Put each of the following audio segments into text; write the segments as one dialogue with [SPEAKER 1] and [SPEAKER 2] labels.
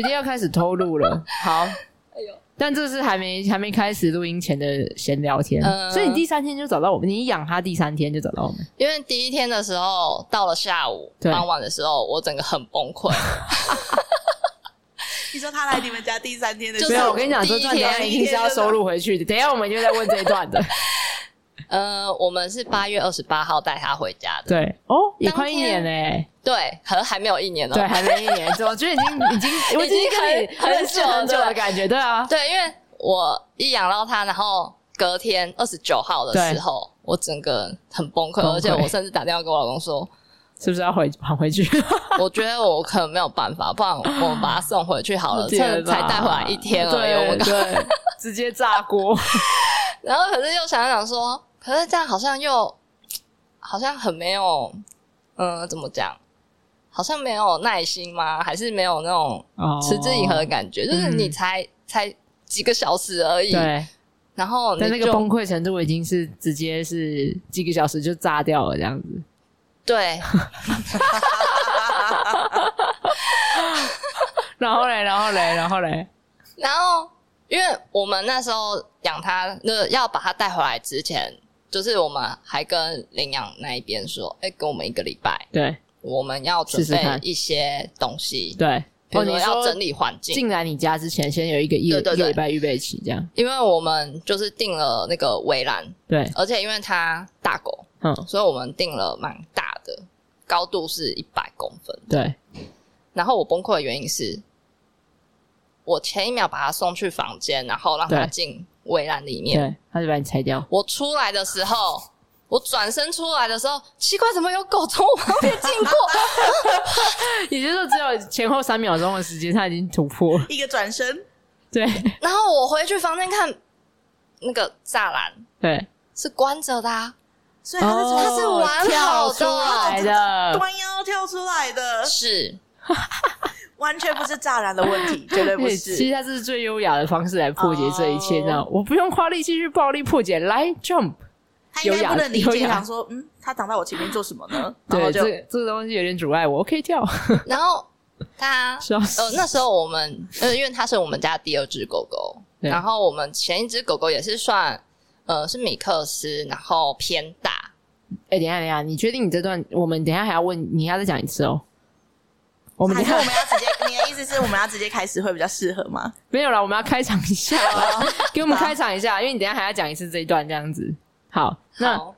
[SPEAKER 1] 决定要开始偷录 了。好，
[SPEAKER 2] 哎呦，
[SPEAKER 1] 但这是还没还没开始录音前的闲聊天，
[SPEAKER 2] 嗯
[SPEAKER 1] 所以你第三天就找到我们，你一养它第三天就找到我们，
[SPEAKER 2] 因为第一天的时候到了下午
[SPEAKER 1] 对
[SPEAKER 2] 傍晚的时候，我整个很崩 溃，
[SPEAKER 3] 你说他来你们家第三天的时
[SPEAKER 2] 就
[SPEAKER 3] 候，
[SPEAKER 2] 是
[SPEAKER 1] 没有，我跟你讲，这段聊天一定是要收录回去的。等一下我们就在问这一段 的。
[SPEAKER 2] 呃，我们是八月二十八号带他回家的，
[SPEAKER 1] 对，哦，也
[SPEAKER 2] 当
[SPEAKER 1] 快一年
[SPEAKER 2] 天
[SPEAKER 1] 嘞、
[SPEAKER 2] 对，可能还没有一年哦。
[SPEAKER 1] 对，还没一年，我觉得已经 已经，我已经跟你
[SPEAKER 2] 已经很
[SPEAKER 1] 认识很久的
[SPEAKER 2] 很久了
[SPEAKER 1] 感觉，对啊，
[SPEAKER 2] 对，因为我一养到他，然后隔天二十九号的时候，我整个人很崩溃，
[SPEAKER 1] 崩溃
[SPEAKER 2] 而且我甚至打电话给我老公 说，
[SPEAKER 1] 是不是要回还回去？
[SPEAKER 2] 我觉得我可能没有办法，不然我们把他送回去好了，
[SPEAKER 1] 天
[SPEAKER 2] 趁
[SPEAKER 1] 哪
[SPEAKER 2] 才带回来一天而已。
[SPEAKER 1] 对
[SPEAKER 2] 我们
[SPEAKER 1] 对，直接炸锅。
[SPEAKER 2] 然后可是又想想说，可是这样好像又好像很没有，嗯、怎么讲？好像没有耐心吗？还是没有那种
[SPEAKER 1] 哦
[SPEAKER 2] 持之以恒的感觉？就是你
[SPEAKER 1] 嗯
[SPEAKER 2] 才才几个小时而已，
[SPEAKER 1] 对，
[SPEAKER 2] 然后你
[SPEAKER 1] 但
[SPEAKER 2] 就
[SPEAKER 1] 那个崩溃程度已经是直接是几个小时就炸掉了这样子。
[SPEAKER 2] 对，
[SPEAKER 1] 然后嘞，然后嘞，然后嘞，
[SPEAKER 2] 然后，因为我们那时候养它，那要把它带回来之前，就是我们还跟领养那一边说，哎、给我们一个礼拜，
[SPEAKER 1] 对
[SPEAKER 2] 我们要准
[SPEAKER 1] 试试
[SPEAKER 2] 备
[SPEAKER 1] 看
[SPEAKER 2] 一些东西，
[SPEAKER 1] 对。哦
[SPEAKER 2] 比如
[SPEAKER 1] 你
[SPEAKER 2] 说要
[SPEAKER 1] 说
[SPEAKER 2] 整理环境，
[SPEAKER 1] 进来你家之前，先有一个一
[SPEAKER 2] 对对
[SPEAKER 1] 一个
[SPEAKER 2] 对
[SPEAKER 1] 礼拜预备期，这样
[SPEAKER 2] 因为我们就是订了那个围栏，
[SPEAKER 1] 对，
[SPEAKER 2] 而且因为它大狗，
[SPEAKER 1] 嗯，
[SPEAKER 2] 所以我们订了蛮大的，高度是一百公分。
[SPEAKER 1] 对，
[SPEAKER 2] 然后我崩溃的原因是，我前一秒把它送去房间，然后让它
[SPEAKER 1] 对
[SPEAKER 2] 进围栏里面，
[SPEAKER 1] 对，他就把你拆掉。
[SPEAKER 2] 我出来的时候，我转身出来的时候，奇怪，怎么有狗从我旁边经过？
[SPEAKER 1] 也就是说，只有前后三秒钟的时间，他已经突破了。
[SPEAKER 3] 一个转身，
[SPEAKER 1] 对
[SPEAKER 2] 然后我回去房间看，那个栅栏
[SPEAKER 1] 对，
[SPEAKER 2] 是关着的、啊，
[SPEAKER 3] 所以他是从
[SPEAKER 2] 它是完好
[SPEAKER 1] 哦跳
[SPEAKER 2] 的
[SPEAKER 1] 出来的，
[SPEAKER 3] 弯腰跳出来的，
[SPEAKER 2] 是
[SPEAKER 3] 完全不是栅栏的问 题，绝对不
[SPEAKER 1] 对，其实
[SPEAKER 3] 是。
[SPEAKER 1] 它这是最优雅的方式来破解这一切。
[SPEAKER 3] 哦
[SPEAKER 1] 那、我不用花力气去暴力破解，来 jump。
[SPEAKER 3] 他应该不能理
[SPEAKER 1] 有
[SPEAKER 3] 解，
[SPEAKER 1] 氧
[SPEAKER 3] 想说，嗯，他挡在我前面做什么呢？然
[SPEAKER 1] 对，
[SPEAKER 3] 后就
[SPEAKER 1] 这这个东西有点阻碍我，我可以跳。
[SPEAKER 2] 然后它。
[SPEAKER 1] 笑死！
[SPEAKER 2] 呃，那时候我们，呃，因为它是我们家第二只狗狗，
[SPEAKER 1] 对
[SPEAKER 2] 然后我们前一只狗狗也是算，呃，是米克斯，然后偏大，
[SPEAKER 1] 哎、等一下等一下，你确定你这段我们等一下还要问你还要再讲一次哦？我们
[SPEAKER 3] 还
[SPEAKER 1] 等一
[SPEAKER 3] 是
[SPEAKER 1] 下
[SPEAKER 3] 我们要直接， 你的意思是我们要直接开始会比较适合吗？
[SPEAKER 1] 没有了，我们要开场一下，
[SPEAKER 3] 啊
[SPEAKER 1] 给我们开场一下，因为你等一下还要讲一次这一段这样子。好，那
[SPEAKER 2] 好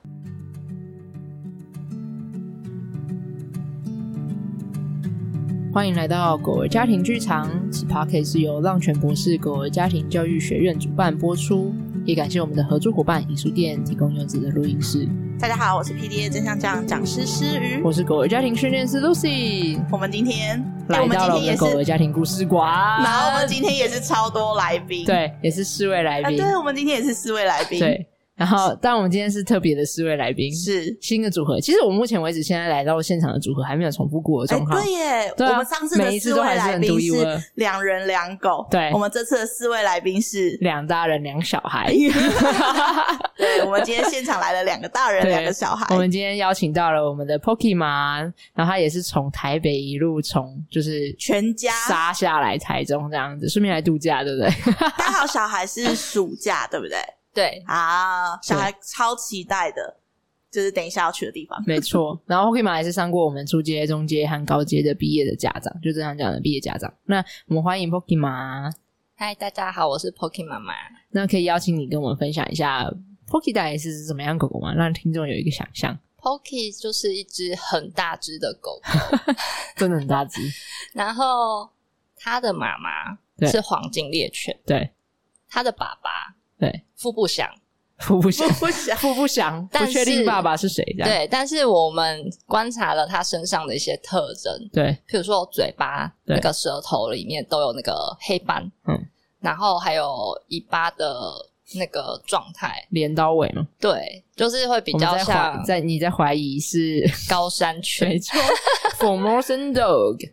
[SPEAKER 1] 欢迎来到狗儿家庭剧场。此 p o c a s t 是由浪犬博士狗儿家庭教育学院主办播出，也感谢我们的合作伙伴影书店提供优质的录音室。
[SPEAKER 3] 大家好，我是 PDA 真相讲讲师诗瑜
[SPEAKER 1] 我，是狗儿家庭训练师 Lucy，
[SPEAKER 3] 我们今天哎
[SPEAKER 1] 来到了我
[SPEAKER 3] 我们今天
[SPEAKER 1] 们
[SPEAKER 3] 也
[SPEAKER 1] 的狗儿
[SPEAKER 3] 是，
[SPEAKER 1] 家庭故事馆。
[SPEAKER 3] 然后我们今天也是超多来宾，
[SPEAKER 1] 对，也是四位来
[SPEAKER 3] 啊，
[SPEAKER 1] 宾，
[SPEAKER 3] 对，我们今天也是四位来宾，，
[SPEAKER 1] 对。然后，但我们今天是特别的四位来宾，
[SPEAKER 3] 是。
[SPEAKER 1] 新的组合。其实我目前为止，现在来到现场的组合还没有重复过的
[SPEAKER 3] 哎、
[SPEAKER 1] 状况。
[SPEAKER 3] 对耶
[SPEAKER 1] 对啊
[SPEAKER 3] 我们上次的
[SPEAKER 1] 每一次
[SPEAKER 3] 四
[SPEAKER 1] 都
[SPEAKER 3] 位
[SPEAKER 1] 还是
[SPEAKER 3] 来
[SPEAKER 1] 很独
[SPEAKER 3] 宾
[SPEAKER 1] 一无二
[SPEAKER 3] 是两人两狗，
[SPEAKER 1] 对
[SPEAKER 3] 我们这次的四位来宾 是，
[SPEAKER 1] 两大人，两小
[SPEAKER 3] 哎
[SPEAKER 1] 孩。
[SPEAKER 3] 对，我们今天现场来了两个大人，
[SPEAKER 1] 对
[SPEAKER 3] 两个小孩
[SPEAKER 1] 我，们今天邀请到了我们的 Pokemon，然后他也是从台北一路从就是
[SPEAKER 3] 全家。
[SPEAKER 1] 杀下来台中这样子，顺便来度假，对不对？
[SPEAKER 3] 刚好小孩是暑假，对不对？
[SPEAKER 2] 对，
[SPEAKER 3] 啊，小孩超期待的，就是等一下要去的地 方。
[SPEAKER 1] 没错。然后 Pokemon 也是上过我们初阶、中阶和高阶的毕业的家长，就正常讲的毕业家长。那我们欢迎 Pokemon，
[SPEAKER 2] 嗨，大家好，我是 Poki 妈妈，
[SPEAKER 1] 那可以邀请你跟我们分享一下 Poki 大概是怎么样狗狗吗？让听众有一个想象，
[SPEAKER 2] Poki 就是一只很大只的 狗狗，
[SPEAKER 1] 真的很大只，
[SPEAKER 2] 然后它的妈妈
[SPEAKER 1] 对
[SPEAKER 2] 是黄金猎犬，
[SPEAKER 1] 对
[SPEAKER 2] 它的爸爸
[SPEAKER 1] 对，
[SPEAKER 2] 腹部响，
[SPEAKER 1] 腹 不详，
[SPEAKER 3] 不想
[SPEAKER 1] 腹不详，不
[SPEAKER 2] 但
[SPEAKER 1] 确定
[SPEAKER 2] 是
[SPEAKER 1] 爸爸是谁，这样
[SPEAKER 2] 对，但是我们观察了它身上的一些特征，
[SPEAKER 1] 对
[SPEAKER 2] 譬如说嘴巴
[SPEAKER 1] 对
[SPEAKER 2] 那个舌头里面都有那个黑斑，
[SPEAKER 1] 嗯，
[SPEAKER 2] 然后还有尾巴的那个状态，
[SPEAKER 1] 镰刀尾嘛，
[SPEAKER 2] 对，就是会比
[SPEAKER 1] 我们
[SPEAKER 2] 较
[SPEAKER 1] 在
[SPEAKER 2] 像
[SPEAKER 1] 怀在你在怀疑是
[SPEAKER 2] 高山犬
[SPEAKER 1] 没，错，Formosan dog。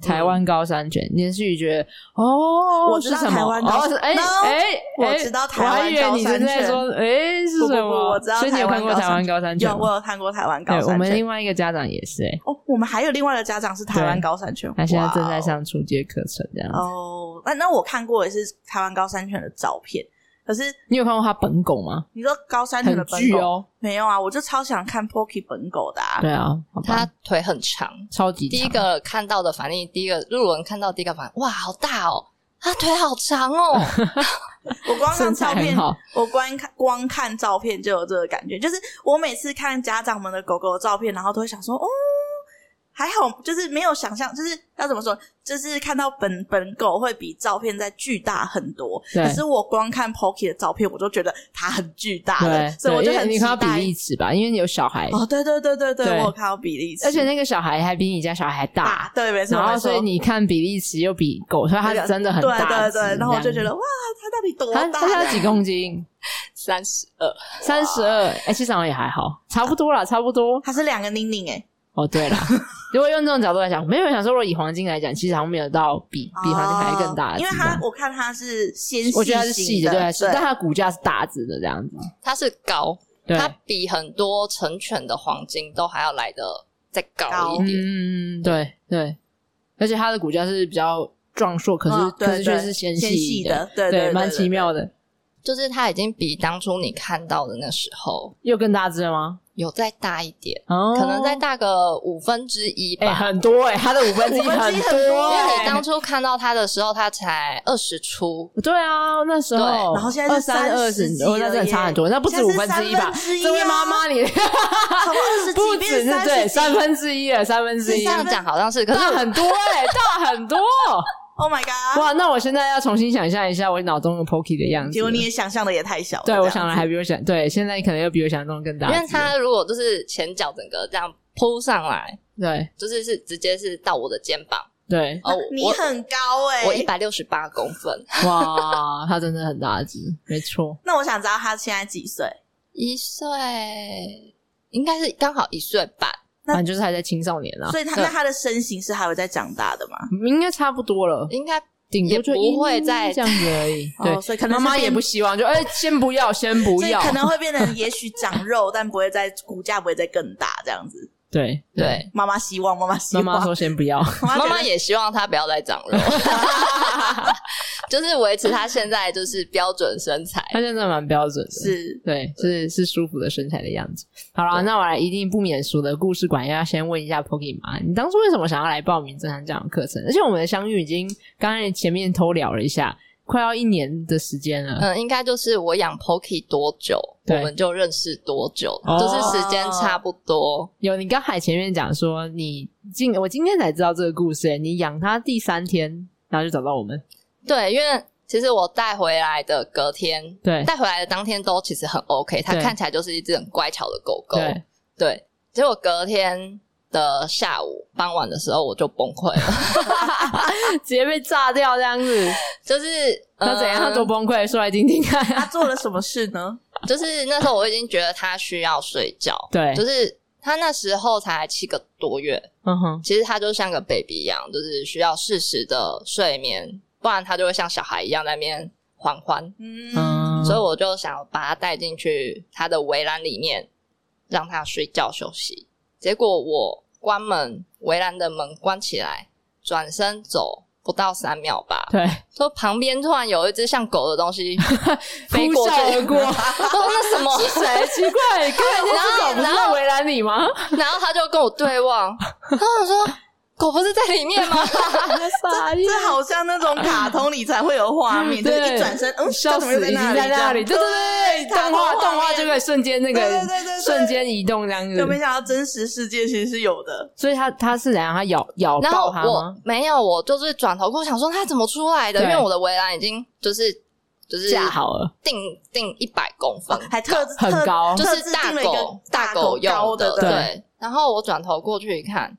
[SPEAKER 1] 台湾高山犬，你是觉得哦，
[SPEAKER 3] 嗯我知道
[SPEAKER 1] 是什么
[SPEAKER 3] 台湾高
[SPEAKER 1] 哦是哎
[SPEAKER 3] No，
[SPEAKER 1] 哎，
[SPEAKER 3] 我
[SPEAKER 1] 哎
[SPEAKER 3] 知道台
[SPEAKER 1] 我
[SPEAKER 3] 湾
[SPEAKER 1] 还以为你是
[SPEAKER 3] 高山
[SPEAKER 1] 在
[SPEAKER 3] 犬
[SPEAKER 1] 说哎是
[SPEAKER 3] 不不
[SPEAKER 1] 什
[SPEAKER 3] 不
[SPEAKER 1] 么，
[SPEAKER 3] 我知道
[SPEAKER 1] 所以你有
[SPEAKER 3] 台
[SPEAKER 1] 看
[SPEAKER 3] 湾
[SPEAKER 1] 过
[SPEAKER 3] 高
[SPEAKER 1] 台
[SPEAKER 3] 山
[SPEAKER 1] 湾高山犬
[SPEAKER 3] 有
[SPEAKER 1] 吗？
[SPEAKER 3] 我有看过台湾高
[SPEAKER 1] 对，
[SPEAKER 3] 山犬。
[SPEAKER 1] 我们另外一个家长也是哎，
[SPEAKER 3] 哦，我们还有另外的家长是台湾
[SPEAKER 1] 对
[SPEAKER 3] 高山犬，
[SPEAKER 1] 他现在
[SPEAKER 3] 哇
[SPEAKER 1] 正在
[SPEAKER 3] 哦
[SPEAKER 1] 上初阶课程这样子。
[SPEAKER 3] 哦，那那我看过也是台湾高山犬的照片，可是
[SPEAKER 1] 你有看过他本狗吗？
[SPEAKER 3] 你说高山犬
[SPEAKER 1] 很
[SPEAKER 3] 的本
[SPEAKER 1] 巨
[SPEAKER 3] 狗、
[SPEAKER 1] 哦，
[SPEAKER 3] 没有啊？我就超想看 Porky 本狗的、啊，
[SPEAKER 1] 对啊，好吧
[SPEAKER 2] 它腿很长。
[SPEAKER 1] 超级
[SPEAKER 2] 第一
[SPEAKER 1] 长
[SPEAKER 2] 个看到的反应，第一个路人看到第一个反应，哇，好大哦，它腿好 长哦。
[SPEAKER 3] 我光看
[SPEAKER 1] 身材
[SPEAKER 3] 照
[SPEAKER 1] 很
[SPEAKER 3] 片，
[SPEAKER 1] 好，
[SPEAKER 3] 我光看光看照片就有这个感觉，就是我每次看家长们的狗狗的照片，然后都会想说，哦，还好，就是没有想象，就是要怎么说，就是看到本本狗会比照片再巨大很多。
[SPEAKER 1] 对
[SPEAKER 3] 可是我光看 Pocky 的照片，我就觉得它很巨大了，
[SPEAKER 1] 对，
[SPEAKER 3] 所以我
[SPEAKER 1] 对
[SPEAKER 3] 就
[SPEAKER 1] 因为
[SPEAKER 3] 很
[SPEAKER 1] 你
[SPEAKER 3] 期
[SPEAKER 1] 看到比
[SPEAKER 3] 待。
[SPEAKER 1] 例尺吧，因为你有小孩，
[SPEAKER 3] 哦，对对对对对，
[SPEAKER 1] 对
[SPEAKER 3] 我有看到比例尺，
[SPEAKER 1] 而且那个小孩还比你家小孩大
[SPEAKER 3] 大，，对，没错，
[SPEAKER 1] 然后
[SPEAKER 3] 没错
[SPEAKER 1] 所以你看比例尺又比狗，所以它
[SPEAKER 3] 那个
[SPEAKER 1] 真的很
[SPEAKER 3] 对
[SPEAKER 1] 大
[SPEAKER 3] 对
[SPEAKER 1] 只这
[SPEAKER 3] 对
[SPEAKER 1] 样，，
[SPEAKER 3] 然后我就觉得哇，它到底多
[SPEAKER 1] 它
[SPEAKER 3] 大？
[SPEAKER 1] 它现在几公 斤？
[SPEAKER 2] 三十二，
[SPEAKER 1] 三十二，哎，其实好像也还好，差不多啦，差不多。
[SPEAKER 3] 它是两个宁宁哎，
[SPEAKER 1] 哦，对 啦，如果用这种角度来讲，没有想说，如果以黄金来讲，其实好像没有到比比黄金还更大
[SPEAKER 3] 哦
[SPEAKER 1] 的
[SPEAKER 3] 因
[SPEAKER 1] 鸡
[SPEAKER 3] 为
[SPEAKER 1] 蛋，
[SPEAKER 3] 它我看它是纤细型，
[SPEAKER 1] 我觉得它是细的，对它是，
[SPEAKER 3] 对
[SPEAKER 1] 但它的骨架是大只的这样子，
[SPEAKER 2] 它是高，
[SPEAKER 1] 对，
[SPEAKER 2] 它比很多成犬的黄金都还要来的再高一点。
[SPEAKER 1] 嗯，对对，而且它的骨架是比较壮硕，可是、
[SPEAKER 3] 嗯对
[SPEAKER 1] 可是却
[SPEAKER 3] 对
[SPEAKER 1] 是纤
[SPEAKER 3] 纤细
[SPEAKER 1] 的，
[SPEAKER 3] 的，对对，
[SPEAKER 1] 蛮奇妙
[SPEAKER 3] 的。
[SPEAKER 1] 的。
[SPEAKER 2] 就是它已经比当初你看到的那时候
[SPEAKER 1] 又更大只了吗？
[SPEAKER 2] 有再大一点，
[SPEAKER 1] 哦，
[SPEAKER 2] 可能再大个五分之一
[SPEAKER 1] 哎、
[SPEAKER 2] 吧。
[SPEAKER 1] 很多哎、它的五分之一
[SPEAKER 3] 五分之一
[SPEAKER 1] 多
[SPEAKER 3] 很多
[SPEAKER 2] 因
[SPEAKER 1] 哎、
[SPEAKER 2] 为你当初看到它的时候，它才二十出，
[SPEAKER 1] 对啊，那时候，
[SPEAKER 2] 对
[SPEAKER 3] 然后现在
[SPEAKER 1] 二
[SPEAKER 3] 是
[SPEAKER 1] 三二十
[SPEAKER 3] 30几，
[SPEAKER 1] 哦，那真的
[SPEAKER 3] 了
[SPEAKER 1] 差很
[SPEAKER 3] 耶
[SPEAKER 1] 多，那不止
[SPEAKER 3] 现在
[SPEAKER 1] 五
[SPEAKER 3] 是
[SPEAKER 1] 分之一吧？
[SPEAKER 3] 1/3啊
[SPEAKER 1] 这位妈妈，你
[SPEAKER 3] 从二十
[SPEAKER 1] 不止
[SPEAKER 3] 几变
[SPEAKER 1] 是对
[SPEAKER 3] 三
[SPEAKER 1] 三分之一了，三分之
[SPEAKER 2] 这
[SPEAKER 1] 一，
[SPEAKER 2] 样讲好像是，可是
[SPEAKER 1] 大
[SPEAKER 2] 我
[SPEAKER 1] 很多哎、大很多。
[SPEAKER 3] ，Oh my god！
[SPEAKER 1] 哇，那我现在要重新想象一下我脑中的 Pokey 的样子了。
[SPEAKER 3] 结果你也想象的也太小了，
[SPEAKER 1] 对，
[SPEAKER 3] 这
[SPEAKER 1] 我
[SPEAKER 3] 样
[SPEAKER 1] 想的还比我想，对，现在可能又比我想象中更大只。
[SPEAKER 2] 因为它如果就是前脚整个这样扑上来，
[SPEAKER 1] 对
[SPEAKER 2] 就是是直接是到我的肩膀，
[SPEAKER 1] 对，
[SPEAKER 2] 哦，
[SPEAKER 3] 啊你
[SPEAKER 2] 我
[SPEAKER 3] 很高哎，
[SPEAKER 2] 我一。百六十八公分，
[SPEAKER 1] 哇， 它真的很大只，没错。
[SPEAKER 3] 那我想知道他现在几岁？
[SPEAKER 2] 一岁应该是刚好一岁半，
[SPEAKER 3] 那
[SPEAKER 1] 反正就是还在青少年啦，
[SPEAKER 3] 所以他
[SPEAKER 2] 对
[SPEAKER 3] 那他的身形是还会再长大的吗？
[SPEAKER 1] 应该差不多了，
[SPEAKER 2] 应该
[SPEAKER 1] 顶多就
[SPEAKER 2] 也不会
[SPEAKER 1] 一
[SPEAKER 2] 再
[SPEAKER 1] 这样子而 已。
[SPEAKER 3] 哦
[SPEAKER 1] 对，
[SPEAKER 3] 所以可
[SPEAKER 1] 妈
[SPEAKER 3] 能是
[SPEAKER 1] 妈
[SPEAKER 3] 变
[SPEAKER 1] 也不希望，就哎，先不要，先不
[SPEAKER 3] 所以
[SPEAKER 1] 要，
[SPEAKER 3] 可能会变成也许长肉，但不会再骨架不会再更大这样子。
[SPEAKER 1] 对对。
[SPEAKER 2] 对。
[SPEAKER 3] 妈妈希望，妈妈希
[SPEAKER 1] 妈
[SPEAKER 3] 望，
[SPEAKER 1] 妈说先不 要，
[SPEAKER 3] 妈
[SPEAKER 2] 妈
[SPEAKER 3] 觉得
[SPEAKER 2] 妈也希望它不要再长 肉， 就是维持它现在就是标准身材。
[SPEAKER 1] 她真的蛮标准的。
[SPEAKER 3] 是
[SPEAKER 1] 对，是是舒服的身材的样子。好啦，那我来一定不免俗的故事馆，要先问一下 Poki 妈，你当初为什么想要来报名正常教养课程？而且我们的相遇已经刚才前面偷聊了一下，快要一年的时间了。
[SPEAKER 2] 嗯，应该就是我养 Pokey 多久，我
[SPEAKER 1] 对
[SPEAKER 2] 们就认识多久，
[SPEAKER 1] 哦
[SPEAKER 2] 就是时间差不多。
[SPEAKER 1] 有，你刚才前面讲说你今我今天才知道这个故事、欸你养它第三天，然后就找到我们。
[SPEAKER 2] 对，因为其实我带回来的隔天，
[SPEAKER 1] 对
[SPEAKER 2] 带回来的当天都其实很 OK，它
[SPEAKER 1] 对
[SPEAKER 2] 看起来就是一只很乖巧的狗狗。
[SPEAKER 1] 对，
[SPEAKER 2] 对，结果隔天的下午傍晚的时候，我就崩溃 了，
[SPEAKER 1] 直接被炸掉这样子，
[SPEAKER 2] 就是
[SPEAKER 1] 那怎样？他多
[SPEAKER 2] 嗯
[SPEAKER 1] 崩溃，说来听听
[SPEAKER 3] 他
[SPEAKER 1] 看。
[SPEAKER 3] 做了什么事呢？
[SPEAKER 2] 就是那时候我已经觉得它需要睡觉，
[SPEAKER 1] 对
[SPEAKER 2] 就是它那时候才七个多月，
[SPEAKER 1] 嗯哼，
[SPEAKER 2] 其实它就像个 baby 一样，就是需要适时的睡眠，不然它就会像小孩一样在那边欢欢。
[SPEAKER 3] 嗯，
[SPEAKER 1] 嗯，
[SPEAKER 2] 所以我就想把它带进去它的围栏里面，让它睡觉休息。结果我关门，围栏的门关起来，转身走不到三秒吧，
[SPEAKER 1] 对，
[SPEAKER 2] 说旁边突然有一只像狗的东西 飞
[SPEAKER 1] 呼
[SPEAKER 2] 过
[SPEAKER 1] 啸
[SPEAKER 2] 去，
[SPEAKER 1] 而过。
[SPEAKER 2] 我说那 什么？
[SPEAKER 1] 谁？奇怪，刚才那只狗不是
[SPEAKER 2] 然
[SPEAKER 1] 在
[SPEAKER 2] 后
[SPEAKER 1] 围栏里吗？
[SPEAKER 2] 然后他就跟我对望，然后我说：“狗不是在里面吗？”
[SPEAKER 1] 傻眼，
[SPEAKER 3] 啊 这好像那种卡通里才会有画面，就是
[SPEAKER 1] 对
[SPEAKER 3] 一转身，嗯，
[SPEAKER 1] 笑
[SPEAKER 3] 它
[SPEAKER 1] 死
[SPEAKER 3] 怎么，又
[SPEAKER 1] 已
[SPEAKER 3] 在
[SPEAKER 1] 经
[SPEAKER 3] 那里？
[SPEAKER 1] 在那里，对
[SPEAKER 3] 这
[SPEAKER 1] 对
[SPEAKER 3] 样
[SPEAKER 1] 对，对动
[SPEAKER 3] 卡通
[SPEAKER 1] 画
[SPEAKER 3] 画面
[SPEAKER 1] 动画就可以瞬间那个
[SPEAKER 3] 对对对对对
[SPEAKER 1] 瞬间移动这样
[SPEAKER 3] 就没
[SPEAKER 1] 子，
[SPEAKER 3] 想到真实世界其实是有的。
[SPEAKER 1] 所以它它是怎样？它咬咬
[SPEAKER 2] 然
[SPEAKER 1] 爆
[SPEAKER 2] 后
[SPEAKER 1] 它
[SPEAKER 2] 我
[SPEAKER 1] 哦吗？
[SPEAKER 2] 没有，我就是转头过去想说他怎么出来的，因
[SPEAKER 1] 对
[SPEAKER 2] 为我的围栏已经就是就是
[SPEAKER 1] 架好哦了，
[SPEAKER 2] 定定一百公分，
[SPEAKER 3] 还特
[SPEAKER 1] 很
[SPEAKER 3] 特
[SPEAKER 1] 高
[SPEAKER 2] 就
[SPEAKER 3] 特
[SPEAKER 2] 是
[SPEAKER 3] 制
[SPEAKER 2] 大
[SPEAKER 3] 定了一
[SPEAKER 2] 狗
[SPEAKER 3] 个
[SPEAKER 2] 大
[SPEAKER 3] 大
[SPEAKER 2] 狗
[SPEAKER 3] 狗
[SPEAKER 2] 用
[SPEAKER 3] 高的
[SPEAKER 1] 对
[SPEAKER 2] 对。然后我转头过去一看，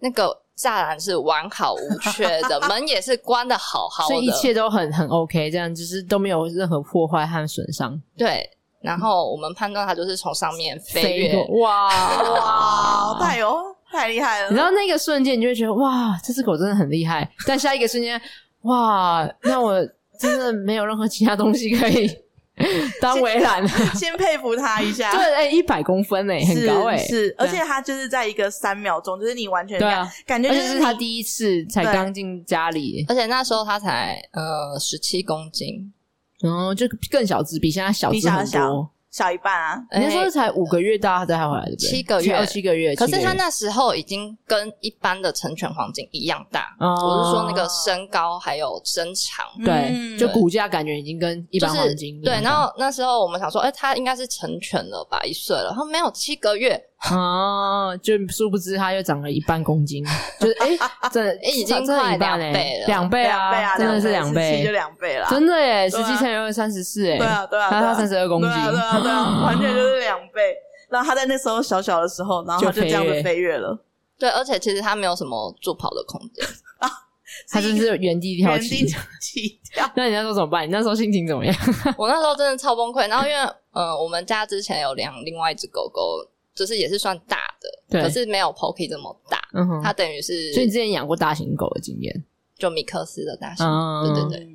[SPEAKER 2] 那个栅栏是完好无缺 的，门也是关的好好
[SPEAKER 1] 所以一
[SPEAKER 2] 的，
[SPEAKER 1] 切都很很 OK，这样就是都没有任何破坏和损伤。
[SPEAKER 2] 对。然后我们判断它就是从上面飞跃，
[SPEAKER 1] 过，哇
[SPEAKER 3] 哇，太有哦太厉害
[SPEAKER 1] 你知
[SPEAKER 3] 了。
[SPEAKER 1] 道那个瞬间，你就会觉得哇，这只狗真的很厉害。但下一个瞬间，哇，那我真的没有任何其他东西可以 当围栏了。
[SPEAKER 3] 先佩服他一下，
[SPEAKER 1] 对，哎、一百公分哎、很
[SPEAKER 3] 啊是
[SPEAKER 1] 高哎、
[SPEAKER 3] 是，而
[SPEAKER 1] 对
[SPEAKER 3] 且他就是在一个三秒钟，就是你完全
[SPEAKER 1] 对
[SPEAKER 3] 感
[SPEAKER 1] 啊，
[SPEAKER 3] 感觉
[SPEAKER 1] 而
[SPEAKER 3] 就
[SPEAKER 1] 且是他
[SPEAKER 3] 你
[SPEAKER 1] 第一次才
[SPEAKER 3] 对
[SPEAKER 1] 刚进家里，
[SPEAKER 2] 而且那时候它才呃十七公斤，
[SPEAKER 1] 然后就更小只，比现在小
[SPEAKER 3] 比
[SPEAKER 1] 只
[SPEAKER 3] 小
[SPEAKER 1] 很
[SPEAKER 3] 小
[SPEAKER 1] 多。
[SPEAKER 3] 小一半啊，
[SPEAKER 1] 你那时候
[SPEAKER 2] 哎
[SPEAKER 1] 才五个月大，他再回来对不对？
[SPEAKER 2] 七个月
[SPEAKER 1] 哦七个月。
[SPEAKER 2] 可是
[SPEAKER 1] 七个
[SPEAKER 2] 它
[SPEAKER 1] 月
[SPEAKER 2] 那时候已经跟一般的成犬黄金一样大，
[SPEAKER 1] 哦
[SPEAKER 2] 我是说那个身高还有身长。
[SPEAKER 1] 对，
[SPEAKER 3] 嗯
[SPEAKER 1] 就骨架感觉已经跟一
[SPEAKER 2] 就
[SPEAKER 1] 般
[SPEAKER 2] 是
[SPEAKER 1] 黄金一样
[SPEAKER 2] 对，然后那时候我们想说，哎、它应该是成犬了吧，一岁了，它没有七个月，
[SPEAKER 1] 哦，就殊不知它又长了一半公斤，就是哎、真的
[SPEAKER 2] 已经
[SPEAKER 1] 真的
[SPEAKER 2] 快
[SPEAKER 1] 一半
[SPEAKER 2] 两
[SPEAKER 1] 哎
[SPEAKER 2] 倍了
[SPEAKER 1] 两倍
[SPEAKER 3] 两倍
[SPEAKER 1] 啊，
[SPEAKER 3] 啊，
[SPEAKER 1] 真的是
[SPEAKER 3] 两
[SPEAKER 1] 两
[SPEAKER 3] 17就
[SPEAKER 1] 倍，
[SPEAKER 3] 两倍啦，
[SPEAKER 1] 真的耶，十
[SPEAKER 3] 对啊
[SPEAKER 1] 七乘以二三十四
[SPEAKER 3] 对
[SPEAKER 1] 哎，
[SPEAKER 3] 啊对啊，
[SPEAKER 1] 它
[SPEAKER 3] 对
[SPEAKER 1] 它
[SPEAKER 3] 啊
[SPEAKER 1] 三十二公斤
[SPEAKER 3] 对，啊对啊 对啊，完全就是两倍。然后他在那时候小小的时候，然后他
[SPEAKER 1] 就
[SPEAKER 3] 就这样
[SPEAKER 1] 飞跃
[SPEAKER 3] 子飞跃了，
[SPEAKER 2] 对，而且其实它没有什么助跑的空 间，
[SPEAKER 1] 它真是原地跳
[SPEAKER 3] 原地
[SPEAKER 1] 起。
[SPEAKER 3] 起跳，
[SPEAKER 1] 那你那时候怎么办？你那时候心情怎么样？
[SPEAKER 2] 我那时候真的超崩溃。然后因为呃，我们家之前有养另外一只狗狗，就是也是算大的，
[SPEAKER 1] 对
[SPEAKER 2] 可是没有 Pokey 这么大，
[SPEAKER 1] 嗯哼，
[SPEAKER 2] 它等于是
[SPEAKER 1] 所以你之前养过大型狗的经验，
[SPEAKER 2] 就米克斯的大小，
[SPEAKER 1] 嗯，
[SPEAKER 2] 对对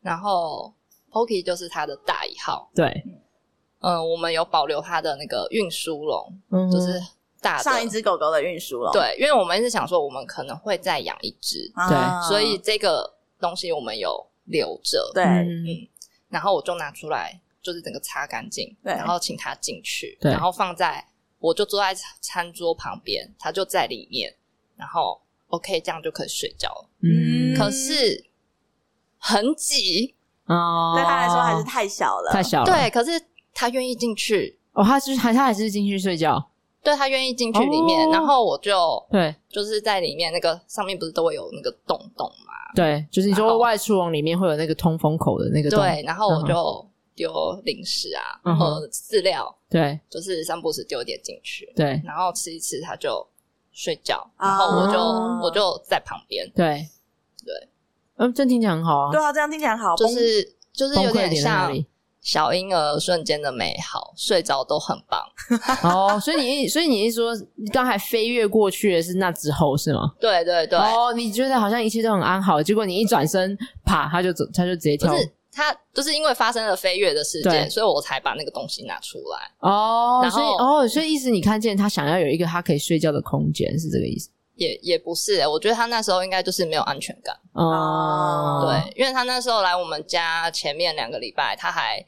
[SPEAKER 2] 然后 Pokey 就是它的大一号。
[SPEAKER 1] 对，
[SPEAKER 2] 嗯，我们有保留它的那个运输笼，
[SPEAKER 1] 嗯
[SPEAKER 2] 就是大的
[SPEAKER 3] 上一只狗狗的运输了，
[SPEAKER 2] 对，因为我们一直想说我们可能会再养一只，
[SPEAKER 3] 啊
[SPEAKER 2] 所以这个东西我们有留着。
[SPEAKER 3] 对
[SPEAKER 1] 嗯
[SPEAKER 2] 然后我就拿出来，就是整个擦干净，
[SPEAKER 3] 对
[SPEAKER 2] 然后请他进去，
[SPEAKER 1] 对
[SPEAKER 2] 然后放在，我就坐在餐桌旁边，他就在里面，然后 OK，这样就可以睡觉了。
[SPEAKER 1] 嗯，
[SPEAKER 2] 可是很挤，
[SPEAKER 1] 哦，
[SPEAKER 3] 对他来说还是太小了，
[SPEAKER 1] 太小了，
[SPEAKER 2] 对，可是他愿意进去，
[SPEAKER 1] 哦，他是还他还是进去睡觉，
[SPEAKER 2] 对他愿意进去里面，
[SPEAKER 1] 哦
[SPEAKER 2] 然后我就
[SPEAKER 1] 对
[SPEAKER 2] 就是在里面那个上面不是都会有那个洞洞嘛，
[SPEAKER 1] 对，就是你
[SPEAKER 2] 然
[SPEAKER 1] 说
[SPEAKER 2] 后
[SPEAKER 1] 外出笼里面会有那个通风口的那个洞，
[SPEAKER 2] 对，然后我
[SPEAKER 1] 嗯哼
[SPEAKER 2] 就丢零食啊，
[SPEAKER 1] 嗯哼
[SPEAKER 2] 和饲料，
[SPEAKER 1] 对
[SPEAKER 2] 就是三不时丢一点进去，
[SPEAKER 1] 对
[SPEAKER 2] 然后吃一吃他就睡觉，
[SPEAKER 3] 啊
[SPEAKER 2] 然后我就、
[SPEAKER 3] 哦
[SPEAKER 2] 我就在旁边，
[SPEAKER 1] 对
[SPEAKER 2] 对，
[SPEAKER 1] 嗯，这听起来很好啊，
[SPEAKER 3] 对啊，这样听起来好
[SPEAKER 2] 就
[SPEAKER 3] 崩
[SPEAKER 2] 是就是
[SPEAKER 1] 崩
[SPEAKER 2] 有
[SPEAKER 1] 溃点在哪
[SPEAKER 2] 像
[SPEAKER 1] 里？
[SPEAKER 2] 小婴儿瞬间的美好，睡着都很棒。
[SPEAKER 1] 哦，所以你所以你一说你刚才飞跃过去的是那之后是吗？
[SPEAKER 2] 对对对，
[SPEAKER 1] 哦，你觉得好像一切都很安好，结果你一转身，啪，他就走，他就直接跳
[SPEAKER 2] 就。是他就是因为发生了飞跃的事
[SPEAKER 1] 对
[SPEAKER 2] 件，所以我才把那个东西拿出来，
[SPEAKER 1] 哦，
[SPEAKER 2] 然
[SPEAKER 1] 所以
[SPEAKER 2] 后
[SPEAKER 1] 哦，所以意思你看见他想要有一个他可以睡觉的空间，是这个意思？
[SPEAKER 2] 也也不是、欸，我觉得他那时候应该就是没有安全感，
[SPEAKER 1] 哦，
[SPEAKER 2] 对，因为他那时候来我们家前面两个礼拜，他还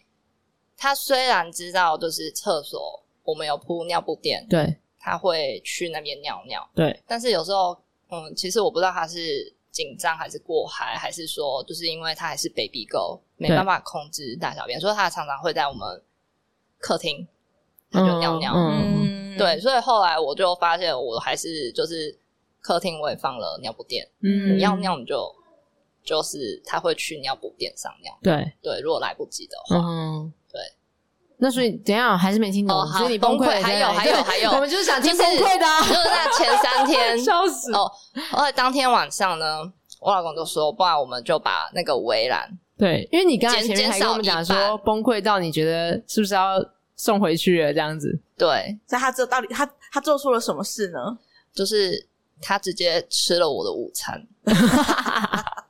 [SPEAKER 2] 他虽然知道就是厕所我们有铺尿布垫，
[SPEAKER 1] 对
[SPEAKER 2] 他会去那边尿尿。
[SPEAKER 1] 对，
[SPEAKER 2] 但是有时候，嗯，其实我不知道他是紧张还是过嗨，还是说就是因为他还是 baby 狗，没
[SPEAKER 1] 对
[SPEAKER 2] 办法控制大小便，所以他常常会在我们客厅他就尿尿。
[SPEAKER 1] 嗯
[SPEAKER 3] 嗯，
[SPEAKER 2] 对，所以后来我就发现，我还是就是客厅我也放了尿布垫，
[SPEAKER 1] 嗯
[SPEAKER 2] 你要尿你就就是他会去尿布垫上尿。
[SPEAKER 1] 对，
[SPEAKER 2] 对，如果来不及的话，
[SPEAKER 1] 嗯，
[SPEAKER 2] 哦对。
[SPEAKER 1] 那所以等一下还是没听懂，
[SPEAKER 2] 哦好
[SPEAKER 1] 所以你崩溃了
[SPEAKER 2] 崩溃还有
[SPEAKER 1] 对
[SPEAKER 2] 还有
[SPEAKER 1] 对
[SPEAKER 2] 还有
[SPEAKER 1] 我们就是想听
[SPEAKER 2] 就是
[SPEAKER 1] 崩溃的
[SPEAKER 2] 就
[SPEAKER 1] 啊，
[SPEAKER 2] 是在前三 天，
[SPEAKER 1] 笑死。
[SPEAKER 2] 哦，而且当天晚上呢，我老公就说，不然我们就把那个围栏，
[SPEAKER 1] 对，因为你刚才
[SPEAKER 2] 减
[SPEAKER 1] 前面还跟我们讲
[SPEAKER 2] 减少一
[SPEAKER 1] 说崩溃到你觉得是不是要送回去了这样子，
[SPEAKER 2] 对，
[SPEAKER 3] 所以他这到底他他做出了什么事呢？
[SPEAKER 2] 就是他直接吃了我的午 餐，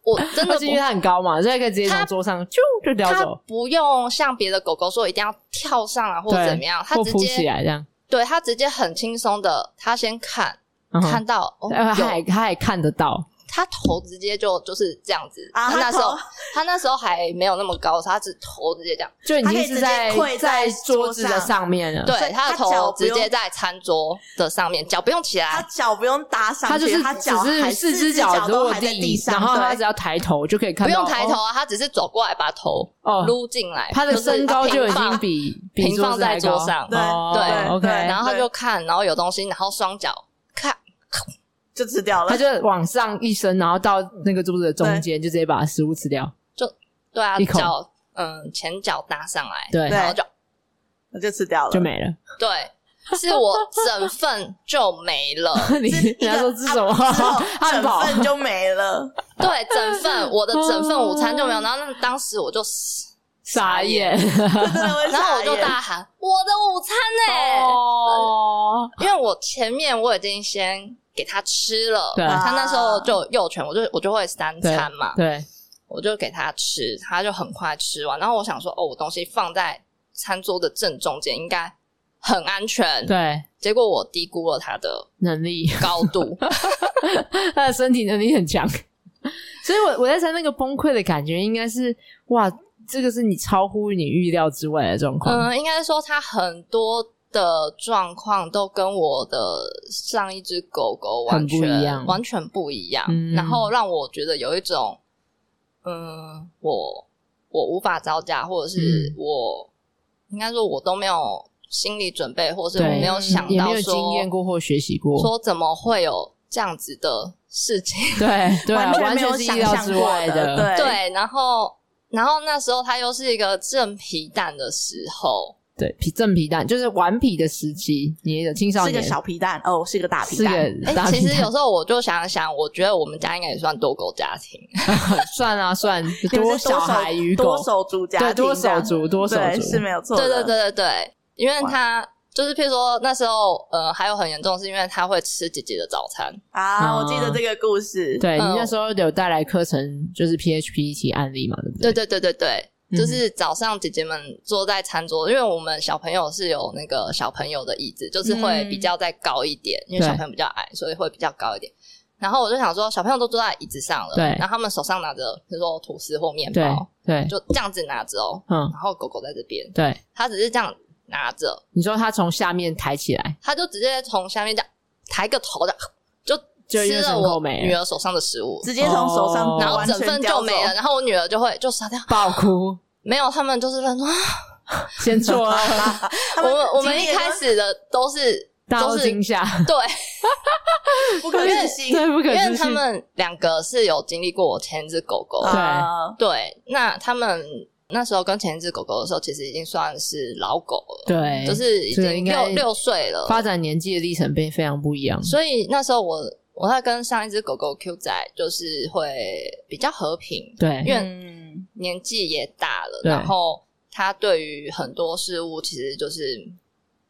[SPEAKER 2] 我真的
[SPEAKER 1] 而且因为
[SPEAKER 2] 不，
[SPEAKER 1] 它很高嘛，所以它可以直接从
[SPEAKER 2] 它
[SPEAKER 1] 桌上就就叼
[SPEAKER 2] 他
[SPEAKER 1] 走，
[SPEAKER 2] 不用像别的狗狗说一定要跳上啊来或
[SPEAKER 1] 对
[SPEAKER 2] 怎么样，他
[SPEAKER 1] 或
[SPEAKER 2] 直
[SPEAKER 1] 扑起
[SPEAKER 2] 接
[SPEAKER 1] 来这样。
[SPEAKER 2] 对他直接很轻松的，他先看
[SPEAKER 1] 嗯哼
[SPEAKER 2] 看到，哦
[SPEAKER 1] 呃，他还
[SPEAKER 2] 有
[SPEAKER 1] 他还看得到，
[SPEAKER 2] 他头直接就就是这样子，
[SPEAKER 3] 啊
[SPEAKER 2] 他那
[SPEAKER 3] 他
[SPEAKER 2] 时
[SPEAKER 3] 头
[SPEAKER 2] 候他那时候还没有那么高，他只头直接这样，
[SPEAKER 1] 就已
[SPEAKER 3] 它可
[SPEAKER 1] 经
[SPEAKER 3] 以
[SPEAKER 1] 是
[SPEAKER 3] 直接
[SPEAKER 1] 在
[SPEAKER 3] 跪在
[SPEAKER 1] 桌子的
[SPEAKER 3] 桌上
[SPEAKER 1] 上面了。
[SPEAKER 3] 所
[SPEAKER 2] 对，
[SPEAKER 3] 以
[SPEAKER 2] 他的
[SPEAKER 3] 他脚
[SPEAKER 2] 头
[SPEAKER 3] 不
[SPEAKER 2] 直接
[SPEAKER 3] 用
[SPEAKER 2] 在餐桌的上面，脚不用起
[SPEAKER 3] 他
[SPEAKER 2] 来，
[SPEAKER 3] 脚不用搭上去，
[SPEAKER 1] 他就是
[SPEAKER 3] 他
[SPEAKER 1] 只
[SPEAKER 3] 脚
[SPEAKER 1] 是
[SPEAKER 3] 还
[SPEAKER 1] 四
[SPEAKER 3] 只
[SPEAKER 1] 脚
[SPEAKER 3] 脚都
[SPEAKER 1] 落
[SPEAKER 3] 还在地上，
[SPEAKER 1] 然后他
[SPEAKER 3] 对
[SPEAKER 1] 只要抬头就可以看
[SPEAKER 2] 不
[SPEAKER 1] 到，
[SPEAKER 2] 用抬头
[SPEAKER 1] 哦，
[SPEAKER 2] 啊，他只是走过来把头
[SPEAKER 1] 哦
[SPEAKER 2] 撸进来，
[SPEAKER 1] 他的
[SPEAKER 2] 就是
[SPEAKER 1] 身高就已
[SPEAKER 2] 平
[SPEAKER 1] 经
[SPEAKER 2] 放
[SPEAKER 1] 比比
[SPEAKER 2] 平
[SPEAKER 1] 桌
[SPEAKER 2] 放
[SPEAKER 1] 子还
[SPEAKER 2] 在桌
[SPEAKER 1] 高
[SPEAKER 2] 上
[SPEAKER 3] 对
[SPEAKER 1] 哦
[SPEAKER 2] 对
[SPEAKER 1] ，OK，
[SPEAKER 3] 对
[SPEAKER 2] 然后他就看，然后有东西，然后双脚看，
[SPEAKER 3] 就吃掉了，
[SPEAKER 1] 他就往上一伸，然后到那个桌子的中间，就直接把食物吃掉。
[SPEAKER 2] 对啊，
[SPEAKER 1] 一口
[SPEAKER 2] 脚嗯前脚搭上来，
[SPEAKER 1] 对
[SPEAKER 2] 然后就
[SPEAKER 3] 他就吃掉了，
[SPEAKER 1] 就没了。
[SPEAKER 2] 对，是我整份就没了，
[SPEAKER 1] 你
[SPEAKER 3] 是一 个。
[SPEAKER 1] 人家说吃什么
[SPEAKER 3] 啊之后
[SPEAKER 1] 汉堡？
[SPEAKER 3] 整份就没 了，
[SPEAKER 2] 对，整份我的整份午餐就没有，然后那当时我就死。
[SPEAKER 1] 傻眼！
[SPEAKER 3] 这真的会
[SPEAKER 2] 然后我
[SPEAKER 3] 傻
[SPEAKER 2] 就
[SPEAKER 3] 眼
[SPEAKER 2] 大喊：“我的午餐呢、
[SPEAKER 1] 哦，
[SPEAKER 2] 因为我前面我已经先给它吃了。
[SPEAKER 1] 对
[SPEAKER 2] 它那时候就有幼犬，我就我就会三餐嘛，
[SPEAKER 1] 对，
[SPEAKER 2] 我就给它吃，它就很快吃完。然后我想说，哦，我东西放在餐桌的正中间，应该很安全。
[SPEAKER 1] 对，
[SPEAKER 2] 结果我低估了它的
[SPEAKER 1] 能力，
[SPEAKER 2] 高度，
[SPEAKER 1] 他的身体能力很强，所以我我在猜那个崩溃的感觉应该是哇，这个是你超乎你预料之外的状况。
[SPEAKER 2] 嗯，应该说它很多的状况都跟我的上一只狗狗完
[SPEAKER 1] 很不一
[SPEAKER 2] 全
[SPEAKER 1] 样
[SPEAKER 2] 完全不一样，
[SPEAKER 1] 嗯
[SPEAKER 2] 然后让我觉得有一种，嗯，我我无法招架，或者是
[SPEAKER 1] 嗯
[SPEAKER 2] 我、应该说我都没有心理准备，或是我
[SPEAKER 1] 对，
[SPEAKER 2] 没有想
[SPEAKER 1] 也
[SPEAKER 2] 到
[SPEAKER 1] 没有
[SPEAKER 2] 说
[SPEAKER 1] 经验过或学习过，
[SPEAKER 2] 说怎么会有这样子的事情，
[SPEAKER 1] 对对啊，
[SPEAKER 3] 完
[SPEAKER 1] 完
[SPEAKER 3] 全没有
[SPEAKER 1] 是意
[SPEAKER 3] 想
[SPEAKER 1] 料
[SPEAKER 3] 象
[SPEAKER 1] 之
[SPEAKER 3] 过
[SPEAKER 1] 外
[SPEAKER 3] 的，
[SPEAKER 1] 对
[SPEAKER 3] 对
[SPEAKER 2] 对，然后然后那时候它又是一个正皮蛋的时候，
[SPEAKER 1] 对，皮正皮蛋就是顽皮的时期，你的青少
[SPEAKER 3] 是个
[SPEAKER 1] 年
[SPEAKER 3] 小皮蛋哦，是个大皮
[SPEAKER 1] 是
[SPEAKER 3] 蛋，
[SPEAKER 1] 个
[SPEAKER 2] 哎、
[SPEAKER 1] 大
[SPEAKER 2] 其
[SPEAKER 1] 皮
[SPEAKER 2] 实有
[SPEAKER 1] 蛋，
[SPEAKER 2] 时候我就想想，我觉得我们家应该也算多狗 家庭，
[SPEAKER 1] 算啊算，
[SPEAKER 3] 你们
[SPEAKER 1] 多
[SPEAKER 3] 是多
[SPEAKER 1] 小孩与狗
[SPEAKER 3] 多，手足家庭
[SPEAKER 1] 对，多
[SPEAKER 3] 这
[SPEAKER 1] 手
[SPEAKER 3] 样
[SPEAKER 1] 足，多手
[SPEAKER 3] 对
[SPEAKER 1] 足
[SPEAKER 3] 是没有错的，
[SPEAKER 2] 对
[SPEAKER 1] 啊
[SPEAKER 2] 对对对对，因为他就是譬如说那时候，呃，还有很严重是因为他会吃姐姐的早餐，
[SPEAKER 3] 啊，我记得
[SPEAKER 1] 嗯
[SPEAKER 3] 这个故事，
[SPEAKER 1] 对你
[SPEAKER 2] 嗯
[SPEAKER 1] 那时候有带来课程，就是 PHP 一起案例嘛，对不
[SPEAKER 2] 对
[SPEAKER 1] 对？
[SPEAKER 2] 对对对对，
[SPEAKER 1] 嗯
[SPEAKER 2] 就是早上姐姐们坐在餐桌，因为我们小朋友是有那个小朋友的椅子，就是会
[SPEAKER 3] 嗯
[SPEAKER 2] 比较再高一点，因为小
[SPEAKER 1] 对
[SPEAKER 2] 朋友比较矮，所以会比较高一点。然后我就想说，小朋友都坐在椅子上了，
[SPEAKER 1] 对
[SPEAKER 2] 然后他们手上拿着比如说吐司或面
[SPEAKER 1] 对
[SPEAKER 2] 包，
[SPEAKER 1] 对，
[SPEAKER 2] 就这样子拿着哦，
[SPEAKER 1] 嗯，
[SPEAKER 2] 然后狗狗在这边，
[SPEAKER 1] 对，
[SPEAKER 2] 它只是这样拿着。
[SPEAKER 1] 你说他从下面抬起来，
[SPEAKER 2] 他就直接从下面这样抬个头的，就
[SPEAKER 1] 就
[SPEAKER 2] 吃
[SPEAKER 1] 因为
[SPEAKER 2] 了
[SPEAKER 1] 神口
[SPEAKER 2] 我
[SPEAKER 1] 美
[SPEAKER 2] 女儿手上的食物，
[SPEAKER 3] 直接从手上
[SPEAKER 1] 哦
[SPEAKER 2] 然后
[SPEAKER 3] 完
[SPEAKER 2] 整
[SPEAKER 3] 全
[SPEAKER 2] 份
[SPEAKER 3] 叼
[SPEAKER 2] 就
[SPEAKER 3] 走
[SPEAKER 2] 没了，，然后我女儿就会就傻掉。
[SPEAKER 1] 爆哭，
[SPEAKER 2] 没有，他们就是认说，啊
[SPEAKER 1] 先做
[SPEAKER 3] 啊
[SPEAKER 1] 了
[SPEAKER 3] 他
[SPEAKER 2] 我们我
[SPEAKER 3] 经
[SPEAKER 2] 们
[SPEAKER 3] 历
[SPEAKER 2] 一
[SPEAKER 3] 了
[SPEAKER 2] 开始的都是
[SPEAKER 1] 大
[SPEAKER 2] 都
[SPEAKER 1] 受
[SPEAKER 2] 是
[SPEAKER 1] 惊吓，
[SPEAKER 2] 对，
[SPEAKER 3] 不可
[SPEAKER 2] 因为
[SPEAKER 3] 置信，
[SPEAKER 1] 对，不
[SPEAKER 2] 因
[SPEAKER 1] 可
[SPEAKER 2] 为
[SPEAKER 1] 置
[SPEAKER 2] 他
[SPEAKER 1] 信，
[SPEAKER 2] 们两个是有经历过我前一只狗狗，
[SPEAKER 1] 对
[SPEAKER 3] 啊
[SPEAKER 2] 对，那他们那时候跟前一只狗狗的时候，其实已经算是老狗了，
[SPEAKER 1] 对，
[SPEAKER 2] 就是已
[SPEAKER 1] 这个
[SPEAKER 2] 经
[SPEAKER 1] 应
[SPEAKER 2] 六
[SPEAKER 1] 该
[SPEAKER 2] 六岁了，
[SPEAKER 1] 发展年纪的历程碑非常不一样，
[SPEAKER 2] 所以那时候我我在跟上一只狗狗 Q 仔，就是会比较和平，
[SPEAKER 1] 对，
[SPEAKER 2] 因为
[SPEAKER 3] 嗯
[SPEAKER 2] 年纪也大了，
[SPEAKER 1] 对
[SPEAKER 2] 然后它对于很多事物其实就是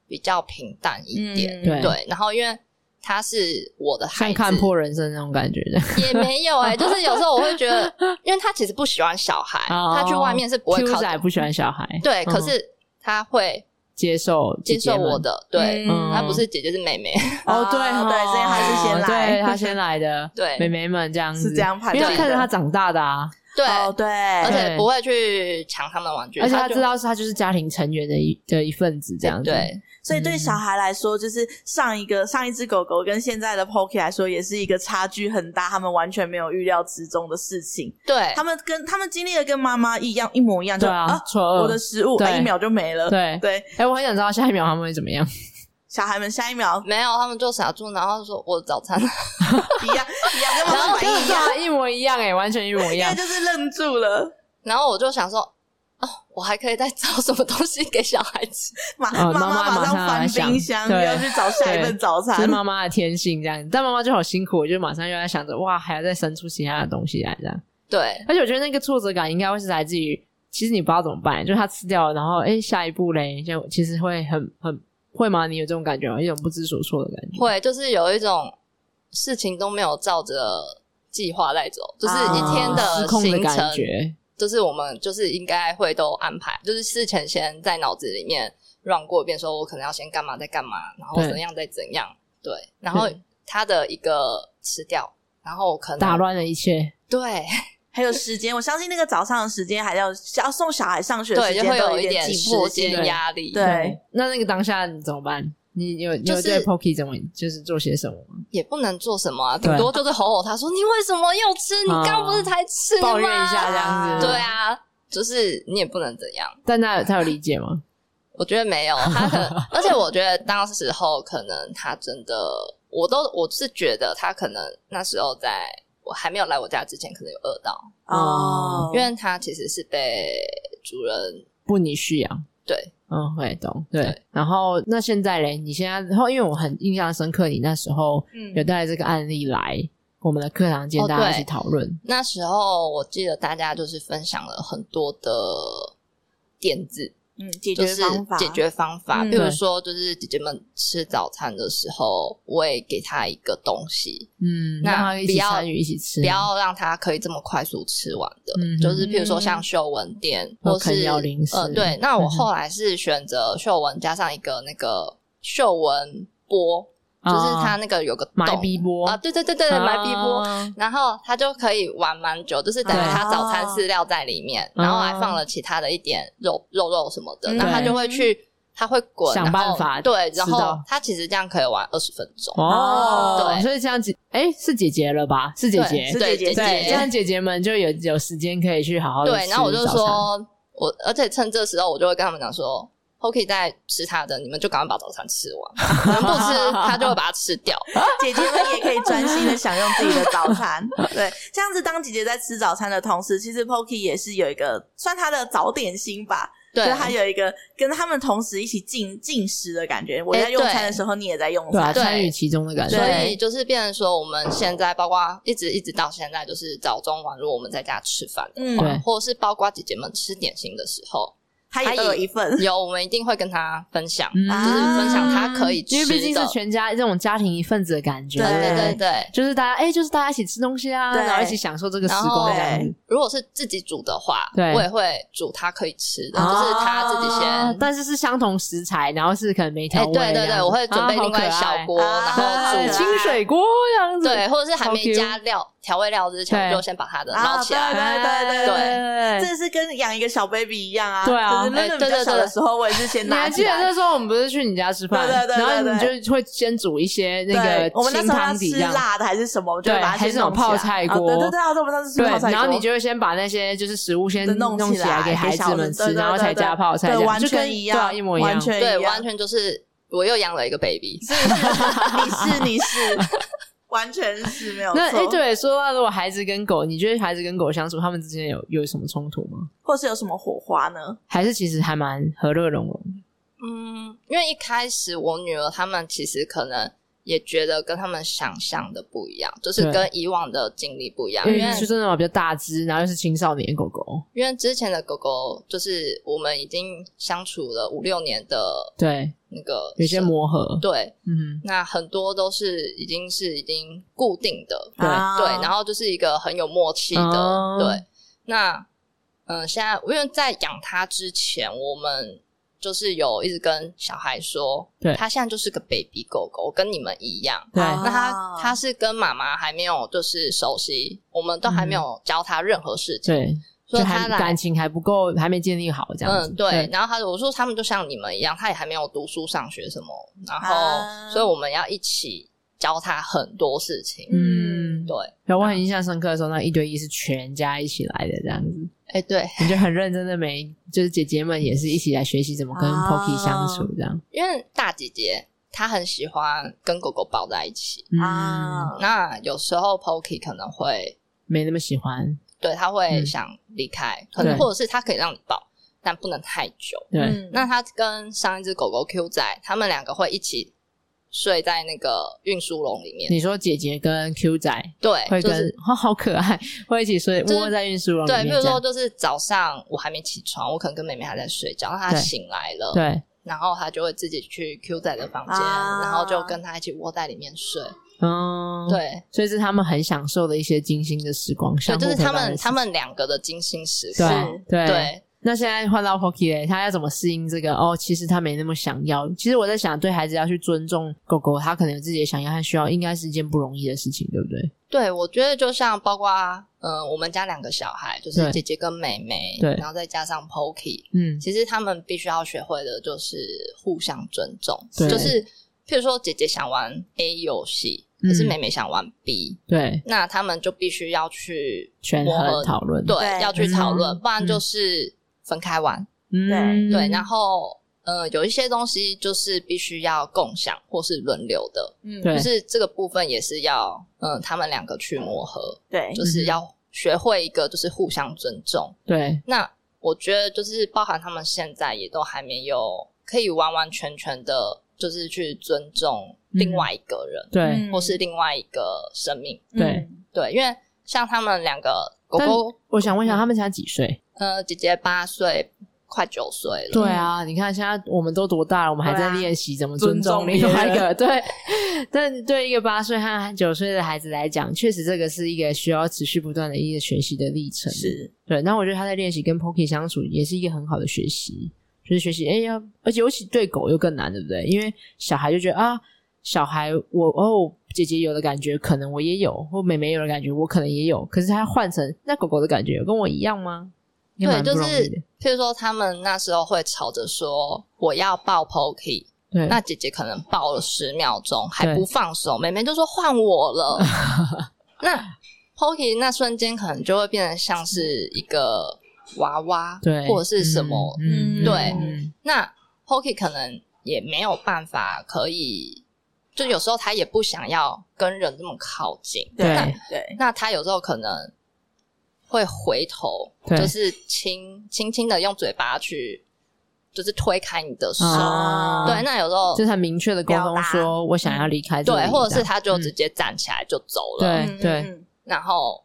[SPEAKER 2] 比较平淡一点，
[SPEAKER 3] 嗯
[SPEAKER 1] 对
[SPEAKER 2] 对。然后因为它是我的孩
[SPEAKER 1] 像
[SPEAKER 2] 子，
[SPEAKER 1] 看破人生那种感觉的，
[SPEAKER 2] 也没有 哎、就是有时候我会觉得，因为它其实不喜欢小孩，
[SPEAKER 1] 哦
[SPEAKER 2] 它去外面是不会
[SPEAKER 1] Q
[SPEAKER 2] 靠
[SPEAKER 1] 仔不喜欢小孩，
[SPEAKER 2] 对，
[SPEAKER 1] 嗯
[SPEAKER 2] 可是它会
[SPEAKER 1] 接受
[SPEAKER 2] 接受我
[SPEAKER 1] 的。
[SPEAKER 2] 的，对，
[SPEAKER 1] 嗯
[SPEAKER 2] 它不是姐姐是妹妹，
[SPEAKER 1] 哦，
[SPEAKER 3] 啊
[SPEAKER 1] 对哦，
[SPEAKER 3] 对所以他是先来
[SPEAKER 1] 对他先来的，
[SPEAKER 2] 对
[SPEAKER 1] 妹妹们这样子
[SPEAKER 3] 是这样判
[SPEAKER 1] 因为
[SPEAKER 3] 断
[SPEAKER 1] 他看
[SPEAKER 3] 的
[SPEAKER 1] 着他长大的啊，
[SPEAKER 2] 对，
[SPEAKER 3] 哦对，
[SPEAKER 2] 而
[SPEAKER 3] 而
[SPEAKER 2] 且不会去抢他们的玩具，
[SPEAKER 1] 而且
[SPEAKER 2] 它
[SPEAKER 1] 他
[SPEAKER 2] 就
[SPEAKER 1] 知道是他就是家庭成员的一的一份子这样子，
[SPEAKER 2] 对，
[SPEAKER 3] 所以对小孩来说，就是上一
[SPEAKER 1] 嗯
[SPEAKER 3] 个上一只狗狗跟现在的 Pocky 来说，也是一个差距很大，他们完全没有预料之中的事情。
[SPEAKER 2] 对
[SPEAKER 3] 他，们跟他们经历的跟妈妈一样一模一样，就
[SPEAKER 1] 对啊，错愕
[SPEAKER 3] 我的食物，
[SPEAKER 1] 对
[SPEAKER 3] 哎一秒就没了。
[SPEAKER 1] 对
[SPEAKER 3] 对，
[SPEAKER 1] 哎，我很想知道下一秒他们会怎么样，
[SPEAKER 3] 小孩们下 一秒
[SPEAKER 2] 没有，他们就傻住，然后说我的早餐，
[SPEAKER 3] 一样一样，跟妈妈反
[SPEAKER 1] 跟
[SPEAKER 3] 啊应一样，
[SPEAKER 1] 我一模一样哎，完全一模一
[SPEAKER 3] 因
[SPEAKER 1] 样
[SPEAKER 3] 为，就是愣住了，
[SPEAKER 2] 然后我就想说，哦，我还可以再找什么东西给小孩吃，
[SPEAKER 3] 妈
[SPEAKER 1] 哦妈妈
[SPEAKER 3] 妈马
[SPEAKER 1] 马上来
[SPEAKER 3] 翻
[SPEAKER 1] 想
[SPEAKER 3] 冰箱，
[SPEAKER 1] 对
[SPEAKER 3] 要去找下一份早
[SPEAKER 1] 这是
[SPEAKER 3] 餐。
[SPEAKER 1] 妈妈的天性这样子，但妈妈就好辛苦，我就马上又在想着哇，还要再生出其他的东西来这样，
[SPEAKER 2] 对
[SPEAKER 1] 而且我觉得那个挫折感应该会是来自于，其实你不知道怎么办，就是他吃掉了，然后哎、诶下一步嘞，就其实会很很会吗？你有这种感觉吗？一种不知所措的感觉。
[SPEAKER 2] 会就是有一种事情都没有照着计划在走，就是
[SPEAKER 3] 啊
[SPEAKER 2] 一天
[SPEAKER 1] 啊失
[SPEAKER 2] 的
[SPEAKER 1] 控的
[SPEAKER 2] 行
[SPEAKER 1] 感
[SPEAKER 2] 程，
[SPEAKER 1] 觉，
[SPEAKER 2] 就是我们就是应该会都安排，就是事前先在脑子里面乱过一遍，说我可能要先干嘛再干嘛，然后
[SPEAKER 1] 对
[SPEAKER 2] 怎样再怎样，对，然后
[SPEAKER 1] 对
[SPEAKER 2] 他的一个吃掉，然后我可能
[SPEAKER 1] 打乱了一切。
[SPEAKER 2] 对。
[SPEAKER 3] 还有时间，我相信那个早上的时间，还有要送小孩上学的 时
[SPEAKER 2] 对，就会
[SPEAKER 3] 间，都
[SPEAKER 2] 有一
[SPEAKER 3] 点
[SPEAKER 2] 点
[SPEAKER 3] 紧
[SPEAKER 2] 时
[SPEAKER 3] 迫性。
[SPEAKER 2] 间压力，
[SPEAKER 3] 对
[SPEAKER 1] 那那个当下你怎么办？你有你有
[SPEAKER 2] 就是
[SPEAKER 1] 对 Pocky 怎么就是做些什么吗？
[SPEAKER 2] 也不能做什么、啊，
[SPEAKER 1] 对
[SPEAKER 2] 顶多就是吼吼他说：“你为什么又吃？你
[SPEAKER 1] 啊
[SPEAKER 2] 刚不是才吃吗？”
[SPEAKER 1] 抱怨一下这样子。
[SPEAKER 2] 对，啊，就是你也不能怎样。
[SPEAKER 1] 但他他有理解吗？
[SPEAKER 2] 我觉得没 有他可能，而且我觉得当时候可能他真的，我都我是觉得他可能那时候在我还没有来我家之前，可能有饿到，
[SPEAKER 1] 嗯
[SPEAKER 3] 哦，
[SPEAKER 2] 因为他其实是被主人
[SPEAKER 1] 不，你需要。
[SPEAKER 2] 对
[SPEAKER 1] 嗯，会懂对。
[SPEAKER 2] 对
[SPEAKER 1] 然后那现在嘞，你现在，然后因为我很印象深刻，你那时候
[SPEAKER 3] 嗯
[SPEAKER 1] 有带来这个案例来我们的课堂间，
[SPEAKER 2] 哦
[SPEAKER 1] 大家一
[SPEAKER 2] 对
[SPEAKER 1] 起讨论。
[SPEAKER 2] 那时候我记得大家就是分享了很多的点子，
[SPEAKER 3] 嗯，解
[SPEAKER 2] 就
[SPEAKER 3] 决
[SPEAKER 2] 是
[SPEAKER 3] 方法，
[SPEAKER 2] 解决方法，
[SPEAKER 1] 嗯
[SPEAKER 2] 比如
[SPEAKER 1] 对
[SPEAKER 2] 说，就是姐姐们吃早餐的时候，我也给她一个东西，
[SPEAKER 1] 嗯，
[SPEAKER 2] 那
[SPEAKER 1] 让他一
[SPEAKER 2] 不
[SPEAKER 1] 起
[SPEAKER 2] 要
[SPEAKER 1] 参与，一起吃，
[SPEAKER 2] 不要让她可以这么快速吃完的，
[SPEAKER 1] 嗯哼
[SPEAKER 2] 就是譬如说像秀文店
[SPEAKER 1] 或
[SPEAKER 2] 或是
[SPEAKER 1] 啃咬零食嗯
[SPEAKER 2] 呃，对。那我后来是选择秀文加上一个那个秀文波，就是它那个有个
[SPEAKER 1] 啊埋
[SPEAKER 2] 洞
[SPEAKER 1] 逼波
[SPEAKER 2] 啊，，对对对对，对埋逼波，
[SPEAKER 1] 啊
[SPEAKER 2] 然后它就可以玩蛮久，就是等于它早餐饲料在里面，
[SPEAKER 1] 哦
[SPEAKER 2] 然后还放了其他的一点肉肉肉什么的，
[SPEAKER 3] 嗯
[SPEAKER 2] 那它就会去，它会滚，
[SPEAKER 1] 想办法
[SPEAKER 2] 然后对，
[SPEAKER 1] 知
[SPEAKER 2] 然
[SPEAKER 1] 道
[SPEAKER 2] 后它其实这样可以玩二十分钟。
[SPEAKER 1] 哦，
[SPEAKER 2] 对
[SPEAKER 1] 所以这样子，哎，是姐姐了吧？是姐姐，
[SPEAKER 3] 是
[SPEAKER 2] 对
[SPEAKER 3] 姐姐
[SPEAKER 2] 姐
[SPEAKER 1] 对，这样姐姐们就有有时间可以去好好的
[SPEAKER 2] 对，然后我就
[SPEAKER 1] 吃早餐，
[SPEAKER 2] 说，我而且趁这时候，我就会跟他们讲说，Hoki 在吃他的，你们就赶快把早餐吃完，你们不吃 他就会把它吃掉。
[SPEAKER 3] 姐姐们也可以专心的享用自己的早 餐。对，这样子当姐姐在吃早餐的同时，其实 Pokey 也是有一个算她的早点心吧，
[SPEAKER 2] 对
[SPEAKER 3] 就是，她有一个跟他们同时一起进进食的感觉。我在用餐的时候，你也在用
[SPEAKER 1] 对啊，
[SPEAKER 3] 餐。
[SPEAKER 2] 对
[SPEAKER 1] 参与其中的感觉
[SPEAKER 2] 所，以就是变成说，我们现在包括一直一直到现在，就是早中晚，如果我们在家吃饭，
[SPEAKER 3] 嗯，
[SPEAKER 1] 对
[SPEAKER 2] 或者是包括姐姐们吃点心的时候，
[SPEAKER 3] 她也都有一份。
[SPEAKER 2] 有我们一定会跟她分享，
[SPEAKER 1] 嗯啊
[SPEAKER 2] 就是分享她可以吃
[SPEAKER 1] 因
[SPEAKER 2] 的，
[SPEAKER 1] 为毕竟是全家这种家庭一份子的感觉，
[SPEAKER 3] 对
[SPEAKER 2] 对对对。
[SPEAKER 1] 就是大家哎，就是大家一起吃东西啊，
[SPEAKER 3] 对
[SPEAKER 1] 然后一起享受这个时
[SPEAKER 2] 然后
[SPEAKER 1] 光这样子。
[SPEAKER 2] 如果是自己煮的话，
[SPEAKER 1] 对
[SPEAKER 2] 我也会煮她可以吃的，
[SPEAKER 1] 啊
[SPEAKER 2] 就是她自己
[SPEAKER 1] 啊
[SPEAKER 2] 先。
[SPEAKER 1] 但是是相同食材，然后是可能没调
[SPEAKER 2] 哎，
[SPEAKER 1] 味这
[SPEAKER 2] 对
[SPEAKER 1] 样子。
[SPEAKER 2] 对对，我会准备
[SPEAKER 1] 啊
[SPEAKER 2] 另外小，锅，
[SPEAKER 3] 啊
[SPEAKER 2] 然
[SPEAKER 3] 好可爱
[SPEAKER 1] 好可爱
[SPEAKER 2] 后
[SPEAKER 1] 哎
[SPEAKER 2] 煮
[SPEAKER 1] 清水锅这样子。
[SPEAKER 2] 对，或者是还
[SPEAKER 1] 好
[SPEAKER 2] 没
[SPEAKER 1] Q
[SPEAKER 2] 加料调味料之前，
[SPEAKER 1] 对
[SPEAKER 2] 我就先把它的
[SPEAKER 3] 啊
[SPEAKER 2] 捞起来。
[SPEAKER 1] 哎
[SPEAKER 2] 对
[SPEAKER 3] 对对
[SPEAKER 1] 对
[SPEAKER 3] 这是跟养一个小 baby 一样啊，
[SPEAKER 1] 对啊
[SPEAKER 3] 就是那
[SPEAKER 2] 哎
[SPEAKER 3] 个
[SPEAKER 2] 对
[SPEAKER 3] 比
[SPEAKER 2] 对
[SPEAKER 3] 较小
[SPEAKER 2] 对
[SPEAKER 3] 的时候，我也是先
[SPEAKER 1] 你还
[SPEAKER 3] 拿
[SPEAKER 1] 记
[SPEAKER 3] 起
[SPEAKER 1] 得
[SPEAKER 3] 来。
[SPEAKER 1] 那时候我们不是去你家吃饭，
[SPEAKER 3] 对对对对
[SPEAKER 1] 然后你就会先煮一些那个
[SPEAKER 3] 对，我们那
[SPEAKER 1] 清
[SPEAKER 3] 时候要
[SPEAKER 1] 汤底
[SPEAKER 3] 吃
[SPEAKER 1] 这样。
[SPEAKER 3] 辣的还是什么，我就
[SPEAKER 1] 对
[SPEAKER 3] 会把它
[SPEAKER 1] 还
[SPEAKER 3] 先
[SPEAKER 1] 是那种
[SPEAKER 3] 弄起来
[SPEAKER 1] 泡菜
[SPEAKER 3] 啊
[SPEAKER 1] 锅
[SPEAKER 3] 对对对啊，我们当时吃
[SPEAKER 1] 对
[SPEAKER 3] 泡菜，锅，
[SPEAKER 1] 然后你就会先把那些就是食物先
[SPEAKER 3] 就
[SPEAKER 1] 弄
[SPEAKER 3] 弄起来
[SPEAKER 1] 给孩子们
[SPEAKER 3] 给小
[SPEAKER 1] 吃，
[SPEAKER 3] 对对
[SPEAKER 1] 然后才加泡菜这样，
[SPEAKER 3] 对对完
[SPEAKER 1] 就跟
[SPEAKER 3] 全一样，
[SPEAKER 1] 对啊一模一样
[SPEAKER 3] 完。全
[SPEAKER 2] 对，
[SPEAKER 3] 一样
[SPEAKER 2] 完全就是我又养了一个 baby，
[SPEAKER 3] 你嗯是你是，完全是没有 错。
[SPEAKER 1] 那哎、诶，对，说到如果孩子跟狗，你觉得孩子跟狗相处，他们之间有有什么冲突吗？
[SPEAKER 3] 或是有什么火花呢？
[SPEAKER 1] 还是其实还蛮和乐融融的？
[SPEAKER 2] 嗯，因为一开始我女儿她们其实可能也觉得跟她们想象的不一样，就是
[SPEAKER 1] 对
[SPEAKER 2] 跟以往的经历不一样。
[SPEAKER 1] 因
[SPEAKER 2] 因
[SPEAKER 1] 为
[SPEAKER 2] 为
[SPEAKER 1] 就是那种比较大只，然后又是青少年狗狗，
[SPEAKER 2] 因为之前的狗狗就是我们已经相处了五六年的
[SPEAKER 1] 对，
[SPEAKER 2] 那个
[SPEAKER 1] 有些
[SPEAKER 2] 生
[SPEAKER 1] 磨合，
[SPEAKER 2] 对，
[SPEAKER 1] 嗯，
[SPEAKER 2] 那很多都是已经是已经固定的，
[SPEAKER 1] 对
[SPEAKER 3] 啊
[SPEAKER 2] 对，然后就是一个很有默契的，
[SPEAKER 1] 哦
[SPEAKER 2] 对。那嗯、呃现在因为在养它之前，我们就是有一直跟小孩说，
[SPEAKER 1] 对
[SPEAKER 2] 它现在就是个 baby 狗狗，跟你们一样。
[SPEAKER 1] 对，
[SPEAKER 3] 啊
[SPEAKER 2] 那它它是跟妈妈还没有就是熟悉，我们都还没有教它任何事情，
[SPEAKER 1] 嗯对，
[SPEAKER 2] 所以
[SPEAKER 1] 就
[SPEAKER 2] 它
[SPEAKER 1] 还
[SPEAKER 2] 来
[SPEAKER 1] 感。情还不够，还没建立好这样子，
[SPEAKER 2] 嗯，对。然后他我说他们就像你们一样，他也还没有读书上学什么，然后、
[SPEAKER 3] 啊
[SPEAKER 2] 所以我们要一起教他很多事情。
[SPEAKER 1] 嗯，
[SPEAKER 2] 对，
[SPEAKER 1] 然后我很印象深刻的时候，那一对一是全家一起来的这样子，
[SPEAKER 2] 哎、对，
[SPEAKER 1] 你就很认真的每一就是姐姐们也是一起来学习怎么跟
[SPEAKER 3] 啊
[SPEAKER 1] Pocky 相处这样，
[SPEAKER 2] 因为大姐姐她很喜欢跟狗狗抱在一起，
[SPEAKER 1] 嗯，
[SPEAKER 3] 啊
[SPEAKER 2] 那有时候 Pokey 可能会
[SPEAKER 1] 没那么喜欢，
[SPEAKER 2] 对她会想离开，可能
[SPEAKER 1] 嗯对
[SPEAKER 2] 或者是她可以让你抱，但不能太久。
[SPEAKER 1] 嗯
[SPEAKER 3] 嗯
[SPEAKER 1] 对，
[SPEAKER 2] 那她跟上一只狗狗 Q 仔，他们两个会一起睡在那个运输笼里面，
[SPEAKER 1] 你说姐姐跟 Q 仔
[SPEAKER 2] 对，
[SPEAKER 1] 嗯会
[SPEAKER 2] 就
[SPEAKER 1] 跟
[SPEAKER 2] 是。
[SPEAKER 1] 哦 好可爱，会一起睡
[SPEAKER 2] 就是
[SPEAKER 1] 窝在运输笼里
[SPEAKER 2] 对，
[SPEAKER 1] 面
[SPEAKER 2] 比
[SPEAKER 1] 这
[SPEAKER 2] 如
[SPEAKER 1] 样，
[SPEAKER 2] 说，就是早上我还没起床，我可能跟妹妹还在睡觉，然后她
[SPEAKER 1] 对
[SPEAKER 2] 醒来了，
[SPEAKER 1] 对。
[SPEAKER 2] 然后她就会自己去 Q 仔的房间，
[SPEAKER 3] 啊
[SPEAKER 2] 然后就跟她一起窝在里面睡。
[SPEAKER 1] 嗯，，
[SPEAKER 2] 对，
[SPEAKER 1] 所以是他们很享受的一些精心的时光，
[SPEAKER 2] 对，
[SPEAKER 1] 相互
[SPEAKER 2] 就是
[SPEAKER 1] 陪
[SPEAKER 2] 他
[SPEAKER 1] 伴的
[SPEAKER 2] 们
[SPEAKER 1] 时
[SPEAKER 2] 他们两个的精心时刻。
[SPEAKER 1] 对对
[SPEAKER 2] 对
[SPEAKER 1] 那现在换到 Pocky 嘞，他要怎么适应这个？哦，其实他没那么想要。其实我在想，对孩子要去尊重狗狗，他可能有自己的想要和需要，应该是一件不容易的事情，对不对？
[SPEAKER 2] 对我觉得就像包括嗯、呃我们家两个小孩，就是
[SPEAKER 1] 对
[SPEAKER 2] 姐姐跟妹妹，
[SPEAKER 1] 对
[SPEAKER 2] 然后再加上 Pokey，
[SPEAKER 1] 嗯，
[SPEAKER 2] 其实他们必须要学会的就是互相尊重，
[SPEAKER 1] 对
[SPEAKER 2] 就是譬如说姐姐想玩 A 游戏，
[SPEAKER 1] 嗯
[SPEAKER 2] 可是妹妹想玩 B，、
[SPEAKER 1] 对，
[SPEAKER 2] 那他们就必须要去
[SPEAKER 1] 权
[SPEAKER 2] 磨合
[SPEAKER 1] 衡讨论，
[SPEAKER 2] 对，
[SPEAKER 3] 对
[SPEAKER 2] 要去讨论，
[SPEAKER 1] 嗯
[SPEAKER 2] 不然就是分开玩。
[SPEAKER 1] 嗯，
[SPEAKER 2] 对，然后呃，有一些东西就是必须要共享或是轮流的，
[SPEAKER 3] 嗯
[SPEAKER 1] 对
[SPEAKER 2] 就是这个部分也是要嗯、呃他们两个去磨合，
[SPEAKER 3] 对
[SPEAKER 2] 就是要学会一个就是互相尊重。
[SPEAKER 1] 对
[SPEAKER 2] 那我觉得就是包含他们现在也都还没有可以完完全全的，就是去尊重另外一个人、
[SPEAKER 1] 对，
[SPEAKER 3] 嗯
[SPEAKER 2] 或是另外一个生命。
[SPEAKER 1] 对，
[SPEAKER 2] 对，因为像他们两个狗
[SPEAKER 1] 但
[SPEAKER 2] 狗，嗯
[SPEAKER 1] 我想问一下，他们才几岁？
[SPEAKER 2] 呃，姐姐八岁，快九岁了，
[SPEAKER 1] 对啊，你看现在我们都多大了，我们还在练习怎么啊尊重
[SPEAKER 3] 尊重别
[SPEAKER 1] 另
[SPEAKER 3] 人
[SPEAKER 1] 外一个。对，但对一个八岁和九岁的孩子来讲，确实这个是一个需要持续不断的一个学习的历程。
[SPEAKER 3] 是
[SPEAKER 1] 对，那我觉得他在练习跟 Pocky 相处也是一个很好的学习，就是学习哎呀，而且尤其对狗又更难，对不对？因为小孩就觉得啊，小孩我哦，姐姐有的感觉可能我也有，或妹妹有的感觉我可能也有，可是他换成那狗狗的感觉有跟我一样吗？也
[SPEAKER 2] 对，
[SPEAKER 1] 蛮
[SPEAKER 2] 就
[SPEAKER 1] 不容易
[SPEAKER 2] 是
[SPEAKER 1] 的
[SPEAKER 2] 譬如说他们那时候会吵着说我要抱 Pokey，
[SPEAKER 1] 对，
[SPEAKER 2] 那姐姐可能抱了十秒钟还
[SPEAKER 1] 对
[SPEAKER 2] 不放手，妹妹就说换 我了。那 Pokey 那瞬间可能就会变得像是一个娃娃，
[SPEAKER 1] 对，
[SPEAKER 2] 或者是什么。
[SPEAKER 1] 嗯，嗯
[SPEAKER 2] 对
[SPEAKER 1] 嗯
[SPEAKER 2] 那 Pokey 可能也没有办法可以，就有时候他也不想要跟人这么靠近。
[SPEAKER 1] 对
[SPEAKER 3] 对，
[SPEAKER 2] 那他有时候可能会回头，
[SPEAKER 1] 对
[SPEAKER 2] 就是轻轻轻的用嘴巴去，就是推开你的手。
[SPEAKER 1] 啊，
[SPEAKER 2] 对，那有时候
[SPEAKER 1] 就是很明确的沟
[SPEAKER 3] 表
[SPEAKER 1] 通
[SPEAKER 3] 达
[SPEAKER 1] 说我想要离开这里，
[SPEAKER 2] 对，或者
[SPEAKER 1] 这
[SPEAKER 2] 是
[SPEAKER 1] 样嗯
[SPEAKER 2] 他就直接站起来就走了，
[SPEAKER 1] 对
[SPEAKER 3] 嗯
[SPEAKER 1] 对
[SPEAKER 3] 嗯嗯
[SPEAKER 2] 然后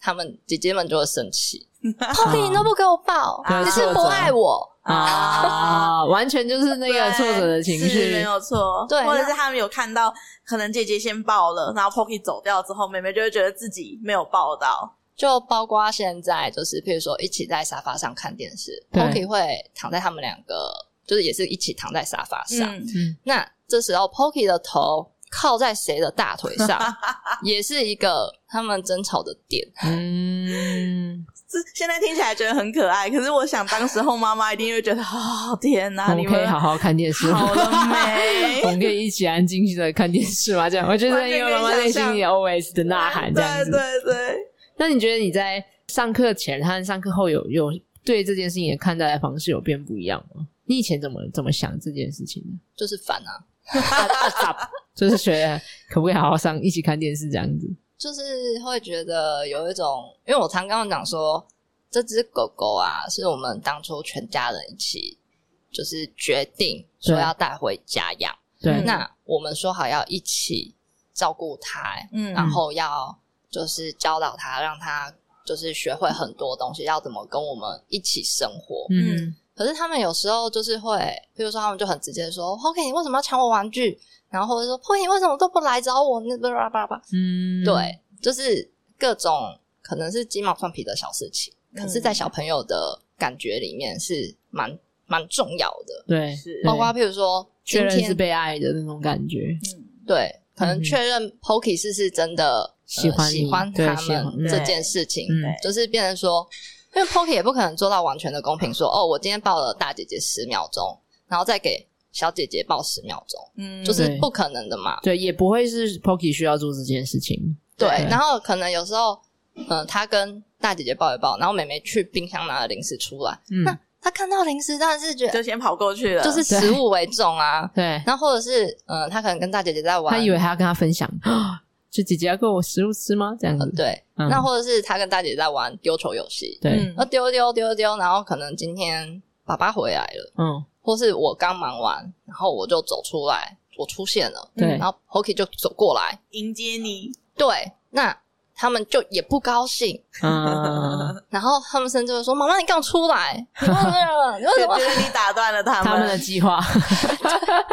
[SPEAKER 2] 他们姐姐们就会生气，后你都不给我抱，
[SPEAKER 1] 对啊
[SPEAKER 2] 你是
[SPEAKER 1] 挫
[SPEAKER 2] 不
[SPEAKER 1] 折
[SPEAKER 2] 爱我。
[SPEAKER 1] 啊，完全就是那个
[SPEAKER 3] 对
[SPEAKER 1] 挫折的情
[SPEAKER 3] 是
[SPEAKER 1] 绪
[SPEAKER 3] 没，有错，
[SPEAKER 2] 对
[SPEAKER 3] 或者
[SPEAKER 2] 那
[SPEAKER 3] 是他们有看到，可能姐姐先抱了，然后 Pocky 走掉之后，妹妹就会觉得自己没有抱到，
[SPEAKER 2] 就包括现在，就是譬如说一起在沙发上看电视
[SPEAKER 1] 对
[SPEAKER 2] ，Poki 会躺在他们两个，就是也是一起躺在沙发上。
[SPEAKER 3] 嗯，
[SPEAKER 2] 那这时候 Poki 的头靠在谁的大腿上，也是一个他们争吵的点。
[SPEAKER 1] 嗯，
[SPEAKER 3] 这现在听起来觉得很可爱，可是我想当时候妈妈一定会觉得，哦天哪，
[SPEAKER 1] 我
[SPEAKER 3] 你
[SPEAKER 1] 们可以
[SPEAKER 3] 们
[SPEAKER 1] 好好看电视吗
[SPEAKER 3] 好了 没？
[SPEAKER 1] 我们可以一起安静静的看电视吗？这样，我觉得因为妈妈内心里 always 的呐喊这样
[SPEAKER 3] 对
[SPEAKER 1] 子。
[SPEAKER 3] 对对，
[SPEAKER 1] 那你觉得你在上课前和上课后有有对这件事情的看待的方式有变不一样吗？你以前怎么怎么想这件事情呢？
[SPEAKER 2] 就是烦啊，
[SPEAKER 1] 就是觉得可不可以好好上一起看电视这样子？
[SPEAKER 2] 就是会觉得有一种，因为我常跟我讲说，这只狗狗啊，是我们当初全家人一起就是决定说
[SPEAKER 1] 对
[SPEAKER 2] 要带回家养，
[SPEAKER 1] 对，
[SPEAKER 2] 嗯那我们说好要一起照顾它、
[SPEAKER 3] 嗯
[SPEAKER 2] 然后要就是教导它，让它就是学会很多东西，要怎么跟我们一起生活。
[SPEAKER 1] 嗯，
[SPEAKER 2] 可是他们有时候就是会，比如说他们就很直接地说：“Poki，你为什么要抢我玩具？”然后或者说：“Poki，你为什么都不来找我？”那巴拉巴拉巴拉，
[SPEAKER 1] 嗯，
[SPEAKER 2] 对，就是各种可能是鸡毛蒜皮的小事情，
[SPEAKER 3] 嗯
[SPEAKER 2] 可是，在小朋友的感觉里面是蛮蛮重要的。
[SPEAKER 1] 对，
[SPEAKER 3] 是
[SPEAKER 1] 对
[SPEAKER 2] 包括譬如说，今
[SPEAKER 1] 确认是
[SPEAKER 2] 天
[SPEAKER 1] 被爱的那种感觉，
[SPEAKER 2] 对，可能
[SPEAKER 1] 嗯
[SPEAKER 2] 确认 Poki 是是真的、
[SPEAKER 1] 喜欢
[SPEAKER 2] 呃、喜
[SPEAKER 1] 你
[SPEAKER 2] 欢
[SPEAKER 1] 对
[SPEAKER 2] 他
[SPEAKER 1] 喜欢
[SPEAKER 2] 们
[SPEAKER 1] 对
[SPEAKER 2] 这件事情，
[SPEAKER 1] 嗯
[SPEAKER 2] 就是变成说，因为 Poki 也不可能做到完全的公平说哦，我今天抱了大姐姐十秒钟，然后再给小姐姐抱十秒钟，
[SPEAKER 3] 嗯
[SPEAKER 2] 就是
[SPEAKER 1] 对
[SPEAKER 2] 不可能的嘛。
[SPEAKER 1] 对，也不会是 Pocky 需要做这件事情，
[SPEAKER 2] 对，
[SPEAKER 1] 对
[SPEAKER 2] 然后可能有时候，嗯、他跟大姐姐抱一抱，然后妹妹去冰箱拿了零食出来，
[SPEAKER 1] 嗯，
[SPEAKER 2] 那她看到零食当然是觉得
[SPEAKER 3] 就先跑过去了，嗯
[SPEAKER 2] 就是食物为重啊。
[SPEAKER 1] 对，
[SPEAKER 2] 然后或者是，嗯、她可能跟大姐姐在玩，
[SPEAKER 1] 他以为还要跟他分享，就姐姐要给我食物吃吗？这样
[SPEAKER 2] 呃
[SPEAKER 1] 子，
[SPEAKER 2] 对，
[SPEAKER 1] 嗯
[SPEAKER 2] 那或者是她跟大姐姐在玩丢球游戏，
[SPEAKER 3] 嗯
[SPEAKER 1] 对，
[SPEAKER 2] 那丢丢丢丢，然后可能今天爸爸回来了，
[SPEAKER 1] 嗯，
[SPEAKER 2] 或是我刚忙完，然后我就走出来，我出现了，
[SPEAKER 1] 对
[SPEAKER 2] 然后 Hoki 就走过来，
[SPEAKER 3] 迎接 你，
[SPEAKER 2] 对，那他们就也不高兴，
[SPEAKER 1] 嗯，
[SPEAKER 2] 然后他们甚至会说：“妈妈，你刚出 来，你为什么？你为
[SPEAKER 3] 就
[SPEAKER 2] 什么
[SPEAKER 3] 觉得你打断了他
[SPEAKER 1] 他们的计划，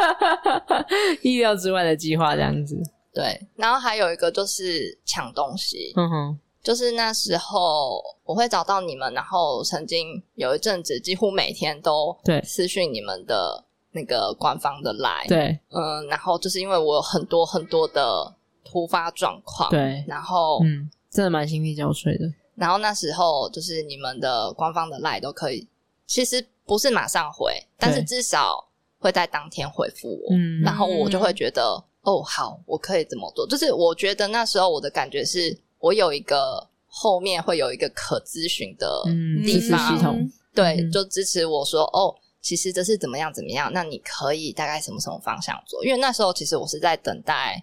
[SPEAKER 1] 意料之外的计划，这样子，？”
[SPEAKER 2] 对，然后还有一个就是抢东西，
[SPEAKER 1] 嗯哼，
[SPEAKER 2] 就是那时候我会找到你们，然后曾经有一阵子几乎每天都
[SPEAKER 1] 对
[SPEAKER 2] 私讯你们的那个官方的 line，
[SPEAKER 1] 对
[SPEAKER 2] 嗯，然后就是因为我有很多很多的突发状况，，
[SPEAKER 1] 对，
[SPEAKER 2] 然后、
[SPEAKER 1] 嗯，真的蛮心力交瘁的，
[SPEAKER 2] 然后那时候就是你们的官方的 line 都可以，其实不是马上回，但是至少会在当天回复我，
[SPEAKER 1] 嗯
[SPEAKER 2] 然后我就会觉得哦，好，我可以怎么做？就是我觉得那时候我的感觉是我有一个后面会有一个可咨询的，
[SPEAKER 1] 嗯，
[SPEAKER 2] 地
[SPEAKER 1] 支持
[SPEAKER 2] 方
[SPEAKER 1] 系统，
[SPEAKER 2] 对，
[SPEAKER 1] 嗯
[SPEAKER 2] 就支持我说哦，其实这是怎么样怎么样，那你可以大概什么什么方向做？因为那时候其实我是在等待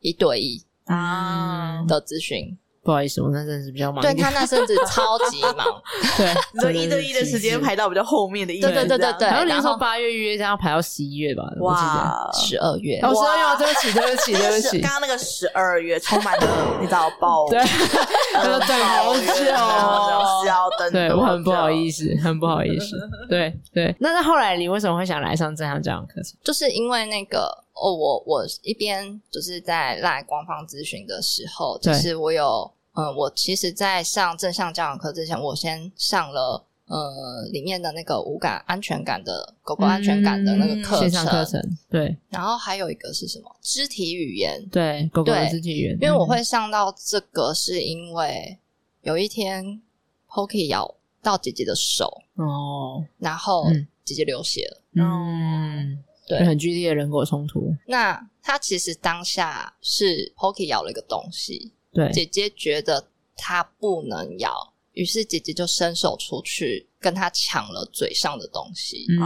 [SPEAKER 2] 一对一
[SPEAKER 1] 啊
[SPEAKER 2] 的咨询
[SPEAKER 1] 不好意思，我那阵子比较忙一
[SPEAKER 2] 对
[SPEAKER 1] 点。
[SPEAKER 2] 他那阵子超级忙，
[SPEAKER 1] 对，
[SPEAKER 3] 你说
[SPEAKER 1] 真
[SPEAKER 3] 嗯一
[SPEAKER 1] 是
[SPEAKER 3] 对一的
[SPEAKER 1] 极
[SPEAKER 3] 时间
[SPEAKER 1] 致
[SPEAKER 3] 排到比较后面的一
[SPEAKER 2] 对
[SPEAKER 3] 轮
[SPEAKER 2] 对对
[SPEAKER 3] 这样
[SPEAKER 2] 对
[SPEAKER 1] 好像
[SPEAKER 2] 然
[SPEAKER 1] 你说
[SPEAKER 2] 后
[SPEAKER 1] 八月预约，这样排到十一月吧？我记得。
[SPEAKER 3] 哇，
[SPEAKER 2] 十二月
[SPEAKER 1] 哦，十二月
[SPEAKER 3] 哇
[SPEAKER 1] 哦，对不起，对不起，对不
[SPEAKER 3] 是
[SPEAKER 1] 起
[SPEAKER 3] 刚。刚那个十二月充 满了你知道爆，
[SPEAKER 1] 对，
[SPEAKER 3] 呃，
[SPEAKER 1] 他说等好久。
[SPEAKER 3] 要等，
[SPEAKER 1] 对我很不好意
[SPEAKER 3] 思。
[SPEAKER 1] 思，很不好意 思。对对，那那后来你为什么会想来上正向教养课程？
[SPEAKER 2] 就是因为那个哦，我我一边就是在赖官方咨询的时候，就
[SPEAKER 1] 对
[SPEAKER 2] 是我有嗯，我其实，在上正向教养课之前，我先上了呃里面的那个无感安全感的狗狗安全感的那个课
[SPEAKER 1] 线
[SPEAKER 2] 程，
[SPEAKER 1] 上课程，对
[SPEAKER 2] 然后还有一个是什么肢体语言，
[SPEAKER 1] 对，狗狗的
[SPEAKER 2] 对
[SPEAKER 1] 肢体语言，
[SPEAKER 2] 因为我会上到这个，是因为有一天 Pokey 咬到姐姐的手，
[SPEAKER 1] 嗯哦，
[SPEAKER 2] 然后
[SPEAKER 1] 嗯
[SPEAKER 2] 姐姐流血了。
[SPEAKER 1] 嗯，
[SPEAKER 2] 对
[SPEAKER 1] 有很剧烈的人狗冲突，
[SPEAKER 2] 那她其实当下是 Pokey 咬了一个东西，
[SPEAKER 1] 对
[SPEAKER 2] 姐姐觉得她不能咬，于是姐姐就伸手出去跟她抢了嘴上的东西。
[SPEAKER 3] 哦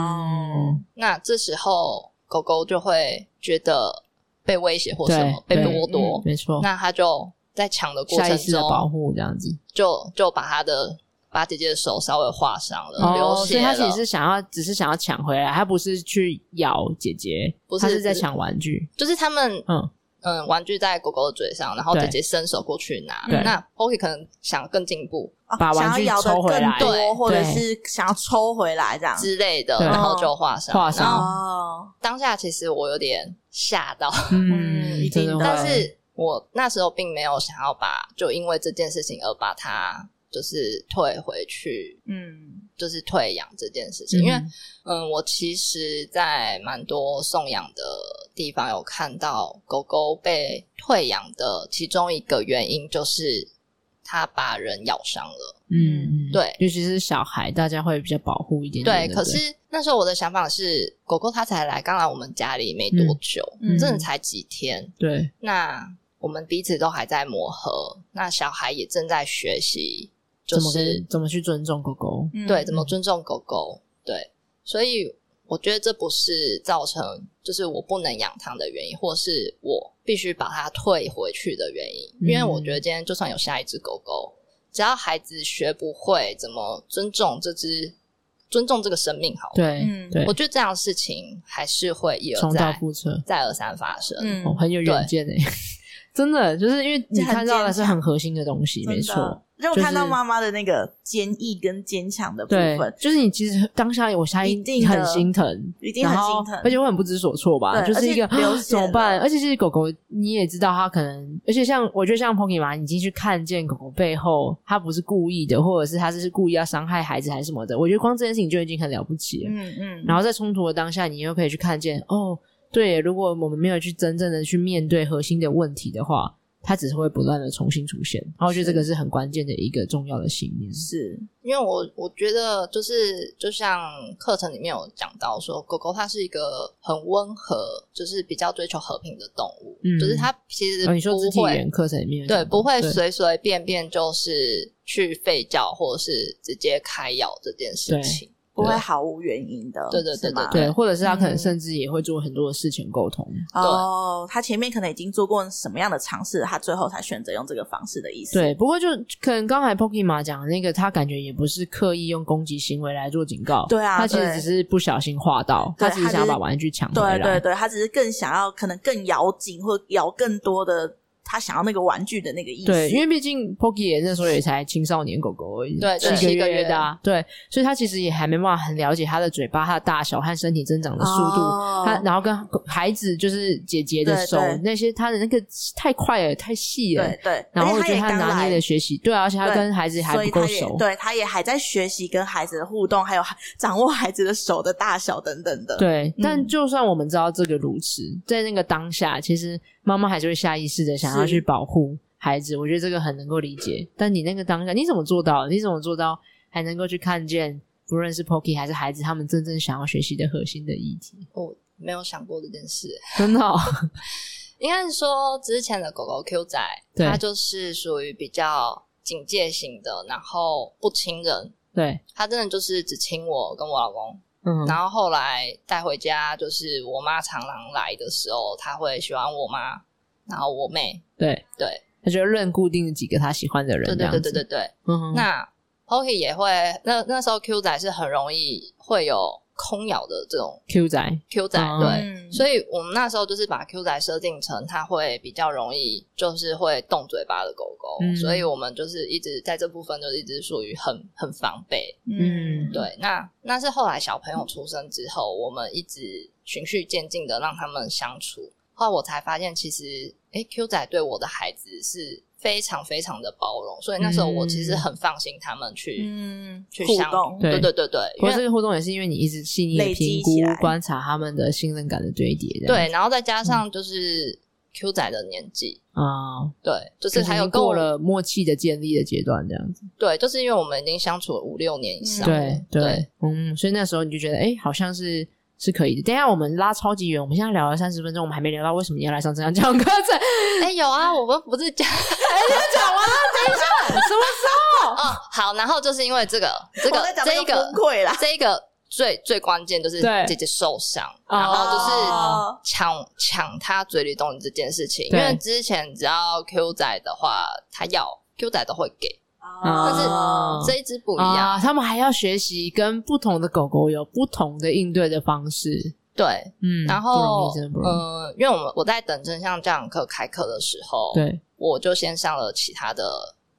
[SPEAKER 1] 嗯，
[SPEAKER 2] 那这时候狗狗就会觉得被威胁或什么被
[SPEAKER 1] 对对
[SPEAKER 2] 剥夺，
[SPEAKER 1] 没错，
[SPEAKER 2] 哦那它就在抢的过
[SPEAKER 1] 下
[SPEAKER 2] 程
[SPEAKER 1] 意识的保
[SPEAKER 2] 中，
[SPEAKER 1] 护这样子。
[SPEAKER 2] 就就把她的把姐姐的手稍微划伤了，流
[SPEAKER 1] 哦所
[SPEAKER 2] 血
[SPEAKER 1] 以
[SPEAKER 2] 了。
[SPEAKER 1] 他其实是想要，只是想要抢回来，他不是去咬姐姐，
[SPEAKER 2] 不是
[SPEAKER 1] 他是在抢玩具。
[SPEAKER 2] 就是他们
[SPEAKER 1] 嗯，
[SPEAKER 2] 嗯，玩具在狗狗的嘴上，然后
[SPEAKER 1] 对
[SPEAKER 2] 姐姐伸手过去拿。
[SPEAKER 1] 对
[SPEAKER 2] 那 Poki 可能想更进步
[SPEAKER 3] 哦
[SPEAKER 1] 把玩具
[SPEAKER 3] 想要咬得
[SPEAKER 1] 抽回来
[SPEAKER 3] 更多，
[SPEAKER 2] 对
[SPEAKER 3] 或者
[SPEAKER 1] 对
[SPEAKER 3] 是想要抽回来这样。
[SPEAKER 2] 之类的，
[SPEAKER 1] 对
[SPEAKER 2] 然后就划伤。
[SPEAKER 1] 划伤
[SPEAKER 2] 然后
[SPEAKER 3] 哦，
[SPEAKER 2] 当下其实我有点吓到，
[SPEAKER 3] 嗯一
[SPEAKER 1] 真
[SPEAKER 3] 定
[SPEAKER 1] 的
[SPEAKER 3] 的
[SPEAKER 1] 会，
[SPEAKER 2] 但是我那时候并没有想要把就因为这件事情而把它就是退回去，
[SPEAKER 3] 嗯，
[SPEAKER 2] 就是退养这件事情，
[SPEAKER 1] 嗯
[SPEAKER 2] 因为嗯，我其实，在蛮多送养的地方有看到狗狗被退养的其中一个原因就是它把人咬伤了。
[SPEAKER 1] 嗯，嗯
[SPEAKER 2] 对
[SPEAKER 1] 尤其是小孩，大家会比较保护一点
[SPEAKER 2] 对，
[SPEAKER 1] 点。对不
[SPEAKER 2] 可
[SPEAKER 1] 对
[SPEAKER 2] 是那时候我的想法是，狗狗它才来刚来我们家里没多久，
[SPEAKER 3] 嗯嗯
[SPEAKER 2] 真的才几天，
[SPEAKER 1] 对
[SPEAKER 2] 那我们彼此都还在磨合，那小孩也正在学习，就
[SPEAKER 1] 怎么
[SPEAKER 2] 是
[SPEAKER 1] 跟怎么去尊重狗狗？
[SPEAKER 3] 嗯
[SPEAKER 2] 对，怎么尊重狗狗？对，所以我觉得这不是造成就是我不能养它的原因，或是我必须把它退回去的原因。因为
[SPEAKER 1] 嗯
[SPEAKER 2] 我觉得今天就算有下一只狗狗，只要孩子学不会怎么尊重这只、尊重这个生命好了，
[SPEAKER 1] 对
[SPEAKER 3] 嗯
[SPEAKER 1] 对
[SPEAKER 2] 我，觉得这样的事情还是会一而
[SPEAKER 1] 重蹈
[SPEAKER 2] 再、
[SPEAKER 1] 覆辙，
[SPEAKER 2] 再而三发生。
[SPEAKER 3] 嗯
[SPEAKER 1] 哦，很有远见诶。 真的，就是因为你
[SPEAKER 3] 这很
[SPEAKER 1] 看到的
[SPEAKER 3] 坚
[SPEAKER 1] 是很核心的东西，没
[SPEAKER 3] 真
[SPEAKER 1] 错
[SPEAKER 3] 的。。让我
[SPEAKER 1] 就是
[SPEAKER 3] 看到妈妈的那个坚毅跟坚强的部
[SPEAKER 1] 对
[SPEAKER 3] 分，，
[SPEAKER 1] 就是你其实当下我相
[SPEAKER 3] 一
[SPEAKER 1] 信
[SPEAKER 3] 定的
[SPEAKER 1] 很心疼，
[SPEAKER 3] 一定很
[SPEAKER 1] 然后
[SPEAKER 3] 心疼
[SPEAKER 1] 而且我很不知所措吧，
[SPEAKER 3] 对
[SPEAKER 1] 就是一个啊
[SPEAKER 3] 而且流血了
[SPEAKER 1] 怎么办？而且其实狗狗你也知道，它可能，而且像我觉得像 Pokey 嘛，你进去看见狗狗背后，它不是故意的，或者是它是故意要伤害孩子还是什么的，我觉得光这件事情就已经很了不起了。
[SPEAKER 3] 嗯嗯，
[SPEAKER 1] 然
[SPEAKER 3] 后
[SPEAKER 1] 后在冲突的当下，你又可以去看见，哦，对，如果我们没有去真正的去面对核心的问题的话，它只是会不断的重新出现。然后我觉得这个是很关键的一个重要的信念。
[SPEAKER 3] 是
[SPEAKER 2] 因为我我觉得就是就像课程里面有讲到说，狗狗它是一个很温和，就是比较追求和平的动物，
[SPEAKER 1] 嗯
[SPEAKER 2] 就是它其实不
[SPEAKER 1] 哦，
[SPEAKER 2] 会、
[SPEAKER 1] 你说肢体语言课程里面有
[SPEAKER 2] 对
[SPEAKER 1] 讲到
[SPEAKER 2] 不会
[SPEAKER 1] 对
[SPEAKER 2] 随随便便就是去吠叫或者是直接开咬这件事情。
[SPEAKER 3] 不会毫无原因的，
[SPEAKER 2] 对对对
[SPEAKER 3] 是吗
[SPEAKER 1] 对，或者是他可能
[SPEAKER 3] 嗯
[SPEAKER 1] 甚至也会做很多的事前沟通。
[SPEAKER 3] 哦，他前面可能已经做过什么样的尝试，他最后才选择用这个方式的意思。
[SPEAKER 1] 对，不过就可能刚才 Poki 马讲的那个，他感觉也不是刻意用攻击行为来做警告，
[SPEAKER 3] 对啊
[SPEAKER 1] 他其实只
[SPEAKER 3] 对
[SPEAKER 1] 是不小心划到，
[SPEAKER 3] 对
[SPEAKER 1] 他只是
[SPEAKER 3] 他
[SPEAKER 1] 想要
[SPEAKER 3] 就是
[SPEAKER 1] 把玩具抢回来。
[SPEAKER 3] 对对对，他只是更想要可能更咬紧或咬更多的他想要那个玩具的那个意思。
[SPEAKER 1] 对因为毕竟 Poki 也那时候也才青少年狗狗而已，
[SPEAKER 2] 对
[SPEAKER 1] 七
[SPEAKER 2] 对七
[SPEAKER 1] 个
[SPEAKER 2] 个
[SPEAKER 1] 月
[SPEAKER 2] 月
[SPEAKER 1] 的、啊，对，所以他其实也还没办法很了解他的嘴巴、他的大小和身体增长的速度。
[SPEAKER 3] 哦
[SPEAKER 1] 他然后跟孩子就是姐姐的
[SPEAKER 3] 对
[SPEAKER 1] 手
[SPEAKER 3] 对
[SPEAKER 1] 那些，他的那个太快了，太细了，
[SPEAKER 3] 对对，
[SPEAKER 1] 然后
[SPEAKER 3] 而
[SPEAKER 1] 我
[SPEAKER 3] 且
[SPEAKER 1] 觉得
[SPEAKER 3] 他
[SPEAKER 1] 他
[SPEAKER 3] 也刚
[SPEAKER 1] 拿
[SPEAKER 3] 来
[SPEAKER 1] 捏的学习，对啊，而且他
[SPEAKER 3] 对
[SPEAKER 1] 跟孩子还
[SPEAKER 3] 所以
[SPEAKER 1] 不够
[SPEAKER 3] 他也
[SPEAKER 1] 熟，
[SPEAKER 3] 对，他也还在学习跟孩子的互动，还有掌握孩子的手的大小等等的。，
[SPEAKER 1] 对
[SPEAKER 3] 嗯
[SPEAKER 1] 但就算我们知道这个如此，在那个当下，其实妈妈还是会下意识的想要
[SPEAKER 3] 是
[SPEAKER 1] 去保护孩子，我觉得这个很能够理解。但你那个当下，你怎么做到？你怎么做到还能够去看见，不论是 Pocky 还是孩子，他们真正想要学习的核心的议题？
[SPEAKER 2] 我没有想过这件事，欸
[SPEAKER 1] 真的哦、
[SPEAKER 2] 应该是说之前的狗狗 Q 仔，
[SPEAKER 1] 对
[SPEAKER 2] 它就是属于比较警戒型的，然后不亲人，
[SPEAKER 1] 对，
[SPEAKER 2] 它真的就是只亲我跟我老公。
[SPEAKER 1] 嗯，
[SPEAKER 2] 然后后来带回家，就是我妈常常来的时候，她会喜欢我妈，然后我妹，
[SPEAKER 1] 对，
[SPEAKER 2] 对，
[SPEAKER 1] 他就认固定几个他喜欢的人
[SPEAKER 2] 对
[SPEAKER 1] 这
[SPEAKER 2] 对
[SPEAKER 1] 样
[SPEAKER 2] 对
[SPEAKER 1] 子。
[SPEAKER 2] 对对对。
[SPEAKER 1] 嗯哼，
[SPEAKER 2] 那 Poki 也会，那那时候 Q 仔是很容易会有空摇的这种
[SPEAKER 1] Q 仔，
[SPEAKER 2] Q 仔，
[SPEAKER 1] 嗯
[SPEAKER 2] 对。
[SPEAKER 3] 嗯
[SPEAKER 2] 所以我们那时候就是把 Q 仔设定成它会比较容易，就是会动嘴巴的狗狗，
[SPEAKER 1] 嗯
[SPEAKER 2] 所以我们就是一直在这部分就一直属于很很防备。
[SPEAKER 1] 嗯
[SPEAKER 2] 对，那那是后来小朋友出生之后，我们一直循序渐进的让他们相处。后来我才发现，其实诶 q 仔对我的孩子是非常非常的包容，所以那时候我其实很放心他们去、
[SPEAKER 3] 嗯，
[SPEAKER 2] 去
[SPEAKER 3] 互
[SPEAKER 2] 相
[SPEAKER 3] 动，
[SPEAKER 2] 对
[SPEAKER 1] 对
[SPEAKER 2] 对对对，因
[SPEAKER 1] 或
[SPEAKER 2] 为
[SPEAKER 1] 者这个互动也是因为你一直细腻
[SPEAKER 3] 累
[SPEAKER 1] 的
[SPEAKER 3] 积
[SPEAKER 1] 评
[SPEAKER 3] 起
[SPEAKER 1] 估
[SPEAKER 3] 来、
[SPEAKER 1] 观察他们的信任感的堆叠这样嗯
[SPEAKER 2] 对，
[SPEAKER 1] 子，
[SPEAKER 2] 然后再加上就是 Q 仔的年纪，
[SPEAKER 1] 啊，
[SPEAKER 2] 对，就
[SPEAKER 1] 就是是
[SPEAKER 2] 还
[SPEAKER 1] 已
[SPEAKER 2] 有
[SPEAKER 1] 经
[SPEAKER 2] 跟我
[SPEAKER 1] 过了默契的建立的阶段这样子。
[SPEAKER 2] 对，就是因为我们已经相处了五六年以上了，
[SPEAKER 1] 对
[SPEAKER 2] 对
[SPEAKER 1] 对，嗯，所以那时候你就觉得，哎、好像是是可以的。等一下我们拉超级远，我们现在聊了三十分钟，我们还没聊到为什么你要来上这样教课 程。
[SPEAKER 2] 哎、有啊，我们不是 讲
[SPEAKER 3] 哎讲完了，
[SPEAKER 2] 哦，好，然后就是因为这个这
[SPEAKER 3] 我在
[SPEAKER 2] 个
[SPEAKER 3] 讲
[SPEAKER 2] 这
[SPEAKER 3] 那
[SPEAKER 2] 一
[SPEAKER 3] 个啊
[SPEAKER 2] 个
[SPEAKER 3] 崩溃啦，
[SPEAKER 2] 这一个最最关键就是
[SPEAKER 1] 对
[SPEAKER 2] 姐姐受伤，
[SPEAKER 1] 哦
[SPEAKER 2] 然后就是
[SPEAKER 3] 哦
[SPEAKER 2] 抢抢她嘴里东西这件事情。因
[SPEAKER 1] 对
[SPEAKER 2] 为之前只要 Q 仔的话，他要 Q 仔都会给，但是
[SPEAKER 1] 哦
[SPEAKER 2] 这一只不一样。
[SPEAKER 1] 啊，他们还要学习跟不同的狗狗有不同的应对的方式。
[SPEAKER 2] 对，
[SPEAKER 1] 嗯，
[SPEAKER 2] 然
[SPEAKER 1] 不容
[SPEAKER 2] 后
[SPEAKER 1] 易，真的不容易。
[SPEAKER 2] 嗯，因为我们我在等真相教养课开课的时候，
[SPEAKER 1] 对，
[SPEAKER 2] 我就先上了其他的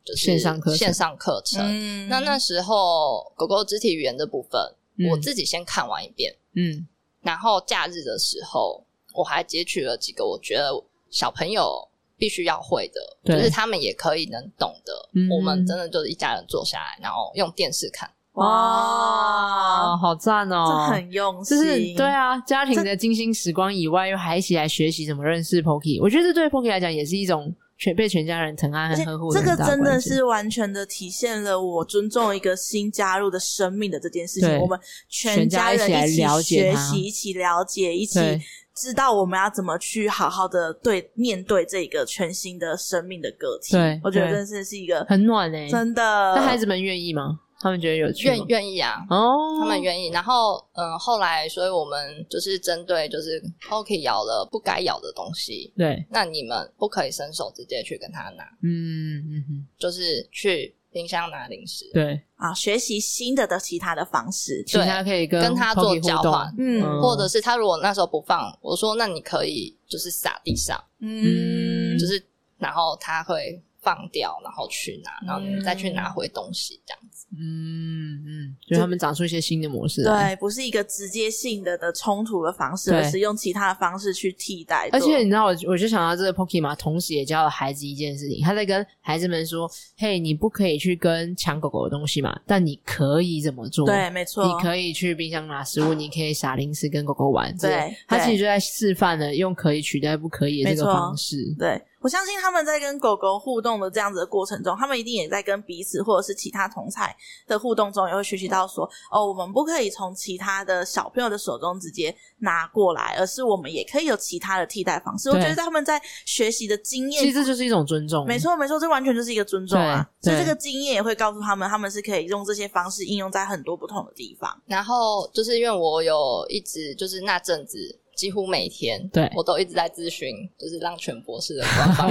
[SPEAKER 2] 就是
[SPEAKER 1] 线上课程
[SPEAKER 2] 线上课程。
[SPEAKER 3] 嗯
[SPEAKER 2] 那那时候狗狗肢体语言的部分，
[SPEAKER 1] 嗯
[SPEAKER 2] 我自己先看完一遍。
[SPEAKER 1] 嗯
[SPEAKER 2] 然后假日的时候，我还截取了几个我觉得小朋友必须要会的，
[SPEAKER 1] 对
[SPEAKER 2] 就是他们也可以能懂的。
[SPEAKER 1] 嗯
[SPEAKER 2] 我们真的就是一家人坐下来，然后用电视看。
[SPEAKER 1] 啊，
[SPEAKER 3] 哇，
[SPEAKER 1] 好赞
[SPEAKER 3] 这
[SPEAKER 1] 哦！
[SPEAKER 3] 很用
[SPEAKER 1] 就
[SPEAKER 3] 心，
[SPEAKER 1] 是对啊，家庭的精心时光以外，又还一起来学习怎么认识 Poki。我觉得这对 Poki 来讲也是一种全被全家人疼爱
[SPEAKER 3] 而且
[SPEAKER 1] 和呵护
[SPEAKER 3] 这
[SPEAKER 1] 很
[SPEAKER 3] 个
[SPEAKER 1] 大
[SPEAKER 3] 真的
[SPEAKER 1] 关系
[SPEAKER 3] 是完全的体现了我尊重一个新加入的生命的这件事情。
[SPEAKER 1] 对
[SPEAKER 3] 我们全家人
[SPEAKER 1] 全家一
[SPEAKER 3] 一
[SPEAKER 1] 起来了
[SPEAKER 3] 起
[SPEAKER 1] 解
[SPEAKER 3] 学
[SPEAKER 1] 它
[SPEAKER 3] 习，一起了解，一起
[SPEAKER 1] 对
[SPEAKER 3] 知道我们要怎么去好好的对面对这个全新的生命的个体。
[SPEAKER 1] 对
[SPEAKER 3] 我觉得
[SPEAKER 1] 对
[SPEAKER 3] 真的是一个
[SPEAKER 1] 很暖呢、欸
[SPEAKER 3] 真的。
[SPEAKER 1] 那孩子们愿意吗？他们觉得有趣吗
[SPEAKER 2] 愿愿意啊，
[SPEAKER 1] 哦，
[SPEAKER 2] 他们愿意。然后嗯，后来所以我们就是针对就是 OK 咬了不该咬的东西，
[SPEAKER 1] 对，
[SPEAKER 2] 那你们不可以伸手直接去跟他拿，
[SPEAKER 1] 嗯嗯嗯，
[SPEAKER 2] 就是去冰箱拿零食，
[SPEAKER 1] 对，
[SPEAKER 3] 啊，学习新的的其他的方式。
[SPEAKER 1] 其他可以跟
[SPEAKER 2] 跟他做
[SPEAKER 1] Poki 互
[SPEAKER 2] 交
[SPEAKER 1] 动
[SPEAKER 2] 换，
[SPEAKER 1] 嗯
[SPEAKER 3] 嗯
[SPEAKER 2] 或者是他如果那时候不放，我说那你可以就是撒地上。
[SPEAKER 1] 嗯
[SPEAKER 3] 嗯，
[SPEAKER 2] 就是然后他会放掉，然后去拿，然后你们再去拿回东西这样子。
[SPEAKER 1] 嗯嗯，就他们长出一些新的模式啊来。
[SPEAKER 3] 对，不是一个直接性的的冲突的方式，
[SPEAKER 1] 对
[SPEAKER 3] 而是用其他的方式去替代。
[SPEAKER 1] 而且你知道，我我就想到这个 Poki 嘛，同时也教了孩子一件事情，他在跟孩子们说：“嘿，你不可以去跟抢狗狗的东西嘛，但你可以怎么做？
[SPEAKER 3] 对，没错，
[SPEAKER 1] 你可以去冰箱拿食物，你可以撒零食跟狗狗玩。”
[SPEAKER 3] 对
[SPEAKER 1] 他
[SPEAKER 3] 对
[SPEAKER 1] 其实就在示范了用可以取代不可以的这个
[SPEAKER 3] 没错
[SPEAKER 1] 方式。
[SPEAKER 3] 对我相信他们在跟狗狗互动的这样子的过程中，他们一定也在跟彼此或者是其他同才的互动中，也会学习到说，哦，我们不可以从其他的小朋友的手中直接拿过来，而是我们也可以有其他的替代方式。我
[SPEAKER 1] 对
[SPEAKER 3] 觉得他们在学习的经
[SPEAKER 1] 其实
[SPEAKER 3] 验。
[SPEAKER 1] 这就是一种尊重，
[SPEAKER 3] 没错，没错，这完全就是一个尊重啊！
[SPEAKER 1] 对
[SPEAKER 3] 所
[SPEAKER 1] 对
[SPEAKER 3] 以这个经验也会告诉他们，他们是可以用这些方式应用在很多不同的地 方。
[SPEAKER 2] 然后就是因为我有一直就是那阵子。几乎每天，
[SPEAKER 1] 对
[SPEAKER 2] 我都一直在咨询，就是浪犬博士的官 方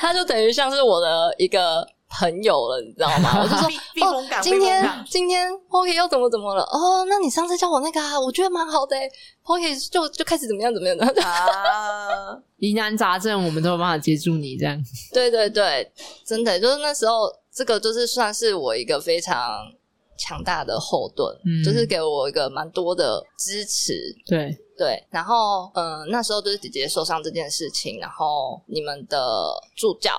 [SPEAKER 2] 他就等于像是我的一个朋友了，你知道 吗？我就说
[SPEAKER 3] 避避风港
[SPEAKER 2] 哦、今
[SPEAKER 3] 避风
[SPEAKER 2] 天
[SPEAKER 3] 港
[SPEAKER 2] 今天 Poki 又怎么怎么了？哦，那你上次教我那个啊，我觉得蛮好的、欸、，Poki 就就开始怎么样怎么样的，
[SPEAKER 3] 啊，
[SPEAKER 1] 疑难杂症，我们都有办法接住你这样。
[SPEAKER 2] 对对对，真的就是那时候，这个就是算是我一个非常强大的后盾，
[SPEAKER 1] 嗯
[SPEAKER 2] 就是给我一个蛮多的支持。
[SPEAKER 1] 对，
[SPEAKER 2] 对，然后嗯、呃那时候就是姐姐受伤这件事情，然后你们的助教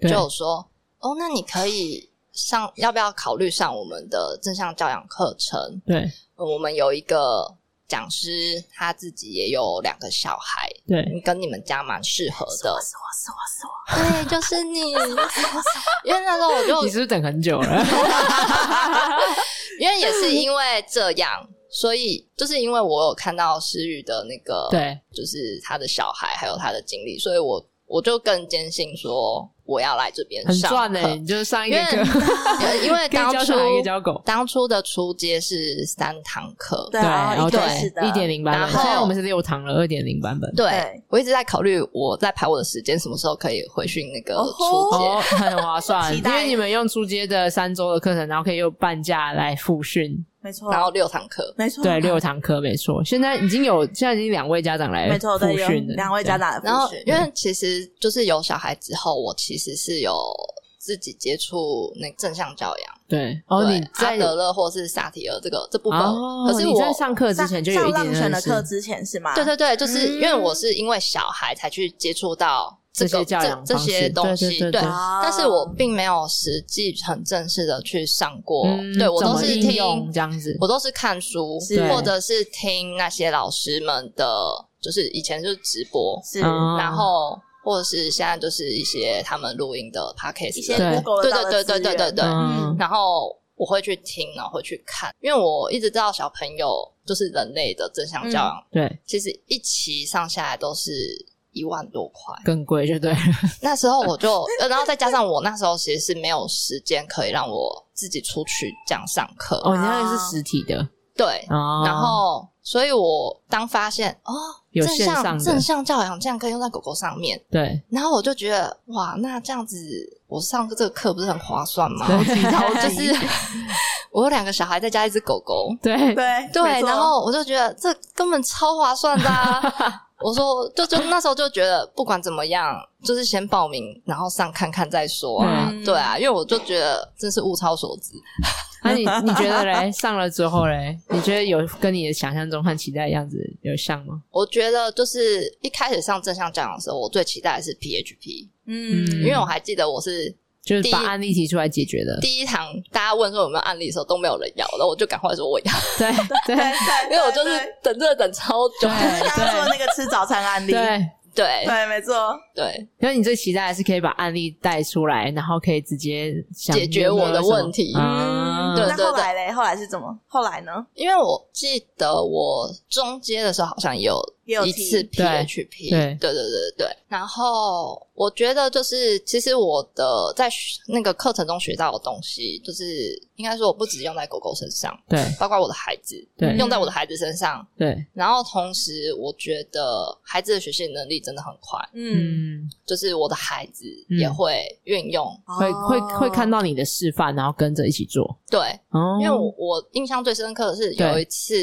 [SPEAKER 2] 就
[SPEAKER 1] 对
[SPEAKER 2] 有说，哦，那你可以上，要不要考虑上我们的正向教养课程？
[SPEAKER 1] 对
[SPEAKER 2] 呃我们有一个讲师，他自己也有两个小孩，
[SPEAKER 1] 对，
[SPEAKER 2] 你跟你们家蛮适合的。
[SPEAKER 3] 是我是我是我，
[SPEAKER 2] 对，就 是你。因为那时候我
[SPEAKER 1] 你
[SPEAKER 2] 就，
[SPEAKER 1] 是不是等很久了？
[SPEAKER 2] 因为也是因为这样，所以就是因为我有看到思雨的那个，，
[SPEAKER 1] 对
[SPEAKER 2] 就是他的小孩还有他的经历，所以我我就更坚信说，我要来这边
[SPEAKER 1] 很
[SPEAKER 2] 上
[SPEAKER 1] 赚
[SPEAKER 2] 课
[SPEAKER 1] 呢、你就是上一
[SPEAKER 2] 因
[SPEAKER 1] 个
[SPEAKER 2] 为
[SPEAKER 1] 课，
[SPEAKER 2] 因为
[SPEAKER 1] 可以
[SPEAKER 2] 当
[SPEAKER 1] 教
[SPEAKER 2] 初
[SPEAKER 1] 小孩，可以教狗。
[SPEAKER 2] 当初的初阶是三堂课，
[SPEAKER 3] 对啊，
[SPEAKER 1] 然后
[SPEAKER 3] 一
[SPEAKER 1] 对
[SPEAKER 3] 开始的
[SPEAKER 1] 一点零版
[SPEAKER 2] 然
[SPEAKER 1] 本，
[SPEAKER 2] 后
[SPEAKER 1] 现在我们是六堂了，二点零版本。
[SPEAKER 2] 对
[SPEAKER 3] 对
[SPEAKER 2] 我一直在考虑我在排我的时间，什么时候可以回去那个
[SPEAKER 3] 哦吼
[SPEAKER 2] 初阶。
[SPEAKER 1] 哦，很划算，
[SPEAKER 3] 期
[SPEAKER 1] 因
[SPEAKER 3] 待
[SPEAKER 1] 为你们用出街的三周的课程，然后可以用半价来复训，
[SPEAKER 3] 没错，
[SPEAKER 2] 然后六堂课，
[SPEAKER 3] 没错，
[SPEAKER 1] 对，六堂课没错。现在已经有，现在已经两位家长来
[SPEAKER 3] 没错，
[SPEAKER 1] 复
[SPEAKER 3] 对，有
[SPEAKER 1] 训了，
[SPEAKER 3] 两位家
[SPEAKER 1] 对。
[SPEAKER 3] 长的
[SPEAKER 2] 然后
[SPEAKER 3] 复训
[SPEAKER 2] 因为其实就是有小孩之后，我其实是有自己接触那个正向教养，
[SPEAKER 1] 对，哦，
[SPEAKER 2] 对
[SPEAKER 1] 你
[SPEAKER 2] 阿
[SPEAKER 1] 在
[SPEAKER 2] 德勒或是萨提尔这个这部分，
[SPEAKER 1] 哦，
[SPEAKER 2] 可是
[SPEAKER 1] 你
[SPEAKER 2] 我
[SPEAKER 1] 在上课之前就有
[SPEAKER 3] 上
[SPEAKER 1] 一
[SPEAKER 3] 上
[SPEAKER 1] 点
[SPEAKER 3] 浪选
[SPEAKER 1] 点
[SPEAKER 3] 的课之前是吗？
[SPEAKER 2] 对对对，就是
[SPEAKER 3] 嗯
[SPEAKER 2] 因为我是因为小孩才去接触到这
[SPEAKER 1] 这些
[SPEAKER 2] 个
[SPEAKER 1] 教养
[SPEAKER 2] 这这
[SPEAKER 1] 方式
[SPEAKER 2] 些东西，
[SPEAKER 1] 对对对对
[SPEAKER 3] 啊，
[SPEAKER 2] 但是我并没有实际很正式的去上过，
[SPEAKER 1] 嗯
[SPEAKER 2] 对我
[SPEAKER 1] 怎
[SPEAKER 2] 都
[SPEAKER 1] 么
[SPEAKER 2] 是
[SPEAKER 1] 应用
[SPEAKER 2] 听，
[SPEAKER 1] 这样子，
[SPEAKER 2] 我都是看书
[SPEAKER 3] 是，
[SPEAKER 2] 或者是听那些老师们的，就是以前就是直播，
[SPEAKER 3] 是
[SPEAKER 1] 嗯
[SPEAKER 2] 然后或者是现在就是一些他们录音的 podcast，
[SPEAKER 3] 一些
[SPEAKER 1] 对
[SPEAKER 3] Google
[SPEAKER 2] 对
[SPEAKER 3] 得到的
[SPEAKER 2] 对对对对
[SPEAKER 3] 资源
[SPEAKER 2] 对对，
[SPEAKER 1] 嗯
[SPEAKER 2] 然后我会去听，然后会去看，因为我一直知道小朋友就是人类的正向
[SPEAKER 1] 嗯
[SPEAKER 2] 教养，
[SPEAKER 1] 对，
[SPEAKER 2] 其实一期上下来都是一万多块。
[SPEAKER 1] 更贵就对了，
[SPEAKER 3] 啊
[SPEAKER 2] 那时候我就， 呃然后再加上我那时候其实是没有时间可以让我自己出去这样上课，
[SPEAKER 1] 哦，你那个是实体的，
[SPEAKER 2] 对，
[SPEAKER 1] 哦，
[SPEAKER 2] 然后所以我当发现哦，
[SPEAKER 1] 有
[SPEAKER 2] 正
[SPEAKER 1] 线上
[SPEAKER 2] 向
[SPEAKER 1] 的
[SPEAKER 2] 正向教养这样可以用在狗狗上面，
[SPEAKER 1] 对，
[SPEAKER 2] 然后我就觉得哇，那这样子我上这个课不是很划算 吗？
[SPEAKER 1] 对
[SPEAKER 2] 然后就是我有两个小孩再加一只狗狗，
[SPEAKER 1] 对
[SPEAKER 3] 对
[SPEAKER 2] 对
[SPEAKER 3] 没，错
[SPEAKER 2] 然后我就觉得这根本超划算的、 啊。我说，就就那时候就觉得，不管怎么样，就是先报名，然后上看看再说啊。
[SPEAKER 3] 嗯
[SPEAKER 2] 对啊，因为我就觉得真是物超所值。
[SPEAKER 1] 那你你觉得 嘞？上了之后嘞，你觉得有跟你的想象中和期待的样子有像吗？
[SPEAKER 2] 我觉得就是一开始上正向教养的时候，我最期待的是 PHP，、
[SPEAKER 1] 嗯
[SPEAKER 3] 嗯，
[SPEAKER 2] 因为我还记得我是
[SPEAKER 1] 就是把
[SPEAKER 2] 第一
[SPEAKER 1] 案例提出来解决的，
[SPEAKER 2] 第一堂大家问说有没有案例的时候都没有人要，然后我就赶快说我要，
[SPEAKER 1] 对对
[SPEAKER 3] 对对，
[SPEAKER 2] 因为我就
[SPEAKER 3] 对
[SPEAKER 2] 是等这等超久。
[SPEAKER 3] 就是刚刚说的那个吃早餐案例，
[SPEAKER 1] 对。
[SPEAKER 2] 对
[SPEAKER 3] 对，没
[SPEAKER 1] 啊
[SPEAKER 3] 错，
[SPEAKER 2] 对，
[SPEAKER 1] 因为你最期待的是可以把案例带出来，然后可以直接想
[SPEAKER 2] 解决我的问题
[SPEAKER 1] 有没有什么啊
[SPEAKER 2] 对
[SPEAKER 3] 嗯那后来嘞，后来是怎么？后来呢？
[SPEAKER 2] 因为我记得我中阶的时候好像也有
[SPEAKER 3] 也有
[SPEAKER 2] 一
[SPEAKER 3] 提
[SPEAKER 2] 次
[SPEAKER 1] 对
[SPEAKER 2] PHP，
[SPEAKER 1] 对
[SPEAKER 2] 对对对对。然后我觉得就是，其实我的在学那个课程中学到的东西，就是应该说我不只用在狗狗身上，
[SPEAKER 1] 对
[SPEAKER 2] 包括我的孩子，
[SPEAKER 1] 对
[SPEAKER 2] 用在我的孩子身上。
[SPEAKER 1] 对，
[SPEAKER 2] 然后同时，我觉得孩子的学习能力真的很快，
[SPEAKER 3] 嗯，
[SPEAKER 1] 嗯，
[SPEAKER 2] 就是我的孩子
[SPEAKER 1] 嗯
[SPEAKER 2] 也会运用。
[SPEAKER 3] 哦
[SPEAKER 1] 会会
[SPEAKER 2] 哦
[SPEAKER 1] 会看
[SPEAKER 3] 到，
[SPEAKER 1] 到你的示范，然后跟着一起做。
[SPEAKER 2] 对，
[SPEAKER 1] 哦，
[SPEAKER 2] 因为我我印象最深刻的是
[SPEAKER 1] 对
[SPEAKER 2] 有一次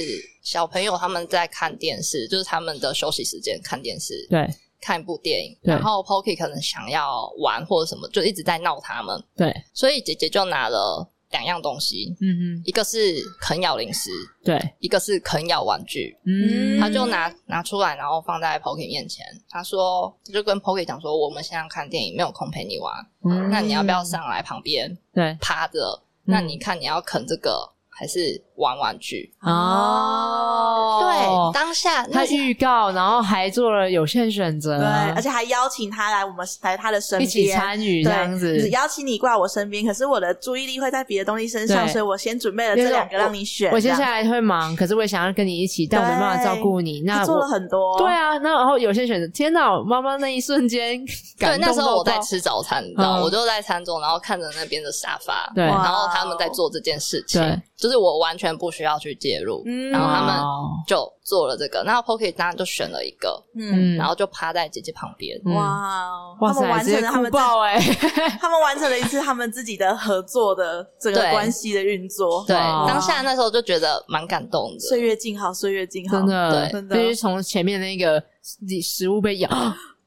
[SPEAKER 2] 小朋友他们在看电视，就是他们的休息时间看电视，
[SPEAKER 1] 对
[SPEAKER 2] 看一部电影，
[SPEAKER 1] 对
[SPEAKER 2] 然后 Pocky 可能想要玩或者什么，就一直在闹他们，
[SPEAKER 1] 对，
[SPEAKER 2] 所以姐姐就拿了两样东西，
[SPEAKER 1] 嗯哼，
[SPEAKER 2] 一个是啃咬零食，
[SPEAKER 1] 对，
[SPEAKER 2] 一个是啃咬玩具，
[SPEAKER 1] 嗯，
[SPEAKER 2] 她就拿拿出来，然后放在 Pocky 面前，她说，她就跟 Pocky 讲说，我们现在看电影没有空陪你玩，
[SPEAKER 1] 嗯
[SPEAKER 2] 那你要不要？上来旁边
[SPEAKER 1] 对
[SPEAKER 2] 趴着？
[SPEAKER 1] 嗯
[SPEAKER 2] 那你看你要啃这个还是玩玩具？
[SPEAKER 1] 哦
[SPEAKER 2] 对，，当下那
[SPEAKER 1] 他
[SPEAKER 2] 是
[SPEAKER 1] 预告，然后还做了有限选择，
[SPEAKER 3] 对，而且还邀请他来我们来他的身
[SPEAKER 1] 啊一
[SPEAKER 3] 边
[SPEAKER 1] 起参与这样子
[SPEAKER 3] 对，只邀请你过来我身边，可是我的注意力会在别的东西身上，
[SPEAKER 1] 对
[SPEAKER 3] 所以我先准备了
[SPEAKER 1] 因为
[SPEAKER 3] 这两个
[SPEAKER 1] 我
[SPEAKER 3] 让你选。
[SPEAKER 1] 我接
[SPEAKER 3] 这
[SPEAKER 1] 下
[SPEAKER 3] 样
[SPEAKER 1] 来会忙，可是我也想要跟你一起，但我没办法照顾你。那
[SPEAKER 3] 他
[SPEAKER 1] 我
[SPEAKER 3] 做了很多，
[SPEAKER 1] 对啊，那然后有些选择，天哪，妈妈那一瞬间
[SPEAKER 2] 对
[SPEAKER 1] 感动
[SPEAKER 2] 那时候
[SPEAKER 1] 到
[SPEAKER 2] 我在
[SPEAKER 1] 爆，
[SPEAKER 2] 吃早餐，你知道，
[SPEAKER 1] 嗯
[SPEAKER 2] 我就在餐桌，然后看着那边的沙发，
[SPEAKER 1] 对
[SPEAKER 3] 哇哦
[SPEAKER 2] 然后他们在做这件事情
[SPEAKER 1] 对，
[SPEAKER 2] 就是我完全不需要去介入，
[SPEAKER 3] 嗯
[SPEAKER 2] 然后他们
[SPEAKER 1] 哦
[SPEAKER 2] 就做了这个。那 Pocky 当然就选了一个，
[SPEAKER 3] 嗯，
[SPEAKER 2] 然后就趴在姐姐旁边，
[SPEAKER 1] 嗯
[SPEAKER 3] 哇，哦
[SPEAKER 1] 哇
[SPEAKER 3] 他
[SPEAKER 1] 塞，
[SPEAKER 3] 们完
[SPEAKER 1] 直
[SPEAKER 3] 成
[SPEAKER 1] 接
[SPEAKER 3] 了他
[SPEAKER 1] 哭
[SPEAKER 3] 们自
[SPEAKER 1] 爆哎，
[SPEAKER 3] 他们完成了一次他们自己的合作的整个
[SPEAKER 2] 对
[SPEAKER 3] 关系的运 作。
[SPEAKER 2] 对，
[SPEAKER 1] 哇
[SPEAKER 2] 当下那时候就觉得蛮感动
[SPEAKER 3] 岁
[SPEAKER 2] 的。
[SPEAKER 3] 月静好，岁月静好，
[SPEAKER 1] 真的，
[SPEAKER 2] 对
[SPEAKER 3] 真的
[SPEAKER 1] 就是从前面那个食食物被咬，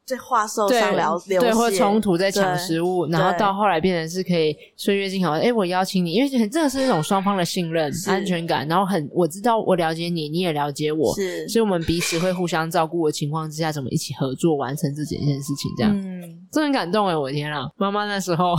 [SPEAKER 3] 这话受
[SPEAKER 1] 对
[SPEAKER 3] 伤了流
[SPEAKER 1] 对，
[SPEAKER 3] 血，
[SPEAKER 1] 或冲突在抢
[SPEAKER 3] 对
[SPEAKER 1] 食物，然后
[SPEAKER 3] 对
[SPEAKER 1] 到后来变成是可以岁月静好，哎，我邀请你，因为很真的是那种双方的信任、
[SPEAKER 3] 是
[SPEAKER 1] 安全感，然后很我知道我了解你，你也了解我，
[SPEAKER 3] 是，
[SPEAKER 1] 所以我们彼此会互相照顾的情况之下，怎么一起合作完成这几件事情，这样。
[SPEAKER 3] 嗯，
[SPEAKER 1] 这很感动哎！我的天啊，妈妈那时候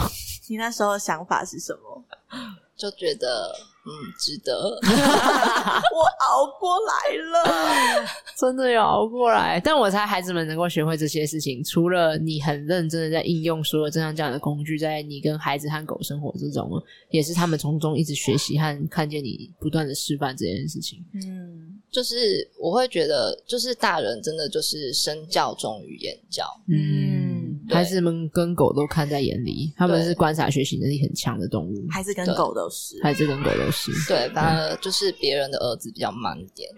[SPEAKER 3] 你那时候的想法是什么？
[SPEAKER 2] 就觉得嗯，值得。
[SPEAKER 3] 我熬过来 了，
[SPEAKER 1] 真的有熬过来，但我猜孩子们能够学会这些事情，除了你很认真的在应用所有正向教养的工具，在你跟孩子和狗生活之中，也是他们从中一直学习和看见你不断的示范这件事情。
[SPEAKER 3] 嗯
[SPEAKER 2] 就是我会觉得，就是大人真的就是身教重于言教，
[SPEAKER 1] 嗯，
[SPEAKER 2] 对
[SPEAKER 1] 孩子们跟狗都看在眼里，他们
[SPEAKER 2] 对
[SPEAKER 1] 是观察学习能力很强的动物，
[SPEAKER 3] 还是跟
[SPEAKER 2] 对
[SPEAKER 3] 狗都是。
[SPEAKER 1] 孩子跟狗都是。
[SPEAKER 2] 对，反而就是别人的儿子比较慢一点。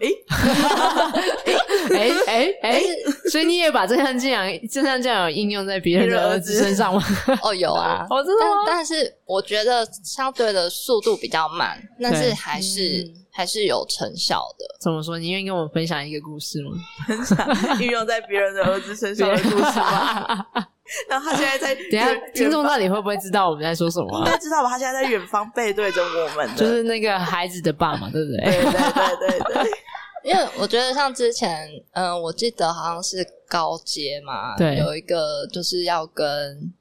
[SPEAKER 1] 哎哎哎，所以你也把正向教养、正向教养应用在别人的儿子身上吗？
[SPEAKER 2] 哦，有啊，
[SPEAKER 1] 哦，真的
[SPEAKER 2] 但
[SPEAKER 1] 吗？
[SPEAKER 2] 但是我觉得相对的速度比较慢，但
[SPEAKER 1] 对
[SPEAKER 2] 是还是、还是有成效的。
[SPEAKER 1] 怎么说？你愿意跟我们分享一个故事吗？
[SPEAKER 3] 运用在别人的儿子身上的故事 吗？然后他现在在
[SPEAKER 1] 等一下
[SPEAKER 3] 远
[SPEAKER 1] 听众
[SPEAKER 3] 远方
[SPEAKER 1] 到底会不会知道我们在说什么
[SPEAKER 3] 应
[SPEAKER 1] 啊、
[SPEAKER 3] 该知道吧？他现在在远方背对着我 们的，
[SPEAKER 1] 就是那个孩子的爸嘛，对不对？
[SPEAKER 3] 对对对 对对，
[SPEAKER 2] 因为我觉得像之前，嗯，我记得好像是高阶嘛，
[SPEAKER 1] 对
[SPEAKER 2] 有一个就是要跟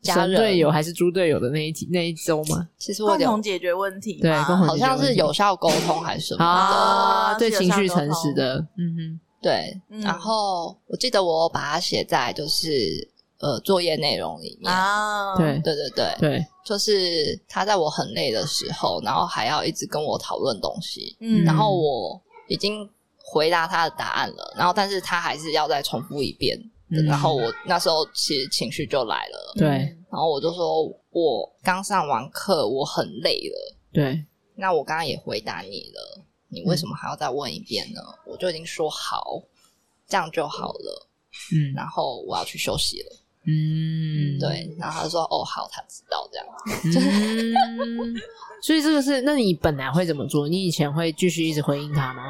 [SPEAKER 2] 家
[SPEAKER 1] 神
[SPEAKER 2] 人
[SPEAKER 1] 队友，还是猪队友的那一集那一周吗？
[SPEAKER 2] 其实我有
[SPEAKER 3] 共
[SPEAKER 2] 点
[SPEAKER 3] 同解决问题
[SPEAKER 1] 对
[SPEAKER 3] 嘛
[SPEAKER 1] 共同
[SPEAKER 2] 好像是有效沟通还是什么，
[SPEAKER 1] 啊，
[SPEAKER 3] 啊
[SPEAKER 1] 对
[SPEAKER 3] 是有
[SPEAKER 1] 情绪
[SPEAKER 3] 上
[SPEAKER 1] 诚
[SPEAKER 3] 头
[SPEAKER 1] 实的，嗯
[SPEAKER 2] 对。
[SPEAKER 3] 嗯
[SPEAKER 2] 然后我记得我把它写在就是呃作业内容里面，
[SPEAKER 3] 啊，
[SPEAKER 1] 哼，对
[SPEAKER 2] 对对对，
[SPEAKER 1] 对，
[SPEAKER 2] 就是他在我很累的时候，然后还要一直跟我讨论东西，
[SPEAKER 3] 嗯，
[SPEAKER 2] 然后我已经回答他的答案了，然后但是他还是要再重复一遍，
[SPEAKER 1] 嗯
[SPEAKER 2] 然后我那时候其实情绪就来了，
[SPEAKER 1] 对
[SPEAKER 2] 然后我就说我刚上完课，我很累了，
[SPEAKER 1] 对，
[SPEAKER 2] 那我刚刚也回答你了，你为什么还要再问一遍呢？我就已经说好，这样就好了，
[SPEAKER 1] 嗯
[SPEAKER 2] 然后我要去休息了，
[SPEAKER 1] 嗯，
[SPEAKER 2] 对，然后他说哦好，他知道这样，
[SPEAKER 1] 嗯， 所以这个是，那你本来会怎么做？你以前会继续一直回应他吗？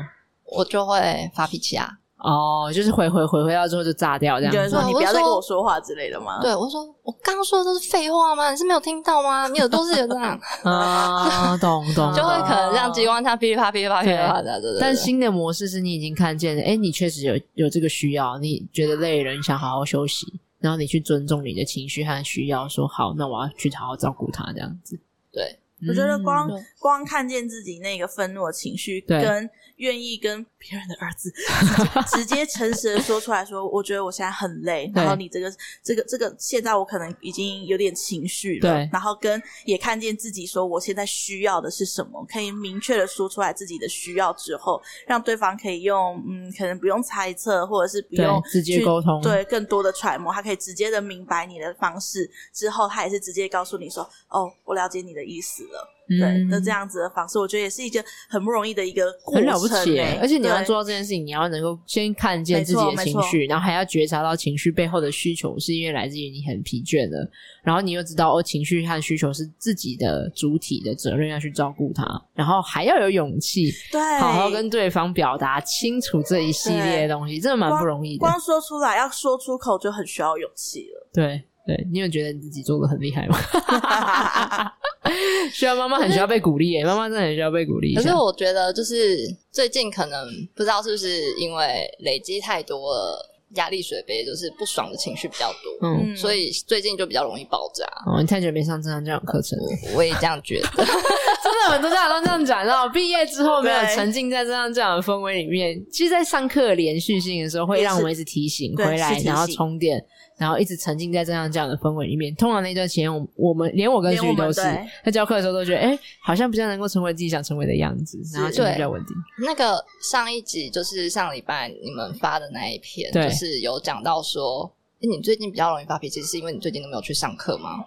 [SPEAKER 2] 我就会发脾气啊，
[SPEAKER 1] 哦，就是回回回回到之后就炸掉这样
[SPEAKER 3] 你觉得
[SPEAKER 1] 子
[SPEAKER 3] 说
[SPEAKER 2] 对
[SPEAKER 3] 你
[SPEAKER 2] 我
[SPEAKER 3] 不要
[SPEAKER 2] 就
[SPEAKER 3] 再跟
[SPEAKER 2] 说
[SPEAKER 3] 我说话之类的吗？
[SPEAKER 2] 对，我就说我刚刚说的都是废话吗？你是没有听到吗？你耳朵是有这样，
[SPEAKER 1] 啊，懂 懂，
[SPEAKER 2] 就会
[SPEAKER 1] 懂
[SPEAKER 2] 可能让激光枪噼里啪啦噼里啪啦噼里啪啦的，对对对。
[SPEAKER 1] 哦
[SPEAKER 2] 啊
[SPEAKER 1] 但
[SPEAKER 2] 对
[SPEAKER 1] 新的模式是你已经看见了，哎、你确实有有这个需要，你觉得累了，你想好好休息，然后你去尊重你的情绪和需要，说好，那我要去好好照顾他，这样子。嗯
[SPEAKER 2] 对，
[SPEAKER 3] 我觉得光
[SPEAKER 2] 对
[SPEAKER 3] 光看见自己那个愤怒的情绪，
[SPEAKER 1] 对
[SPEAKER 3] 跟愿意跟别人的儿子 直接诚实的说出来说，我觉得我现在很累，
[SPEAKER 1] 对
[SPEAKER 3] 然后你这个这个这个，现在我可能已经有点情绪了，
[SPEAKER 1] 对
[SPEAKER 3] 然后跟也看见自己说我现在需要的是什么，可以明确的说出来自己的需要之后，让对方可以用嗯，可能不用猜测，或者是不
[SPEAKER 1] 对
[SPEAKER 3] 用
[SPEAKER 1] 直接
[SPEAKER 3] 去
[SPEAKER 1] 沟通
[SPEAKER 3] 对更多的揣摩，他可以直接的明白你的方式之后，他也是直接告诉你说，哦，我了解你的意思了。
[SPEAKER 1] 嗯
[SPEAKER 3] 对，那这
[SPEAKER 1] 样
[SPEAKER 3] 样子的方式，我觉得也是一个很不容易的一个过
[SPEAKER 1] 很
[SPEAKER 3] 程、
[SPEAKER 1] 了不起耶、
[SPEAKER 3] 欸
[SPEAKER 1] 而且你要
[SPEAKER 3] 对
[SPEAKER 1] 做到这件事情，你要能够先看见自己的
[SPEAKER 3] 没错
[SPEAKER 1] 情绪，然后还要觉察到情绪背后的需求是因为来自于你很疲倦了，然后你又知道哦，情绪和需求是自己的主体的责任要去照顾它，然后还要有勇气。
[SPEAKER 3] 对，
[SPEAKER 1] 好好跟对方表达清楚这一系列的东西，真的蛮不容易的。
[SPEAKER 3] 光说出来要说出口就很需要勇气了。
[SPEAKER 1] 对对，你有觉得你自己做的很厉害吗？ 需要妈妈很需要被鼓励耶，欸妈妈真的很需要被鼓励一
[SPEAKER 2] 可
[SPEAKER 1] 下。
[SPEAKER 2] 是我觉得就是最近可能不知道是不是因为累积太多了，压力水杯就是不爽的情绪比较多，
[SPEAKER 1] 嗯，
[SPEAKER 3] 嗯，
[SPEAKER 2] 所以最近就比较容易爆炸。
[SPEAKER 1] 哦，你太久没上正常教养课程了，
[SPEAKER 2] 我我也这样觉得，
[SPEAKER 1] 真的很多家长都这样讲 到，毕业之后没有
[SPEAKER 3] 对
[SPEAKER 1] 沉浸在这样这样的氛围里面。其实，在上课的连续性的时候，会
[SPEAKER 3] 也
[SPEAKER 1] 让我
[SPEAKER 3] 是
[SPEAKER 1] 们一直提醒
[SPEAKER 3] 对
[SPEAKER 1] 回来
[SPEAKER 3] 是，提
[SPEAKER 1] 然后
[SPEAKER 3] 醒
[SPEAKER 1] 充电，然后一直沉浸在这样这样的氛围里面。通常那段时间，我们我们连我跟
[SPEAKER 3] 连我
[SPEAKER 1] 旭
[SPEAKER 3] 们
[SPEAKER 1] 都是
[SPEAKER 3] 对
[SPEAKER 1] 在教课的时候都觉得，哎、好像比较能够成为自己想成为的样子，然后情绪
[SPEAKER 2] 对
[SPEAKER 1] 比较稳 定。
[SPEAKER 2] 那个上一集就是上礼拜你们发的那一篇，
[SPEAKER 1] 对
[SPEAKER 2] 就是有讲到说。诶你最近比较容易发脾气，是因为你最近都没有去上课吗？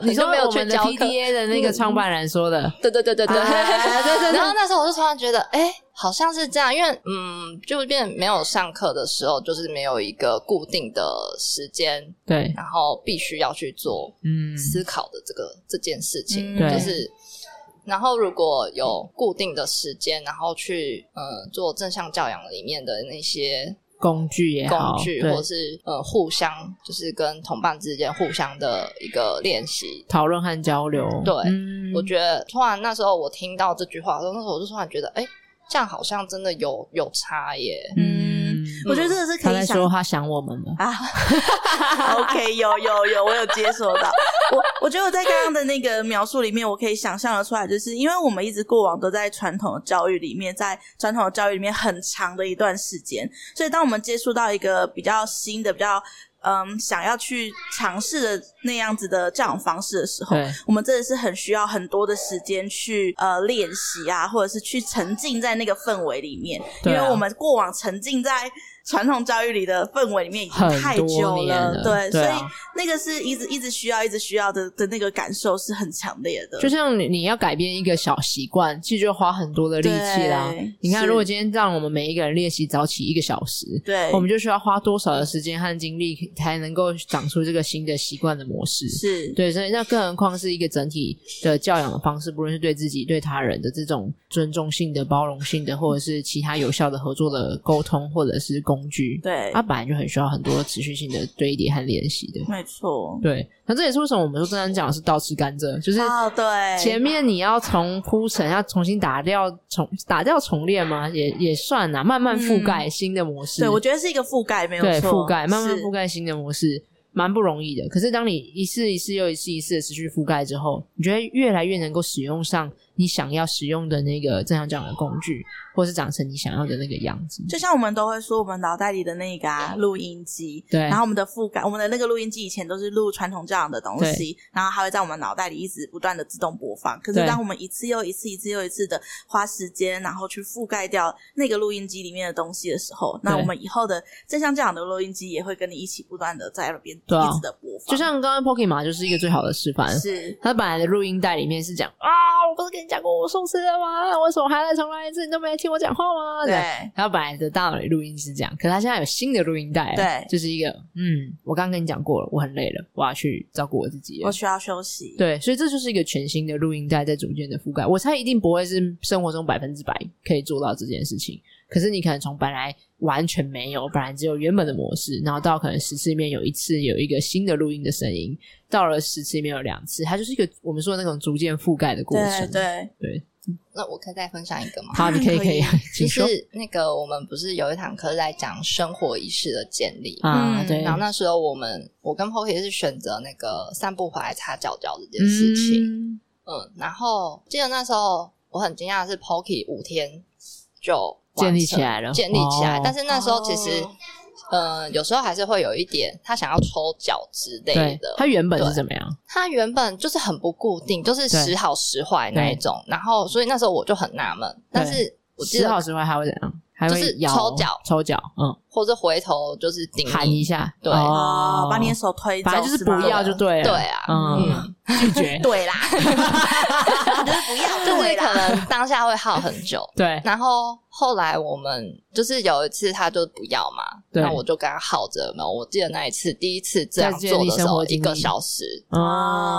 [SPEAKER 1] 你说
[SPEAKER 2] 就没有
[SPEAKER 1] 我们
[SPEAKER 2] 去
[SPEAKER 1] 的
[SPEAKER 2] 教课
[SPEAKER 1] PDA 的那个
[SPEAKER 2] 嗯
[SPEAKER 1] 创办人说的，
[SPEAKER 2] 对对对对对，
[SPEAKER 1] 啊对对对
[SPEAKER 2] 然后那时候我就突然觉得，哎、好像是这样，因为嗯，就变没有上课的时候，就是没有一个固定的时间，
[SPEAKER 1] 对，
[SPEAKER 2] 然后必须要去做
[SPEAKER 1] 嗯，
[SPEAKER 2] 思考的这个这件事情，
[SPEAKER 3] 嗯对
[SPEAKER 2] 就是。然后如果有固定的时间，然后去呃做正向教养里面的那些
[SPEAKER 1] 工具也好，
[SPEAKER 2] 工具，
[SPEAKER 1] 对
[SPEAKER 2] 或是呃互相就是跟同伴之间互相的一个练习，
[SPEAKER 1] 讨论和交流，
[SPEAKER 2] 对
[SPEAKER 1] 嗯
[SPEAKER 2] 我觉得突然那时候我听到这句话的时候，那时候我就突然觉得，哎、这样好像真的有有差耶。
[SPEAKER 1] 嗯，
[SPEAKER 3] 我觉得这个是
[SPEAKER 1] 他
[SPEAKER 3] 可
[SPEAKER 1] 在
[SPEAKER 3] 以想
[SPEAKER 1] 说他想我们了，
[SPEAKER 3] 啊 ，OK，有有有，我有接收到。我我觉得我在刚刚的那个描述里面，我可以想象的出来，就是因为我们一直过往都在传统的教育里面，在传统的教育里面很长的一段时间，所以当我们接触到一个比较新的、比较嗯想要去尝试的那样子的教养方式的时候，
[SPEAKER 1] 对，
[SPEAKER 3] 我们真的是很需要很多的时间去呃练习啊，或者是去沉浸在那个氛围里面，
[SPEAKER 1] 对啊
[SPEAKER 3] 因为我们过往沉浸在传统教育里的氛围里面已经
[SPEAKER 1] 啊很
[SPEAKER 3] 太
[SPEAKER 1] 多
[SPEAKER 3] 久
[SPEAKER 1] 年
[SPEAKER 3] 对，
[SPEAKER 1] 对
[SPEAKER 3] 所以
[SPEAKER 1] 啊，
[SPEAKER 3] 那个是一直一直需要、一直需要的的那个感受是很强烈的。
[SPEAKER 1] 就像你你要改变一个小习惯，其实就花很多的力气啦
[SPEAKER 3] 对。
[SPEAKER 1] 你看，
[SPEAKER 3] 是
[SPEAKER 1] 如果今天让我们每一个人练习早起一个小时，
[SPEAKER 3] 对，
[SPEAKER 1] 我们就需要花多少的时间和精力才能够长出这个新的习惯的模式？
[SPEAKER 3] 是
[SPEAKER 1] 对，所以那更何况是一个整体的教养的方式，不论是对自己、对他人的这种尊重性的、包容性的，或者是其他有效的合作的沟通，或者是工具，
[SPEAKER 3] 对，
[SPEAKER 1] 它本来就很需要很多持续性的堆叠和练习的。
[SPEAKER 3] 没错。
[SPEAKER 1] 对，那这也是为什么我们说正常讲的是倒吃甘蔗，就是
[SPEAKER 3] 哦，对，
[SPEAKER 1] 前面你要从铺陈，要重新打掉重打掉重练吗？也也算啦，慢慢覆盖新的模式。
[SPEAKER 3] 嗯对我觉得是一个覆盖，没有
[SPEAKER 1] 对
[SPEAKER 3] 错，
[SPEAKER 1] 覆盖，慢慢
[SPEAKER 3] 是
[SPEAKER 1] 覆盖新的模式，蛮不容易的。可是当你一次一次又一次一次的持续覆盖之后，你觉得越来越能够使用上你想要使用的那个正常讲的工具，或是长成你想要的那个样子。
[SPEAKER 3] 就像我们都会说，我们脑袋里的那个啊录音机，
[SPEAKER 1] 对
[SPEAKER 3] 然后我们的覆盖，我们的那个录音机以前都是录传统教养的东西，然后它会在我们脑袋里一直不断的自动播放。可是
[SPEAKER 1] 对
[SPEAKER 3] 当我们一次又一次、一次又一次的花时间，然后去覆盖掉那个录音机里面的东西的时候，那
[SPEAKER 1] 对
[SPEAKER 3] 我们以后的正向教养的录音机也会跟你一起不断的在耳边
[SPEAKER 1] 对啊
[SPEAKER 3] 一直的播放，
[SPEAKER 1] 就像刚刚 Pokemon 就是一个最好的示范。
[SPEAKER 3] 是
[SPEAKER 1] 他本来的录音带里面是讲啊，我不是跟你讲过我送死了吗？为什么还来重来一次？你都没听我讲话吗？这样
[SPEAKER 3] 对
[SPEAKER 1] 他本来的大脑里录音是这样，可他现在有新的录音带了，
[SPEAKER 3] 对
[SPEAKER 1] 就是一个嗯，我刚跟你讲过了，我很累了，我要去照顾我自己了
[SPEAKER 3] 我。需要休息，
[SPEAKER 1] 对，所以这就是一个全新的录音带在逐渐的覆盖。我猜一定不会是生活中百分之百可以做到这件事情，可是你可能从本来完全没有，本来只有原本的模式，然后到可能十次里面有一次有一个新的录音的声音，到了十次里面有两次，它就是一个我们说的那种逐渐覆盖的过
[SPEAKER 3] 对
[SPEAKER 1] 程。
[SPEAKER 3] 对
[SPEAKER 2] 那我可以再分享一个吗？
[SPEAKER 1] 好，你可以
[SPEAKER 3] 可
[SPEAKER 1] 可以
[SPEAKER 3] 以，
[SPEAKER 1] 请
[SPEAKER 2] 就
[SPEAKER 1] 说
[SPEAKER 2] 是那个我们不是有一堂课在讲生活仪式的建立，
[SPEAKER 1] 啊，
[SPEAKER 3] 嗯
[SPEAKER 1] 对，
[SPEAKER 2] 然后那时候我们我跟 Poki 是选择那个散步回来擦脚脚这件事情，
[SPEAKER 1] 嗯
[SPEAKER 2] 嗯然后记得那时候我很惊讶的是 Poki 五天就完成
[SPEAKER 1] 建立起来了
[SPEAKER 2] 建立起来，
[SPEAKER 1] 哦
[SPEAKER 2] 但是那时候其实。
[SPEAKER 3] 哦
[SPEAKER 2] 呃，有时候还是会有一点他想要抽脚之类
[SPEAKER 1] 对
[SPEAKER 2] 的，，
[SPEAKER 1] 它原本是
[SPEAKER 2] 对
[SPEAKER 1] 怎么样？
[SPEAKER 2] 它原本就是很不固定，就是
[SPEAKER 1] 对
[SPEAKER 2] 时好时坏那一种。然后，所以那时候我就很纳闷，但是我记
[SPEAKER 1] 时
[SPEAKER 2] 得
[SPEAKER 1] 好时坏，还会怎样？还
[SPEAKER 2] 就
[SPEAKER 1] 会
[SPEAKER 2] 是
[SPEAKER 1] 摇
[SPEAKER 2] 抽脚
[SPEAKER 1] 抽脚，嗯，
[SPEAKER 2] 或是回头就是顶
[SPEAKER 1] 喊一下，
[SPEAKER 2] 对
[SPEAKER 3] 哦，把你的手推走，
[SPEAKER 1] 反正就是不
[SPEAKER 3] 吗
[SPEAKER 1] 要就对了，
[SPEAKER 2] 对啊，
[SPEAKER 1] 嗯，拒 绝，。
[SPEAKER 3] 对啦，
[SPEAKER 2] 就是
[SPEAKER 3] 就是不要，对啦
[SPEAKER 2] 可能当下会耗很久
[SPEAKER 1] 对
[SPEAKER 2] 然后后来我们就是有一次他就不要嘛，
[SPEAKER 1] 对
[SPEAKER 2] 那我就跟他耗着嘛。我记得那一次第一次这样
[SPEAKER 1] 在建
[SPEAKER 2] 做
[SPEAKER 1] 立
[SPEAKER 2] 的时
[SPEAKER 1] 生
[SPEAKER 2] 候
[SPEAKER 1] 活，
[SPEAKER 2] 一
[SPEAKER 1] 经
[SPEAKER 2] 个
[SPEAKER 1] 历
[SPEAKER 2] 小时，
[SPEAKER 3] 哦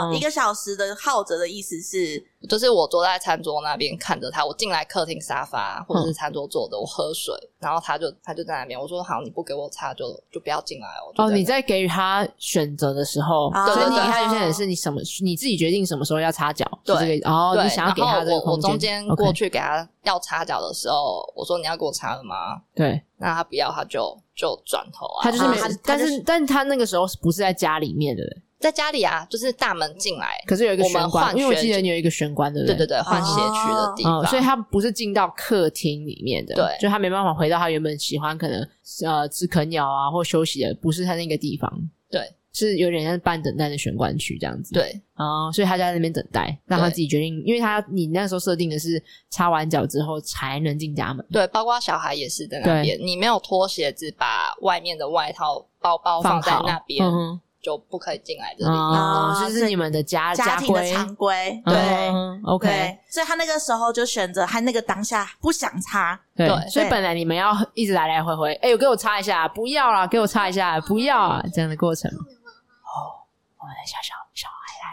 [SPEAKER 1] 哦，，
[SPEAKER 3] 一个小时的耗着的意思是，
[SPEAKER 2] 就是我坐在餐桌那边看着他，我进来客厅沙发或者
[SPEAKER 1] 嗯
[SPEAKER 2] 是餐桌坐着，我喝水，然后他就他就在那边，我说好，你不给我擦就就不要进来，我就
[SPEAKER 1] 哦，
[SPEAKER 2] 在
[SPEAKER 1] 你在给予他选择的时候，
[SPEAKER 3] 啊
[SPEAKER 1] 所以
[SPEAKER 2] 对
[SPEAKER 1] 你
[SPEAKER 2] 对
[SPEAKER 1] 看有些人是你什么，你自己决定什么时候要插脚，
[SPEAKER 2] 对
[SPEAKER 1] 就这个哦，
[SPEAKER 2] 对，
[SPEAKER 1] 你想要给他这
[SPEAKER 2] 然
[SPEAKER 1] 个
[SPEAKER 2] 后我我
[SPEAKER 1] 空
[SPEAKER 2] 中
[SPEAKER 1] 间
[SPEAKER 2] 间
[SPEAKER 1] OK，
[SPEAKER 2] 过去给他要擦脚的时候，我说你要给我擦了吗？
[SPEAKER 1] 对，
[SPEAKER 2] 那他不要，他就就转头啊，
[SPEAKER 1] 他就是没
[SPEAKER 3] 他，
[SPEAKER 1] 但
[SPEAKER 3] 他就是
[SPEAKER 1] 但他那个时候是不是在家里面的人？
[SPEAKER 2] 在家里啊，就是大门进来，
[SPEAKER 1] 可是有一个
[SPEAKER 2] 我们
[SPEAKER 1] 玄关，
[SPEAKER 2] 换
[SPEAKER 1] 因为我
[SPEAKER 2] 玄
[SPEAKER 1] 记得你有一个玄关，对不
[SPEAKER 2] 对对
[SPEAKER 1] 对
[SPEAKER 2] 对，换鞋区的地
[SPEAKER 1] 哦
[SPEAKER 2] 方，，
[SPEAKER 1] 所以他不是进到客厅里面的，
[SPEAKER 2] 对
[SPEAKER 1] 就他没办法回到他原本喜欢可能呃吃啃鸟啊或休息的，不是他那个地方，
[SPEAKER 2] 对，
[SPEAKER 1] 是有点像半等待的玄关区这样子，，
[SPEAKER 2] 对
[SPEAKER 1] 哦，所以他就在那边等待，让他自
[SPEAKER 2] 对
[SPEAKER 1] 己决定，因为他你那时候设定的是擦完脚之后才能进家门，
[SPEAKER 2] 对，包括小孩也是在那边，你没有脱鞋子，把外面的外套包包哦放在
[SPEAKER 1] 好
[SPEAKER 2] 那边，
[SPEAKER 1] 嗯
[SPEAKER 2] 就不可以进来这
[SPEAKER 1] 哼，
[SPEAKER 2] 里。
[SPEAKER 1] 哦，
[SPEAKER 3] 啊
[SPEAKER 1] 就是
[SPEAKER 3] 所以
[SPEAKER 1] 你们的家
[SPEAKER 3] 家庭的
[SPEAKER 1] 规，
[SPEAKER 3] 常规，
[SPEAKER 1] 嗯
[SPEAKER 3] 对。
[SPEAKER 1] 哼，OK，
[SPEAKER 3] 对，所以他那个时候就选择他那个当下不想擦，
[SPEAKER 1] 对
[SPEAKER 2] 对
[SPEAKER 1] 所以本来你们要一直来来回回，哎，有给我擦一下，不要啦，给我擦一
[SPEAKER 2] 哦
[SPEAKER 1] 下，不要啊，这样的过程，哦，我们的小小小孩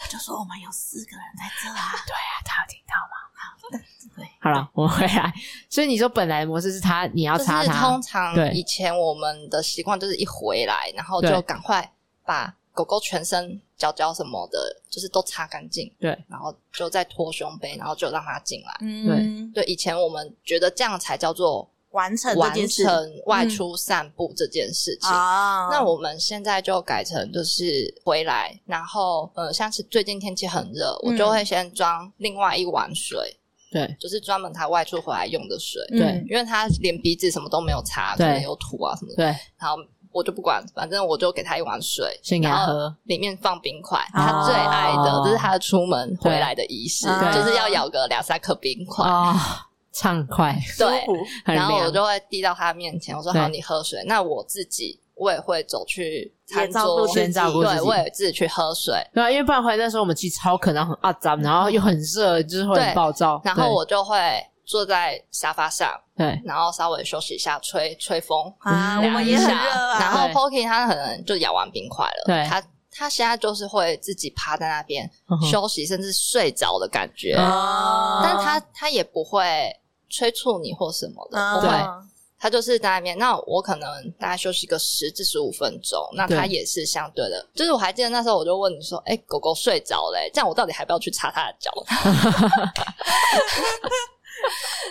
[SPEAKER 3] 我就说我，“Oh 们有四个人在这啊，
[SPEAKER 1] 对啊，他有听到吗？ 好了，我们回来。所以你说本来的模式是他，你要
[SPEAKER 2] 就
[SPEAKER 1] 擦
[SPEAKER 2] 是
[SPEAKER 1] 他
[SPEAKER 2] 通，常
[SPEAKER 1] 对
[SPEAKER 2] 以前我们的习惯就是一回来，然后
[SPEAKER 1] 对
[SPEAKER 2] 就赶快把狗狗全身、脚脚什么的，就是都擦干净，
[SPEAKER 1] 对，
[SPEAKER 2] 然后就再脱胸杯，然后就让它进来。
[SPEAKER 3] 嗯，
[SPEAKER 2] 对，以前我们觉得这样才叫做
[SPEAKER 3] 完成这
[SPEAKER 2] 完
[SPEAKER 3] 件事
[SPEAKER 2] 成
[SPEAKER 1] 嗯
[SPEAKER 2] 外出散步这件事情。
[SPEAKER 3] 啊，
[SPEAKER 2] 那我们现在就改成就是回来，然后呃，像是最近天气很热，我就
[SPEAKER 3] 嗯
[SPEAKER 2] 会先装另外一碗水，
[SPEAKER 1] 对
[SPEAKER 2] 就是专门他外出回来用的水。
[SPEAKER 3] 嗯
[SPEAKER 1] 对
[SPEAKER 2] 因为他连鼻子什么都没有擦，
[SPEAKER 1] 对
[SPEAKER 2] 可能有土啊什么的。
[SPEAKER 1] 对，
[SPEAKER 2] 然后我就不管，反正我就给他一碗水，
[SPEAKER 1] 先给他
[SPEAKER 2] 然后
[SPEAKER 1] 喝，
[SPEAKER 2] 里面放冰块。
[SPEAKER 1] 啊
[SPEAKER 2] 他
[SPEAKER 3] 哦
[SPEAKER 2] 最爱的，这是他出门回来的仪式
[SPEAKER 3] 对，
[SPEAKER 2] 就是要咬个两三颗冰块。
[SPEAKER 1] 啊、畅快，
[SPEAKER 2] 对，
[SPEAKER 3] 舒服
[SPEAKER 1] 很
[SPEAKER 2] 然后我
[SPEAKER 1] 凉。
[SPEAKER 2] 就会递到他面前，我说
[SPEAKER 1] 对
[SPEAKER 2] 好，你喝水。那我自己我也会走去餐
[SPEAKER 3] 也照
[SPEAKER 2] 桌，
[SPEAKER 3] 顾自己先照
[SPEAKER 1] 顾自己
[SPEAKER 2] 对，我也自己去喝水。
[SPEAKER 1] 对啊，因为不然回来那时候我们其实超渴，然后很阿脏，然后又很热，就是会很
[SPEAKER 2] 对
[SPEAKER 1] 暴躁。
[SPEAKER 2] 然后
[SPEAKER 1] 对
[SPEAKER 2] 我就会坐在沙发上，
[SPEAKER 1] 对
[SPEAKER 2] 然后稍微休息一下，吹吹风。
[SPEAKER 3] 啊，
[SPEAKER 1] 嗯
[SPEAKER 3] 我们也很
[SPEAKER 2] 凉一
[SPEAKER 3] 热
[SPEAKER 2] 下然
[SPEAKER 3] 啊。
[SPEAKER 2] 后
[SPEAKER 1] 对
[SPEAKER 2] Pocky 他可能就咬完冰块了，
[SPEAKER 1] 对
[SPEAKER 2] 他他现在就是会自己趴在那边、
[SPEAKER 1] 嗯哼
[SPEAKER 2] 休息，甚至睡着的感觉。
[SPEAKER 1] 嗯
[SPEAKER 3] 哦
[SPEAKER 2] 但他他也不会催促你或什么的，不会。
[SPEAKER 3] 嗯
[SPEAKER 2] 他就是在那边，那我可能大概休息个十至十五分钟，那
[SPEAKER 1] 对
[SPEAKER 2] 他也是相对的。就是我还记得那时候我就问你说：“哎、狗狗睡着嘞、这样我到底还不要去擦它的脚？”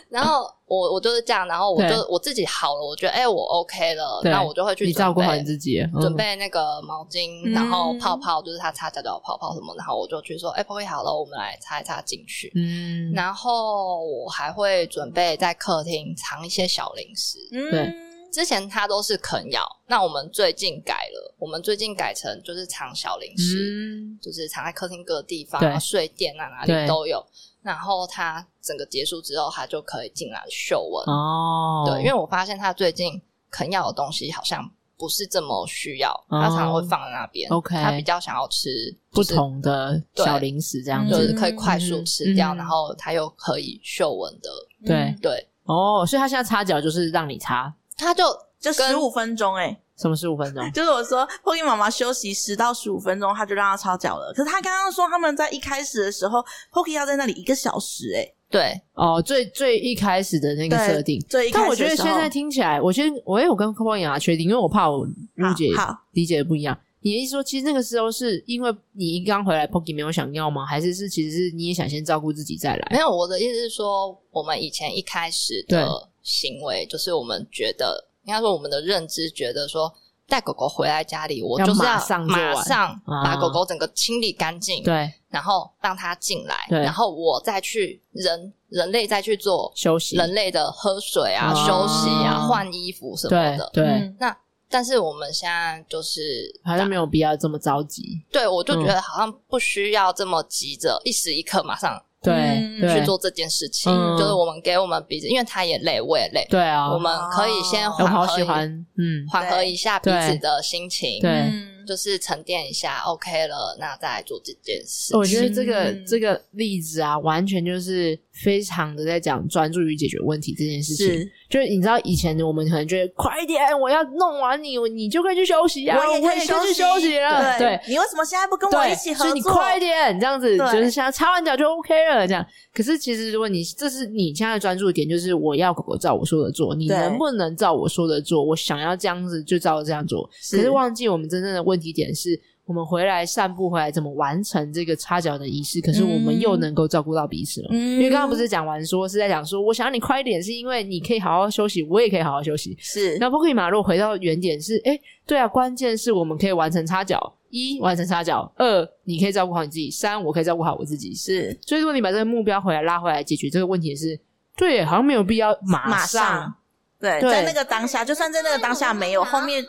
[SPEAKER 2] 然后我我就是这样，然后我就
[SPEAKER 1] 对
[SPEAKER 2] 我自己好了，我觉得哎、我 OK 了，
[SPEAKER 1] 对
[SPEAKER 2] 那我就会去
[SPEAKER 1] 你
[SPEAKER 2] 准备
[SPEAKER 1] 照顾好你自己，嗯
[SPEAKER 2] 准备那个毛巾，
[SPEAKER 3] 嗯
[SPEAKER 2] 然后泡泡就是它擦脚脚的泡泡什么，然后我就去说：“哎、p o 好了，我们来擦一擦进去。
[SPEAKER 1] 嗯，
[SPEAKER 2] 然后我还会准备在客厅藏一些小零食。
[SPEAKER 1] 对
[SPEAKER 3] 嗯，
[SPEAKER 2] 之前它都是啃咬，那我们最近改了，我们最近改成就是藏小零食，
[SPEAKER 1] 嗯，
[SPEAKER 2] 就是藏在客厅各地方
[SPEAKER 1] 对
[SPEAKER 2] 啊、睡垫啊哪
[SPEAKER 1] 对
[SPEAKER 2] 里都有。然后它整个结束之后，它就可以进来嗅闻。
[SPEAKER 1] 哦，
[SPEAKER 2] 对，因为我发现它最近啃咬的东西好像不是这么需要，它常常会放在那边。
[SPEAKER 1] 哦 OK
[SPEAKER 2] 它比较想要吃
[SPEAKER 1] 不
[SPEAKER 2] 就是
[SPEAKER 1] 同的
[SPEAKER 2] 对嗯
[SPEAKER 1] 小零食这样
[SPEAKER 2] 就
[SPEAKER 1] 子，
[SPEAKER 2] 是可以快速吃掉，
[SPEAKER 1] 嗯
[SPEAKER 2] 然后它又可以嗅闻的，
[SPEAKER 1] 对
[SPEAKER 2] 对，
[SPEAKER 1] 哦，所以他现在擦脚就是让你擦，
[SPEAKER 2] 它就
[SPEAKER 3] 就
[SPEAKER 2] 跟
[SPEAKER 3] 十五分钟哎、
[SPEAKER 1] 什么十五分钟？
[SPEAKER 3] 就是我说 p o k y 妈妈休息十到十五分钟，她就让她擦脚了。可是她刚刚说他们在一开始的时候 p o k y 要在那里一个小时哎、
[SPEAKER 2] 对
[SPEAKER 1] 哦，最最一开始的那个
[SPEAKER 3] 对
[SPEAKER 1] 设定。
[SPEAKER 3] 最一开
[SPEAKER 1] 但
[SPEAKER 3] 始
[SPEAKER 1] 我
[SPEAKER 3] 的
[SPEAKER 1] 觉得
[SPEAKER 3] 时
[SPEAKER 1] 现
[SPEAKER 3] 候
[SPEAKER 1] 在听起来，我先我也有跟柯博雅确定，因为我怕我误解
[SPEAKER 3] 好好
[SPEAKER 1] 理解的不一样。你的意思说，其实那个时候是因为你一刚回来 p o k y 没有想要吗？还是是其实是你也想先照顾自己再来？
[SPEAKER 2] 没有，我的意思是说，我们以前一开始的行为，就是我们觉得，应该说我们的认知觉得说，带狗狗回来家里，我就是
[SPEAKER 1] 要
[SPEAKER 2] 要
[SPEAKER 1] 马上做完
[SPEAKER 2] 马上把
[SPEAKER 1] 啊
[SPEAKER 2] 狗狗整个清理干净，
[SPEAKER 1] 对，
[SPEAKER 2] 然后让它进来，
[SPEAKER 1] 对
[SPEAKER 2] 然后我再去人人类再去做
[SPEAKER 1] 休息，
[SPEAKER 2] 人类的喝水啊、
[SPEAKER 1] 哦
[SPEAKER 2] 休息啊、换衣服什么
[SPEAKER 1] 对
[SPEAKER 2] 的。
[SPEAKER 1] 对，
[SPEAKER 3] 嗯
[SPEAKER 2] 那但是我们现在就是
[SPEAKER 1] 好像没嗯有必要这么着急。
[SPEAKER 2] 对我就觉得好像不需要这么急着一时一刻马上
[SPEAKER 1] 对
[SPEAKER 3] 嗯
[SPEAKER 1] 对
[SPEAKER 2] 去做这件事情，
[SPEAKER 1] 嗯
[SPEAKER 2] 就是我们给我们彼此，因为他也累，我也累，
[SPEAKER 1] 对啊，
[SPEAKER 2] 我们可以先
[SPEAKER 1] 我
[SPEAKER 2] 缓
[SPEAKER 1] 哦好
[SPEAKER 2] 和
[SPEAKER 1] 喜
[SPEAKER 2] 一
[SPEAKER 1] 欢，嗯，
[SPEAKER 2] 缓和一下彼此的心情，
[SPEAKER 1] 对
[SPEAKER 3] 嗯
[SPEAKER 2] 就是沉淀一下，OK 了，那再来做这件事
[SPEAKER 1] 我
[SPEAKER 2] 情。
[SPEAKER 1] 觉得这个
[SPEAKER 3] 嗯
[SPEAKER 1] 这个例子啊，完全就是非常的在讲专注于解决问题这件事情。
[SPEAKER 3] 是，
[SPEAKER 1] 就是你知道以前我们可能觉得快一点，我要弄完你，你就可以去休息啊，我
[SPEAKER 3] 我也可以
[SPEAKER 1] 休
[SPEAKER 3] 息
[SPEAKER 1] 休息了，对
[SPEAKER 3] 对，。你为什么现在不跟我
[SPEAKER 1] 对，
[SPEAKER 3] 一起合
[SPEAKER 1] 所
[SPEAKER 3] 作？
[SPEAKER 1] 以你快一点，这样子
[SPEAKER 3] 对
[SPEAKER 1] 就是现在擦完脚就 OK 了，这样。可是其实如果你这是你现在的专注点，就是我要狗狗照我说的做，你
[SPEAKER 3] 对
[SPEAKER 1] 能不能照我说的做？我想要这样子就照这样做。
[SPEAKER 3] 是
[SPEAKER 1] 可是忘记我们真正的问题点是。我们回来散步回来，怎么完成这个擦脚的仪式？可是我们又能够照顾到彼此了。
[SPEAKER 3] 嗯，
[SPEAKER 1] 因为刚刚不是讲完说是在讲说，我想要你快一点，是因为你可以好好休息，我也可以好好休息。
[SPEAKER 3] 是
[SPEAKER 1] 那 p o k 马路回到原点是，哎、对啊，关键是我们可以完成插脚，一完成插脚，二你可以照顾好你自己，三我可以照顾好我自己。
[SPEAKER 3] 是
[SPEAKER 1] 所以如果你把这个目标回来拉回来解决这个问题也是，对耶，好像没有必要马
[SPEAKER 3] 马上对，
[SPEAKER 1] 对
[SPEAKER 3] 在那个当下，就算在那个当下没有，后面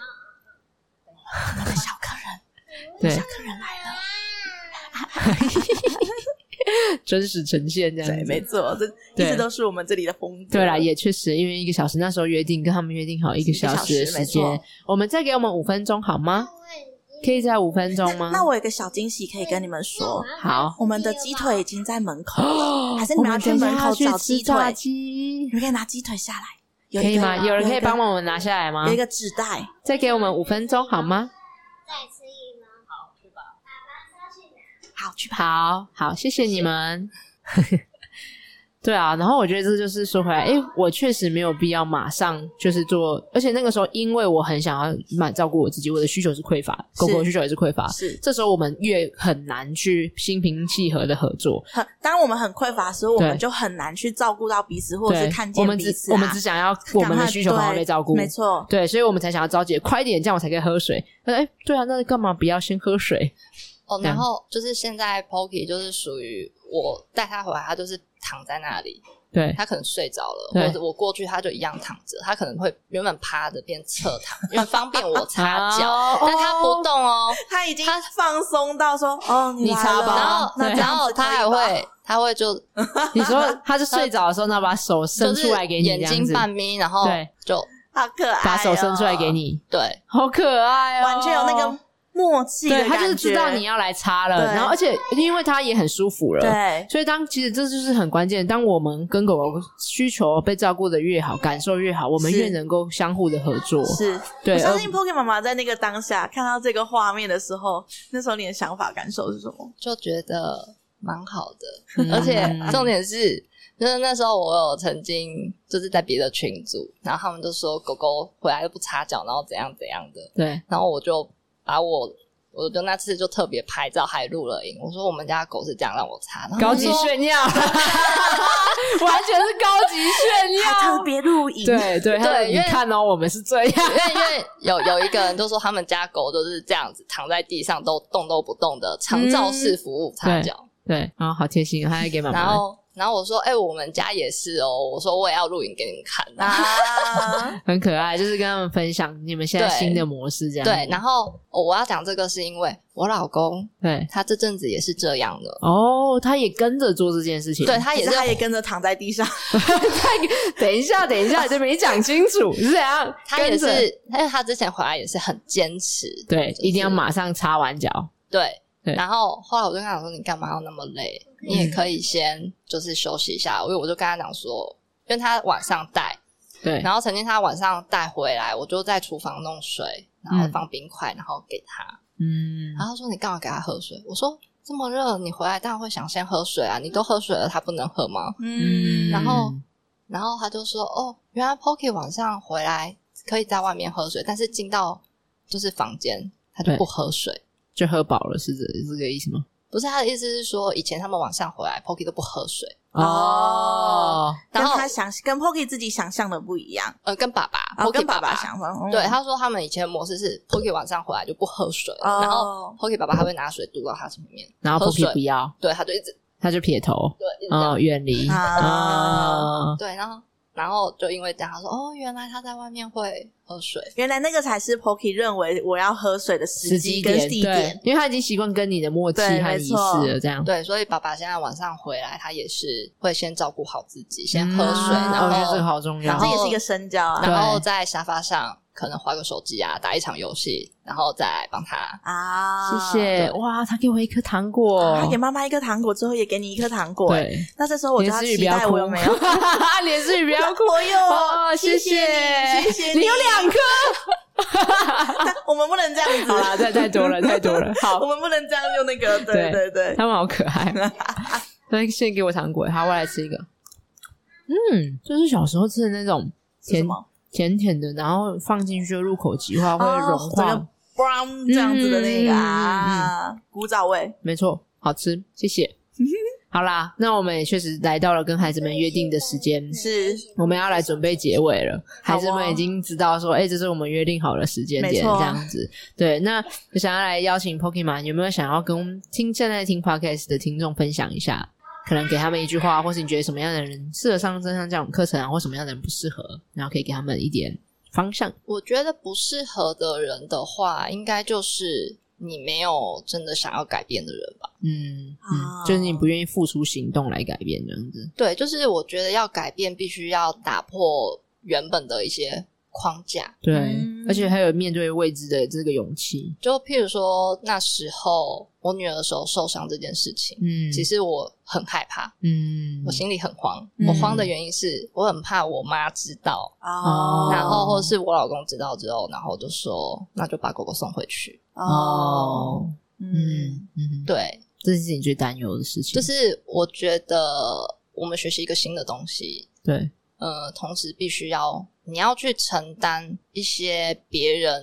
[SPEAKER 1] 对， 真实呈现这样
[SPEAKER 3] 对，
[SPEAKER 1] 子。
[SPEAKER 3] 没错，这
[SPEAKER 1] 对
[SPEAKER 3] 一直都是我们这里的风格。
[SPEAKER 1] 对啦，也确实，因为一个小时那时候约定跟他们约定好一个小时的时
[SPEAKER 3] 一个小时没
[SPEAKER 1] 间
[SPEAKER 3] 错，
[SPEAKER 1] 我们再给我们五分钟好吗？可以在五分钟吗？
[SPEAKER 3] 那我有一个小惊喜可以跟你们说，
[SPEAKER 1] 好，
[SPEAKER 3] 我们的鸡腿已经在门 口了，还是你
[SPEAKER 1] 我
[SPEAKER 3] 们要
[SPEAKER 1] 们
[SPEAKER 3] 去
[SPEAKER 1] 等一
[SPEAKER 3] 门
[SPEAKER 1] 下
[SPEAKER 3] 口
[SPEAKER 1] 去
[SPEAKER 3] 找
[SPEAKER 1] 吃
[SPEAKER 3] 鸡
[SPEAKER 1] 炸
[SPEAKER 3] 腿？
[SPEAKER 1] 鸡
[SPEAKER 3] 你，们可以拿鸡腿下来，有
[SPEAKER 1] 可
[SPEAKER 3] 一
[SPEAKER 1] 以
[SPEAKER 3] 个
[SPEAKER 1] 吗？有人可以帮
[SPEAKER 3] 我
[SPEAKER 1] 我们拿下来吗
[SPEAKER 3] 有一？个纸袋，
[SPEAKER 1] 再给我们五分钟好吗？
[SPEAKER 4] 再吃一吗？好，去吧。爸爸说去哪？
[SPEAKER 3] 好去吧。
[SPEAKER 1] 好好，谢谢你们。 对啊，然后我觉得这就是说回来，诶，我确实没有必要马上就是做，而且那个时候因为我很想要蛮照顾我自己，我的需求是匮乏，
[SPEAKER 3] 是
[SPEAKER 1] 狗狗的需求也是匮乏。
[SPEAKER 3] 是，
[SPEAKER 1] 这时候我们越很难去心平气和的合作，
[SPEAKER 3] 很当我们很匮乏的时候，我
[SPEAKER 1] 对
[SPEAKER 3] 们就很难去照顾到彼此，或者
[SPEAKER 1] 对
[SPEAKER 3] 是看，
[SPEAKER 1] 我
[SPEAKER 3] 见
[SPEAKER 1] 们
[SPEAKER 3] 彼
[SPEAKER 1] 只
[SPEAKER 3] 此啊。
[SPEAKER 1] 我们只想要我们的
[SPEAKER 3] 赶快
[SPEAKER 1] 需求好好
[SPEAKER 3] 对
[SPEAKER 1] 被照顾，
[SPEAKER 3] 没错，
[SPEAKER 1] 对，所以我们才想要着急，快一点，这样我才可以喝水。哎、对啊，那干嘛不要先喝水？
[SPEAKER 2] 哦，
[SPEAKER 1] 这样
[SPEAKER 2] 然后就是现在 Pokey 就是属于我带他回来，他就是躺在那里，
[SPEAKER 1] 对
[SPEAKER 2] 他可能睡着了，
[SPEAKER 1] 对
[SPEAKER 2] 或者我过去他就一样躺着，他可能会原本趴着变侧躺，因为方便我 擦脚，
[SPEAKER 1] 哦
[SPEAKER 2] 但他不动哦。
[SPEAKER 3] 他已经
[SPEAKER 2] 他
[SPEAKER 3] 放松到说：“哦，
[SPEAKER 1] 你
[SPEAKER 3] 来
[SPEAKER 1] 擦
[SPEAKER 3] 了
[SPEAKER 1] 吧
[SPEAKER 2] 然后，
[SPEAKER 3] 那
[SPEAKER 1] 对
[SPEAKER 3] 这
[SPEAKER 2] 然
[SPEAKER 3] 样
[SPEAKER 2] 后
[SPEAKER 3] 子
[SPEAKER 2] 他
[SPEAKER 3] 可以
[SPEAKER 2] 还
[SPEAKER 3] 吧
[SPEAKER 2] 会，他会就
[SPEAKER 1] 你说他是睡着的时候，那把手伸
[SPEAKER 2] 就
[SPEAKER 1] 出
[SPEAKER 2] 是
[SPEAKER 1] 来给你，这
[SPEAKER 2] 眼
[SPEAKER 1] 样
[SPEAKER 2] 睛
[SPEAKER 1] 子，
[SPEAKER 2] 半哦眯，然后
[SPEAKER 1] 对
[SPEAKER 2] 就
[SPEAKER 3] 好可爱、哦，
[SPEAKER 1] 把手伸出来给，你，
[SPEAKER 2] 对，
[SPEAKER 1] 好可爱哦，
[SPEAKER 3] 完全有那个默契的
[SPEAKER 1] 对
[SPEAKER 3] 感觉。
[SPEAKER 1] 他就是知道你要来擦了，
[SPEAKER 3] 对
[SPEAKER 1] 然后而且因为他也很舒服了，
[SPEAKER 3] 对
[SPEAKER 1] 所以当其实这就是很关键。当我们跟狗狗需求被照顾的越好，感受越好，我们
[SPEAKER 3] 是
[SPEAKER 1] 越能够相互的合作。
[SPEAKER 3] 是。
[SPEAKER 1] 对呃
[SPEAKER 3] 我，相
[SPEAKER 1] 而
[SPEAKER 3] 信 Poki 妈妈在那个当下看到这个画面的时候，那时候你的想法感受是什么？
[SPEAKER 2] 就觉得蛮好的。
[SPEAKER 1] 嗯
[SPEAKER 2] 而且重点是，就是那时候我有曾经就是在别的群组，然后他们就说狗狗回来又不擦脚，然后怎样怎样的，
[SPEAKER 1] 对
[SPEAKER 2] 然后我就把我。我就那次就特别拍照，还录了影。我说我们家狗是这样让我擦，然后
[SPEAKER 1] 高级
[SPEAKER 2] 他们说
[SPEAKER 1] 炫 耀，完全是高级炫
[SPEAKER 2] 啊
[SPEAKER 3] 还
[SPEAKER 1] 耀
[SPEAKER 3] 特。别录影， 啊
[SPEAKER 1] 对对，他说
[SPEAKER 2] 因为
[SPEAKER 1] 你看哦，我们是这样，
[SPEAKER 2] 因为因为有有一个人就说他们家狗就是这样子躺在地上都动都不动的长照式服务擦
[SPEAKER 1] 嗯
[SPEAKER 2] 脚，
[SPEAKER 1] 对，然后好贴心，他还给妈
[SPEAKER 2] 然
[SPEAKER 1] 妈，
[SPEAKER 2] 后然后我说哎、我们家也是哦，我说我也要录影给你们看，
[SPEAKER 1] 啊
[SPEAKER 2] 然后
[SPEAKER 3] 啊，
[SPEAKER 1] 很可爱，就是跟他们分享你们现在
[SPEAKER 2] 对
[SPEAKER 1] 新的模式这样。
[SPEAKER 2] 对，然后哦我要讲这个是因为我老公
[SPEAKER 1] 对，
[SPEAKER 2] 他这阵子也是这样的，
[SPEAKER 1] 哦，他也跟着做这件事情。
[SPEAKER 2] 对他也是
[SPEAKER 3] 可是他也跟着躺在地上，
[SPEAKER 1] 等一下，等一下，这没讲清 楚是怎样，
[SPEAKER 2] 他也
[SPEAKER 1] 跟着
[SPEAKER 2] 是，因为他之前回来也是很坚持，
[SPEAKER 1] 对，
[SPEAKER 2] 就是
[SPEAKER 1] 一定要马上擦完脚。
[SPEAKER 2] 对。
[SPEAKER 1] 对
[SPEAKER 2] 然后后来我就跟他讲说，你干嘛要那么累？你也可以先就是休息一下，因为我就跟他讲说，因为他晚上带，
[SPEAKER 1] 对，
[SPEAKER 2] 然后曾经他晚上带回来，我就在厨房弄水，然后
[SPEAKER 1] 嗯
[SPEAKER 2] 放冰块，然后给他。
[SPEAKER 1] 嗯
[SPEAKER 2] 然后他说你干嘛给他喝水？我说这么热，你回来当然会想先喝水啊，你都喝水了，他不能喝吗？
[SPEAKER 1] 嗯，
[SPEAKER 2] 然后然后他就说哦，原来 Pocky 晚上回来可以在外面喝水，但是进到就是房间他就
[SPEAKER 1] 对
[SPEAKER 2] 不喝水。
[SPEAKER 1] 就喝饱了，是这是这个意思吗？
[SPEAKER 2] 不是他的意思是说，以前他们晚上回来，Pocky 都不喝水，
[SPEAKER 3] 哦，跟
[SPEAKER 2] 然后
[SPEAKER 3] 他想跟 Poki 自己想象的不一样，
[SPEAKER 2] 呃，跟爸爸
[SPEAKER 3] 然后
[SPEAKER 2] ，Pocky
[SPEAKER 3] 哦跟爸
[SPEAKER 2] 爸
[SPEAKER 3] 爸想法，嗯
[SPEAKER 2] 对，他说他们以前的模式是 Pocky 晚上回来就不喝水了，
[SPEAKER 3] 哦
[SPEAKER 2] 然后 Pocky 爸爸还会拿水嘟到他前面，
[SPEAKER 1] 然后
[SPEAKER 2] 喝
[SPEAKER 1] Poki
[SPEAKER 2] 水
[SPEAKER 1] 不要，
[SPEAKER 2] 对，他就一直
[SPEAKER 1] 他就撇头，
[SPEAKER 2] 对一直这样
[SPEAKER 1] 哦，远离
[SPEAKER 3] 啊
[SPEAKER 1] 啊，
[SPEAKER 2] 对，然后然后就因为这样，他说哦，原来他在外面会喝水，
[SPEAKER 3] 原来那个才是 Poki 认为我要喝水的时
[SPEAKER 1] 时机
[SPEAKER 3] 机跟
[SPEAKER 1] 点，
[SPEAKER 3] 地
[SPEAKER 1] 对
[SPEAKER 3] 点，，
[SPEAKER 1] 因为他已经习惯跟你的默契
[SPEAKER 3] 对
[SPEAKER 1] 和
[SPEAKER 3] 没
[SPEAKER 1] 仪
[SPEAKER 3] 错
[SPEAKER 1] 式了，这样。
[SPEAKER 2] 对，所以爸爸现在晚上回来，他也是会先照顾好自己，先
[SPEAKER 1] 嗯
[SPEAKER 2] 喝水，
[SPEAKER 3] 啊
[SPEAKER 2] 然
[SPEAKER 1] 哦我觉得
[SPEAKER 2] 后
[SPEAKER 1] 这个好重要
[SPEAKER 2] 然
[SPEAKER 3] 这
[SPEAKER 2] 后
[SPEAKER 3] 也是一个深交啊
[SPEAKER 2] 然后
[SPEAKER 1] 对
[SPEAKER 2] 在沙发上可能划个手机啊，打一场游戏，然后再帮他。
[SPEAKER 3] 啊！
[SPEAKER 1] 谢谢哇，他给我一颗糖果，
[SPEAKER 3] 他给妈妈一颗糖果之后，也给你一颗糖果。哎
[SPEAKER 1] 对，
[SPEAKER 3] 那这时候我就
[SPEAKER 1] 连
[SPEAKER 3] 要
[SPEAKER 1] 思雨
[SPEAKER 3] 期
[SPEAKER 1] 不要
[SPEAKER 3] 待
[SPEAKER 1] 哭，
[SPEAKER 3] 我有没有？
[SPEAKER 1] 连思雨不要哭。
[SPEAKER 3] 我有
[SPEAKER 1] 哦，谢
[SPEAKER 3] 谢你谢谢
[SPEAKER 1] 你有两颗，
[SPEAKER 3] 但 我们不能这样子
[SPEAKER 1] 好啦，太太多了，太多了，好
[SPEAKER 3] 我，们不能这样用那个，对
[SPEAKER 1] 对
[SPEAKER 3] 对对，
[SPEAKER 1] 他们好可爱。那先给我糖果，好，我来吃一个。嗯，就是小时候吃的那种
[SPEAKER 3] 是什
[SPEAKER 1] 甜
[SPEAKER 3] 么哦
[SPEAKER 1] 甜甜的，然后放进去入口即化，会融
[SPEAKER 3] 整
[SPEAKER 1] 化。
[SPEAKER 3] 个 brown 这样子的那个
[SPEAKER 1] 嗯
[SPEAKER 3] 啊，古早味，
[SPEAKER 1] 没错，好吃，谢 谢。好啦，那我们也确实来到了跟孩子们约定的时间，
[SPEAKER 3] 是
[SPEAKER 1] 我们要来准备结尾了。
[SPEAKER 3] 嗯好哦
[SPEAKER 1] 孩子们已经知道说，哎、这是我们约定好的时间
[SPEAKER 3] 没
[SPEAKER 1] 点，
[SPEAKER 3] 错
[SPEAKER 1] 这样子。对，那我想要来邀请 Pokemon，有没有想要跟听正在听 Podcast 的听众分享一下？可能给他们一句话，或是你觉得什么样的人适合上真相这种课程啊，或什么样的人不适合，然后可以给他们一点方向。
[SPEAKER 2] 我觉得不适合的人的话，应该就是你没有真的想要改变的人吧。
[SPEAKER 1] 嗯，嗯
[SPEAKER 3] 哦
[SPEAKER 1] 就是你不愿意付出行动来改变这样子。
[SPEAKER 2] 对，就是我觉得要改变，必须要打破原本的一些框架。
[SPEAKER 1] 对，
[SPEAKER 3] 嗯
[SPEAKER 1] 而且还有面对未知的这个勇气。
[SPEAKER 2] 就譬如说那时候我女儿的手受伤这件事情，
[SPEAKER 1] 嗯，
[SPEAKER 2] 其实我很害怕，
[SPEAKER 1] 嗯，
[SPEAKER 2] 我心里很慌。
[SPEAKER 1] 嗯
[SPEAKER 2] 我慌的原因是我很怕我妈知道，
[SPEAKER 3] 啊
[SPEAKER 1] 哦
[SPEAKER 2] 然后或是我老公知道之后，然后就说那就把狗狗送回去。
[SPEAKER 3] 哦，
[SPEAKER 1] 哦，
[SPEAKER 3] 嗯，
[SPEAKER 1] 嗯嗯，
[SPEAKER 2] 对，
[SPEAKER 1] 这是你最担忧的事情，
[SPEAKER 2] 就是我觉得我们学习一个新的东西，
[SPEAKER 1] 对，
[SPEAKER 2] 呃，同时必须要你要去承担一些别人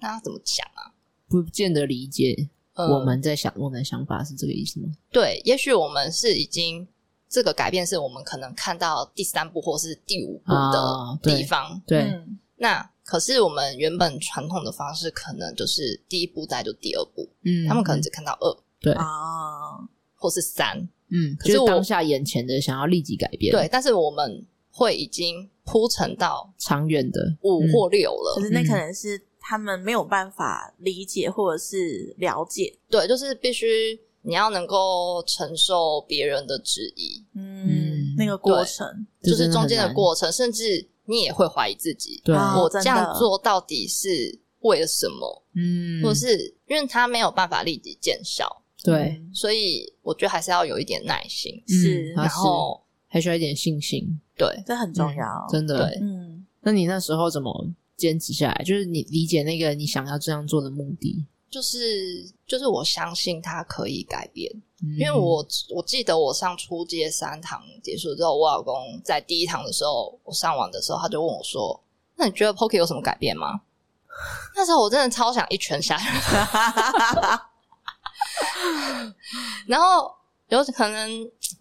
[SPEAKER 2] 那要怎么讲啊？
[SPEAKER 1] 不见得理解
[SPEAKER 2] 呃
[SPEAKER 1] 我们在想我们的想法是这个意思吗？
[SPEAKER 2] 对，也许我们是已经这个改变是我们可能看到第三步或是第五步
[SPEAKER 1] 啊
[SPEAKER 2] 的
[SPEAKER 1] 对
[SPEAKER 2] 地方，
[SPEAKER 1] 对，
[SPEAKER 3] 嗯
[SPEAKER 2] 那可是我们原本传统的方式可能就是第一步再就第二步，
[SPEAKER 1] 嗯
[SPEAKER 2] 他们可能只看到二
[SPEAKER 1] 对，
[SPEAKER 3] 哦，
[SPEAKER 2] 或是三，
[SPEAKER 1] 嗯，
[SPEAKER 2] 啊可
[SPEAKER 1] 就是是
[SPEAKER 2] 我
[SPEAKER 1] 当下眼前的想要立即改变，
[SPEAKER 2] 对，，但是我们会已经铺陈到
[SPEAKER 1] 长远的
[SPEAKER 2] 五
[SPEAKER 1] 嗯
[SPEAKER 2] 或六
[SPEAKER 3] 可
[SPEAKER 2] 了，
[SPEAKER 3] 是那可能是他们没有办法理解或者是了解，
[SPEAKER 2] 对，就是必须你要能够承受别人的质疑，
[SPEAKER 1] 嗯
[SPEAKER 3] 嗯，那个过程，
[SPEAKER 1] 这
[SPEAKER 2] 就是
[SPEAKER 1] 真
[SPEAKER 2] 中
[SPEAKER 1] 很
[SPEAKER 2] 间的
[SPEAKER 1] 难哦
[SPEAKER 2] 过程，甚至你也会怀疑自己，
[SPEAKER 1] 对，
[SPEAKER 3] 啊
[SPEAKER 2] 我
[SPEAKER 3] 真
[SPEAKER 2] 这
[SPEAKER 3] 的
[SPEAKER 2] 样做到底是为了什么？
[SPEAKER 1] 嗯，
[SPEAKER 2] 或是因为他没有办法立即见效，
[SPEAKER 1] 对，
[SPEAKER 3] 嗯
[SPEAKER 2] 所以我觉得还是要有一点耐心，
[SPEAKER 3] 是
[SPEAKER 1] 嗯啊
[SPEAKER 2] 然后
[SPEAKER 1] 还需要一点信心，
[SPEAKER 2] 对，
[SPEAKER 3] 这很重要，
[SPEAKER 1] 真的。
[SPEAKER 2] 对
[SPEAKER 3] 嗯，
[SPEAKER 1] 那你那时候怎么坚持下来？就是你理解那个你想要这样做的目的，
[SPEAKER 2] 就是就是我相信他可以改变，
[SPEAKER 1] 嗯
[SPEAKER 2] 因为我我记得我上初阶三堂结束之后，我老公在第一堂的时候，我上完的时候，他就问我说：“那你觉得 Pocky 有什么改变吗？” 那时候我真的超想一拳下去，然后有可能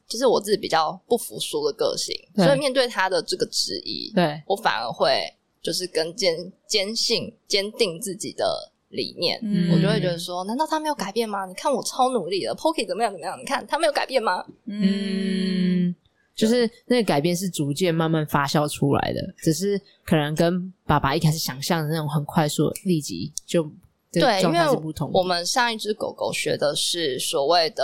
[SPEAKER 2] 就是我自己比较不服输的个性，
[SPEAKER 1] 对
[SPEAKER 2] 所以面对他的这个质疑，
[SPEAKER 1] 对，
[SPEAKER 2] 我反而会就是更坚坚信、坚定自己的理念。
[SPEAKER 3] 嗯
[SPEAKER 2] 我就会觉得说，难道他没有改变吗？你看我超努力了，Pocky 怎么样怎么样？你看他没有改变吗？
[SPEAKER 3] 嗯，
[SPEAKER 1] 嗯，就是那个改变是逐渐慢慢发酵出来的，只是可能跟爸爸一开始想象的那种很快速立即就这个
[SPEAKER 2] 对，因
[SPEAKER 1] 状
[SPEAKER 2] 为
[SPEAKER 1] 态是不同的，
[SPEAKER 2] 我们上一只狗狗学的是所谓的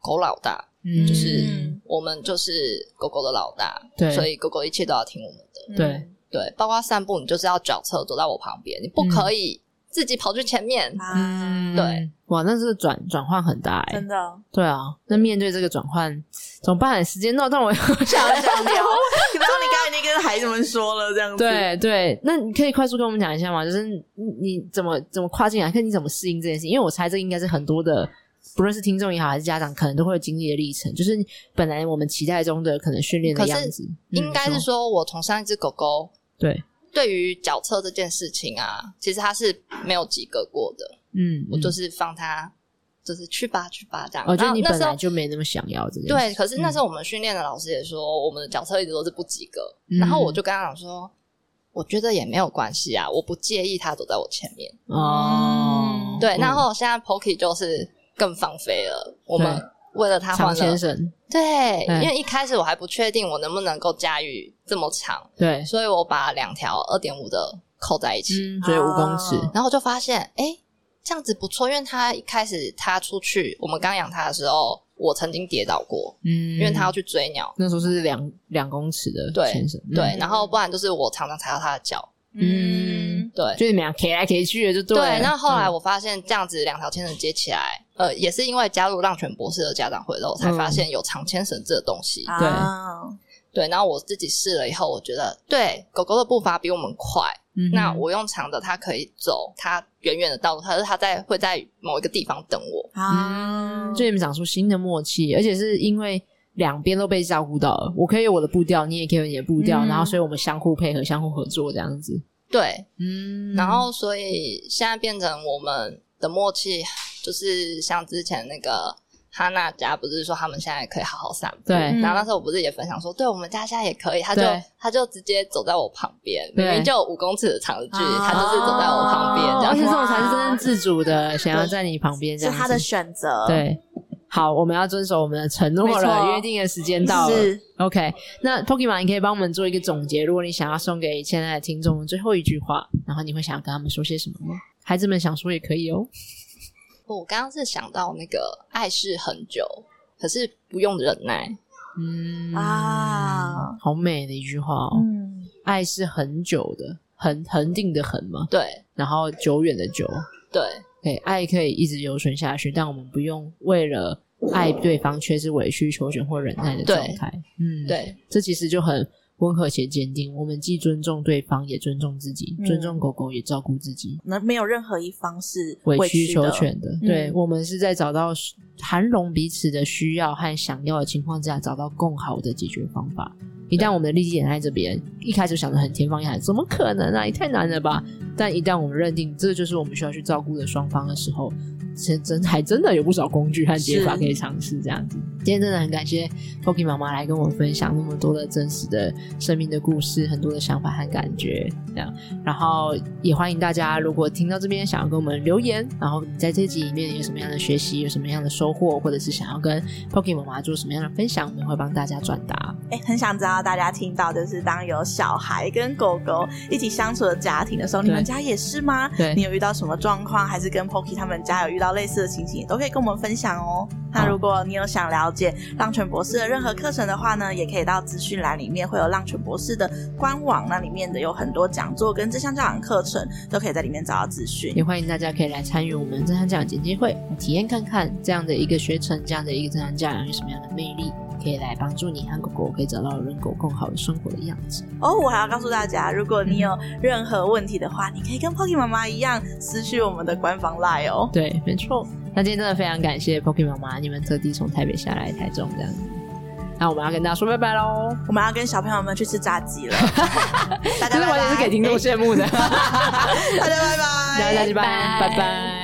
[SPEAKER 2] 狗老大，
[SPEAKER 1] 嗯
[SPEAKER 2] 就是
[SPEAKER 3] 嗯
[SPEAKER 2] 我们就是狗狗的老大，
[SPEAKER 1] 对
[SPEAKER 2] 所以狗狗一切都要听我们的。
[SPEAKER 3] 嗯
[SPEAKER 1] 对
[SPEAKER 2] 对，包括散步，你就是要脚侧走到我旁边，你不可以自己跑去前面。
[SPEAKER 3] 啊，
[SPEAKER 1] 嗯，
[SPEAKER 2] 对，
[SPEAKER 1] 哇，那这个转转换很大哎、
[SPEAKER 3] 真的，
[SPEAKER 1] 对啊，那面对这个转换怎么办？时间到，但我又
[SPEAKER 3] 想
[SPEAKER 1] 想
[SPEAKER 3] 想聊，
[SPEAKER 2] 哦
[SPEAKER 3] 然后你刚才已经跟孩子们说了这样子，
[SPEAKER 1] 对对，那你可以快速跟我们讲一下吗？就是你你怎么怎么跨进来，看你怎么适应这件事情？因为我猜这应该是很多的，不论是听众也好，还是家长，可能都会有经历的历程。就是本来我们期待中的可能训练的
[SPEAKER 2] 可是
[SPEAKER 1] 样子，
[SPEAKER 2] 应该
[SPEAKER 1] 嗯
[SPEAKER 2] 是
[SPEAKER 1] 你说
[SPEAKER 2] 说，我从上一只狗狗
[SPEAKER 1] 对，
[SPEAKER 2] 对于脚侧这件事情啊，其实它是没有及格过的，
[SPEAKER 1] 嗯，
[SPEAKER 2] 我
[SPEAKER 1] 嗯
[SPEAKER 2] 就是放它，就是去吧去吧这样。
[SPEAKER 1] 哦，就
[SPEAKER 2] 然
[SPEAKER 1] 是
[SPEAKER 2] 后
[SPEAKER 1] 你
[SPEAKER 2] 那
[SPEAKER 1] 本
[SPEAKER 2] 时
[SPEAKER 1] 来
[SPEAKER 2] 候
[SPEAKER 1] 就没那么想要这件事，
[SPEAKER 2] 对，可是那时候我们训练的老师也说，我们的脚车一直都是不及格。
[SPEAKER 1] 嗯
[SPEAKER 2] 然后我就跟他讲说，我觉得也没有关系啊，我不介意他走在我前面。
[SPEAKER 1] 哦，
[SPEAKER 2] 对，
[SPEAKER 1] 嗯
[SPEAKER 2] 然后现在 Pocky 就是更放飞了，我们
[SPEAKER 1] 对
[SPEAKER 2] 为了他
[SPEAKER 1] 常
[SPEAKER 2] 换
[SPEAKER 1] 先
[SPEAKER 2] 了。
[SPEAKER 1] 生，
[SPEAKER 2] 对，
[SPEAKER 1] 对
[SPEAKER 2] 因为一开始我还不确定我能不能够驾驭这么长，
[SPEAKER 1] 对，
[SPEAKER 2] 所以我把两条二点五的扣在一起，
[SPEAKER 1] 嗯，所以五公尺，
[SPEAKER 3] 哦
[SPEAKER 2] 然后我就发现，哎，这样子不错，因为他一开始他出去，我们刚养他的时候，我曾经跌倒过，
[SPEAKER 1] 嗯，
[SPEAKER 2] 因为他要去追鸟。
[SPEAKER 1] 那时候是两两公尺的
[SPEAKER 2] 对
[SPEAKER 1] 先生，嗯
[SPEAKER 2] 对，然后不然就是我常常踩到他的脚，
[SPEAKER 1] 嗯
[SPEAKER 3] 嗯，
[SPEAKER 2] 对
[SPEAKER 1] 就你们俩 K 来 K 去的，就对
[SPEAKER 2] 对
[SPEAKER 1] 了。
[SPEAKER 2] 那后来
[SPEAKER 1] 嗯
[SPEAKER 2] 我发现这样子两条牵绳接起来，呃，也是因为加入浪犬博士的家长会之后，我才
[SPEAKER 1] 嗯
[SPEAKER 2] 发现有长牵绳这个东西。
[SPEAKER 1] 对
[SPEAKER 3] 啊，
[SPEAKER 2] 对，然后我自己试了以后，我觉得对狗狗的步伐比我们快，
[SPEAKER 1] 嗯哼
[SPEAKER 2] 那我用长的，它可以走它远远的道路，可是它在会在某一个地方等我。
[SPEAKER 3] 啊，
[SPEAKER 1] 就你们长出新的默契，而且是因为两边都被照顾到了，我可以有我的步调，你也可以有你的步调，
[SPEAKER 3] 嗯
[SPEAKER 1] 然后所以我们相互配合、相互合作这样子。
[SPEAKER 2] 对，
[SPEAKER 1] 嗯
[SPEAKER 2] 然后所以现在变成我们的默契，就是像之前那个哈娜家，不是说他们现在可以好好散步？
[SPEAKER 1] 对嗯
[SPEAKER 2] 然后那时候我不是也分享说，对我们家现在也可以，他就
[SPEAKER 1] 对
[SPEAKER 2] 他就直接走在我旁边，
[SPEAKER 1] 对哦
[SPEAKER 2] 明明就有五公尺的长的距离，
[SPEAKER 3] 啊
[SPEAKER 2] 他就是走在我旁边，
[SPEAKER 1] 而
[SPEAKER 2] 这
[SPEAKER 1] 且这
[SPEAKER 2] 样
[SPEAKER 3] 哇
[SPEAKER 2] 子。
[SPEAKER 1] 种才是真正自主的，想要在你旁边这
[SPEAKER 3] 是
[SPEAKER 1] 样子。
[SPEAKER 3] 他的选择，，
[SPEAKER 1] 对。好，我们要遵守我们的承诺
[SPEAKER 3] 没
[SPEAKER 1] 了，
[SPEAKER 3] 错
[SPEAKER 1] 约定的时间到了。
[SPEAKER 3] 是
[SPEAKER 1] OK，那 Pokemon，你可以帮我们做一个总结。如果你想要送给现在的听众最后一句话，然后你会想要跟他们说些什么吗？孩子们想说也可以哦。
[SPEAKER 2] 我刚刚是想到那个爱是很久，可是不用忍耐，
[SPEAKER 1] 嗯
[SPEAKER 3] 啊，
[SPEAKER 1] 好美的一句话哦。
[SPEAKER 3] 嗯，
[SPEAKER 1] 爱是很久的，恒恒定的恒嘛，
[SPEAKER 2] 对
[SPEAKER 1] 然后久远的久。
[SPEAKER 2] 对
[SPEAKER 1] 对，爱可以一直留存下去，但我们不用为了爱对方却是委曲求全或忍耐的状态。嗯，，
[SPEAKER 2] 对
[SPEAKER 1] 这其实就很温和且坚定。我们既尊重对方，也尊重自己，
[SPEAKER 3] 嗯
[SPEAKER 1] 尊重狗狗，也照顾自己。
[SPEAKER 3] 那没有任何一方是
[SPEAKER 1] 委曲
[SPEAKER 3] 屈
[SPEAKER 1] 求
[SPEAKER 3] 的，
[SPEAKER 1] 全的，
[SPEAKER 3] 嗯
[SPEAKER 1] 对我们是在找到涵容彼此的需要和想要的情况之下，找到更好的解决方法。一旦我们的利益点在这边，一开始想的很天方夜谭，怎么可能啊？也太难了吧！但一旦我们认定这就是我们需要去照顾的双方的时候，真真还真的有不少工具和解法
[SPEAKER 3] 是
[SPEAKER 1] 可以尝试这样子。今天真的很感谢 Poki 妈妈来跟我们分享那么多的真实的生命的故事，很多的想法和感觉这样。然后也欢迎大家，如果听到这边想要跟我们留言，然后你在这集里面有什么样的学习，有什么样的收获，或者是想要跟 Poki 妈妈做什么样的分享，我们会帮大家转达。
[SPEAKER 3] 哎、很想知道大家听到，就是当有小孩跟狗狗一起相处的家庭的时候，
[SPEAKER 1] 对
[SPEAKER 3] 你们家也是吗？
[SPEAKER 1] 对
[SPEAKER 3] 你有遇到什么状况，还是跟 Poki 他们家有遇到类似的情形，也都可以跟我们分享哦。那如果你有想了解浪犬博士的任何课程的话呢，也可以到资讯栏里面会有浪犬博士的官网，那里面的有很多讲座跟这项教养课程，都可以在里面找到资讯。
[SPEAKER 1] 也欢迎大家可以来参与我们正常教养简介会，体验看看这样的一个学程，这样的一个正常教养有什么样的魅力，可以来帮助你和狗狗可以找到人狗更好的生活的样子。
[SPEAKER 3] 哦，我还要告诉大家，如果
[SPEAKER 1] 嗯
[SPEAKER 3] 你有任何问题的话，你可以跟 Poki 妈妈一样私讯我们的官方 Line 哦。
[SPEAKER 1] 对，没错。那今天真的非常感谢 Poki 妈妈，你们特地从台北下来台中这样子。那我们要跟大家说拜拜喽，
[SPEAKER 3] 我们要跟小朋友们去吃炸 鸡了，大
[SPEAKER 1] 这
[SPEAKER 3] 家
[SPEAKER 1] 是
[SPEAKER 3] 拜
[SPEAKER 1] 完全
[SPEAKER 3] 拜，
[SPEAKER 1] 是给听众羡慕的。
[SPEAKER 3] 大家拜拜，
[SPEAKER 1] 大家拜拜，
[SPEAKER 2] 拜拜
[SPEAKER 1] 拜拜。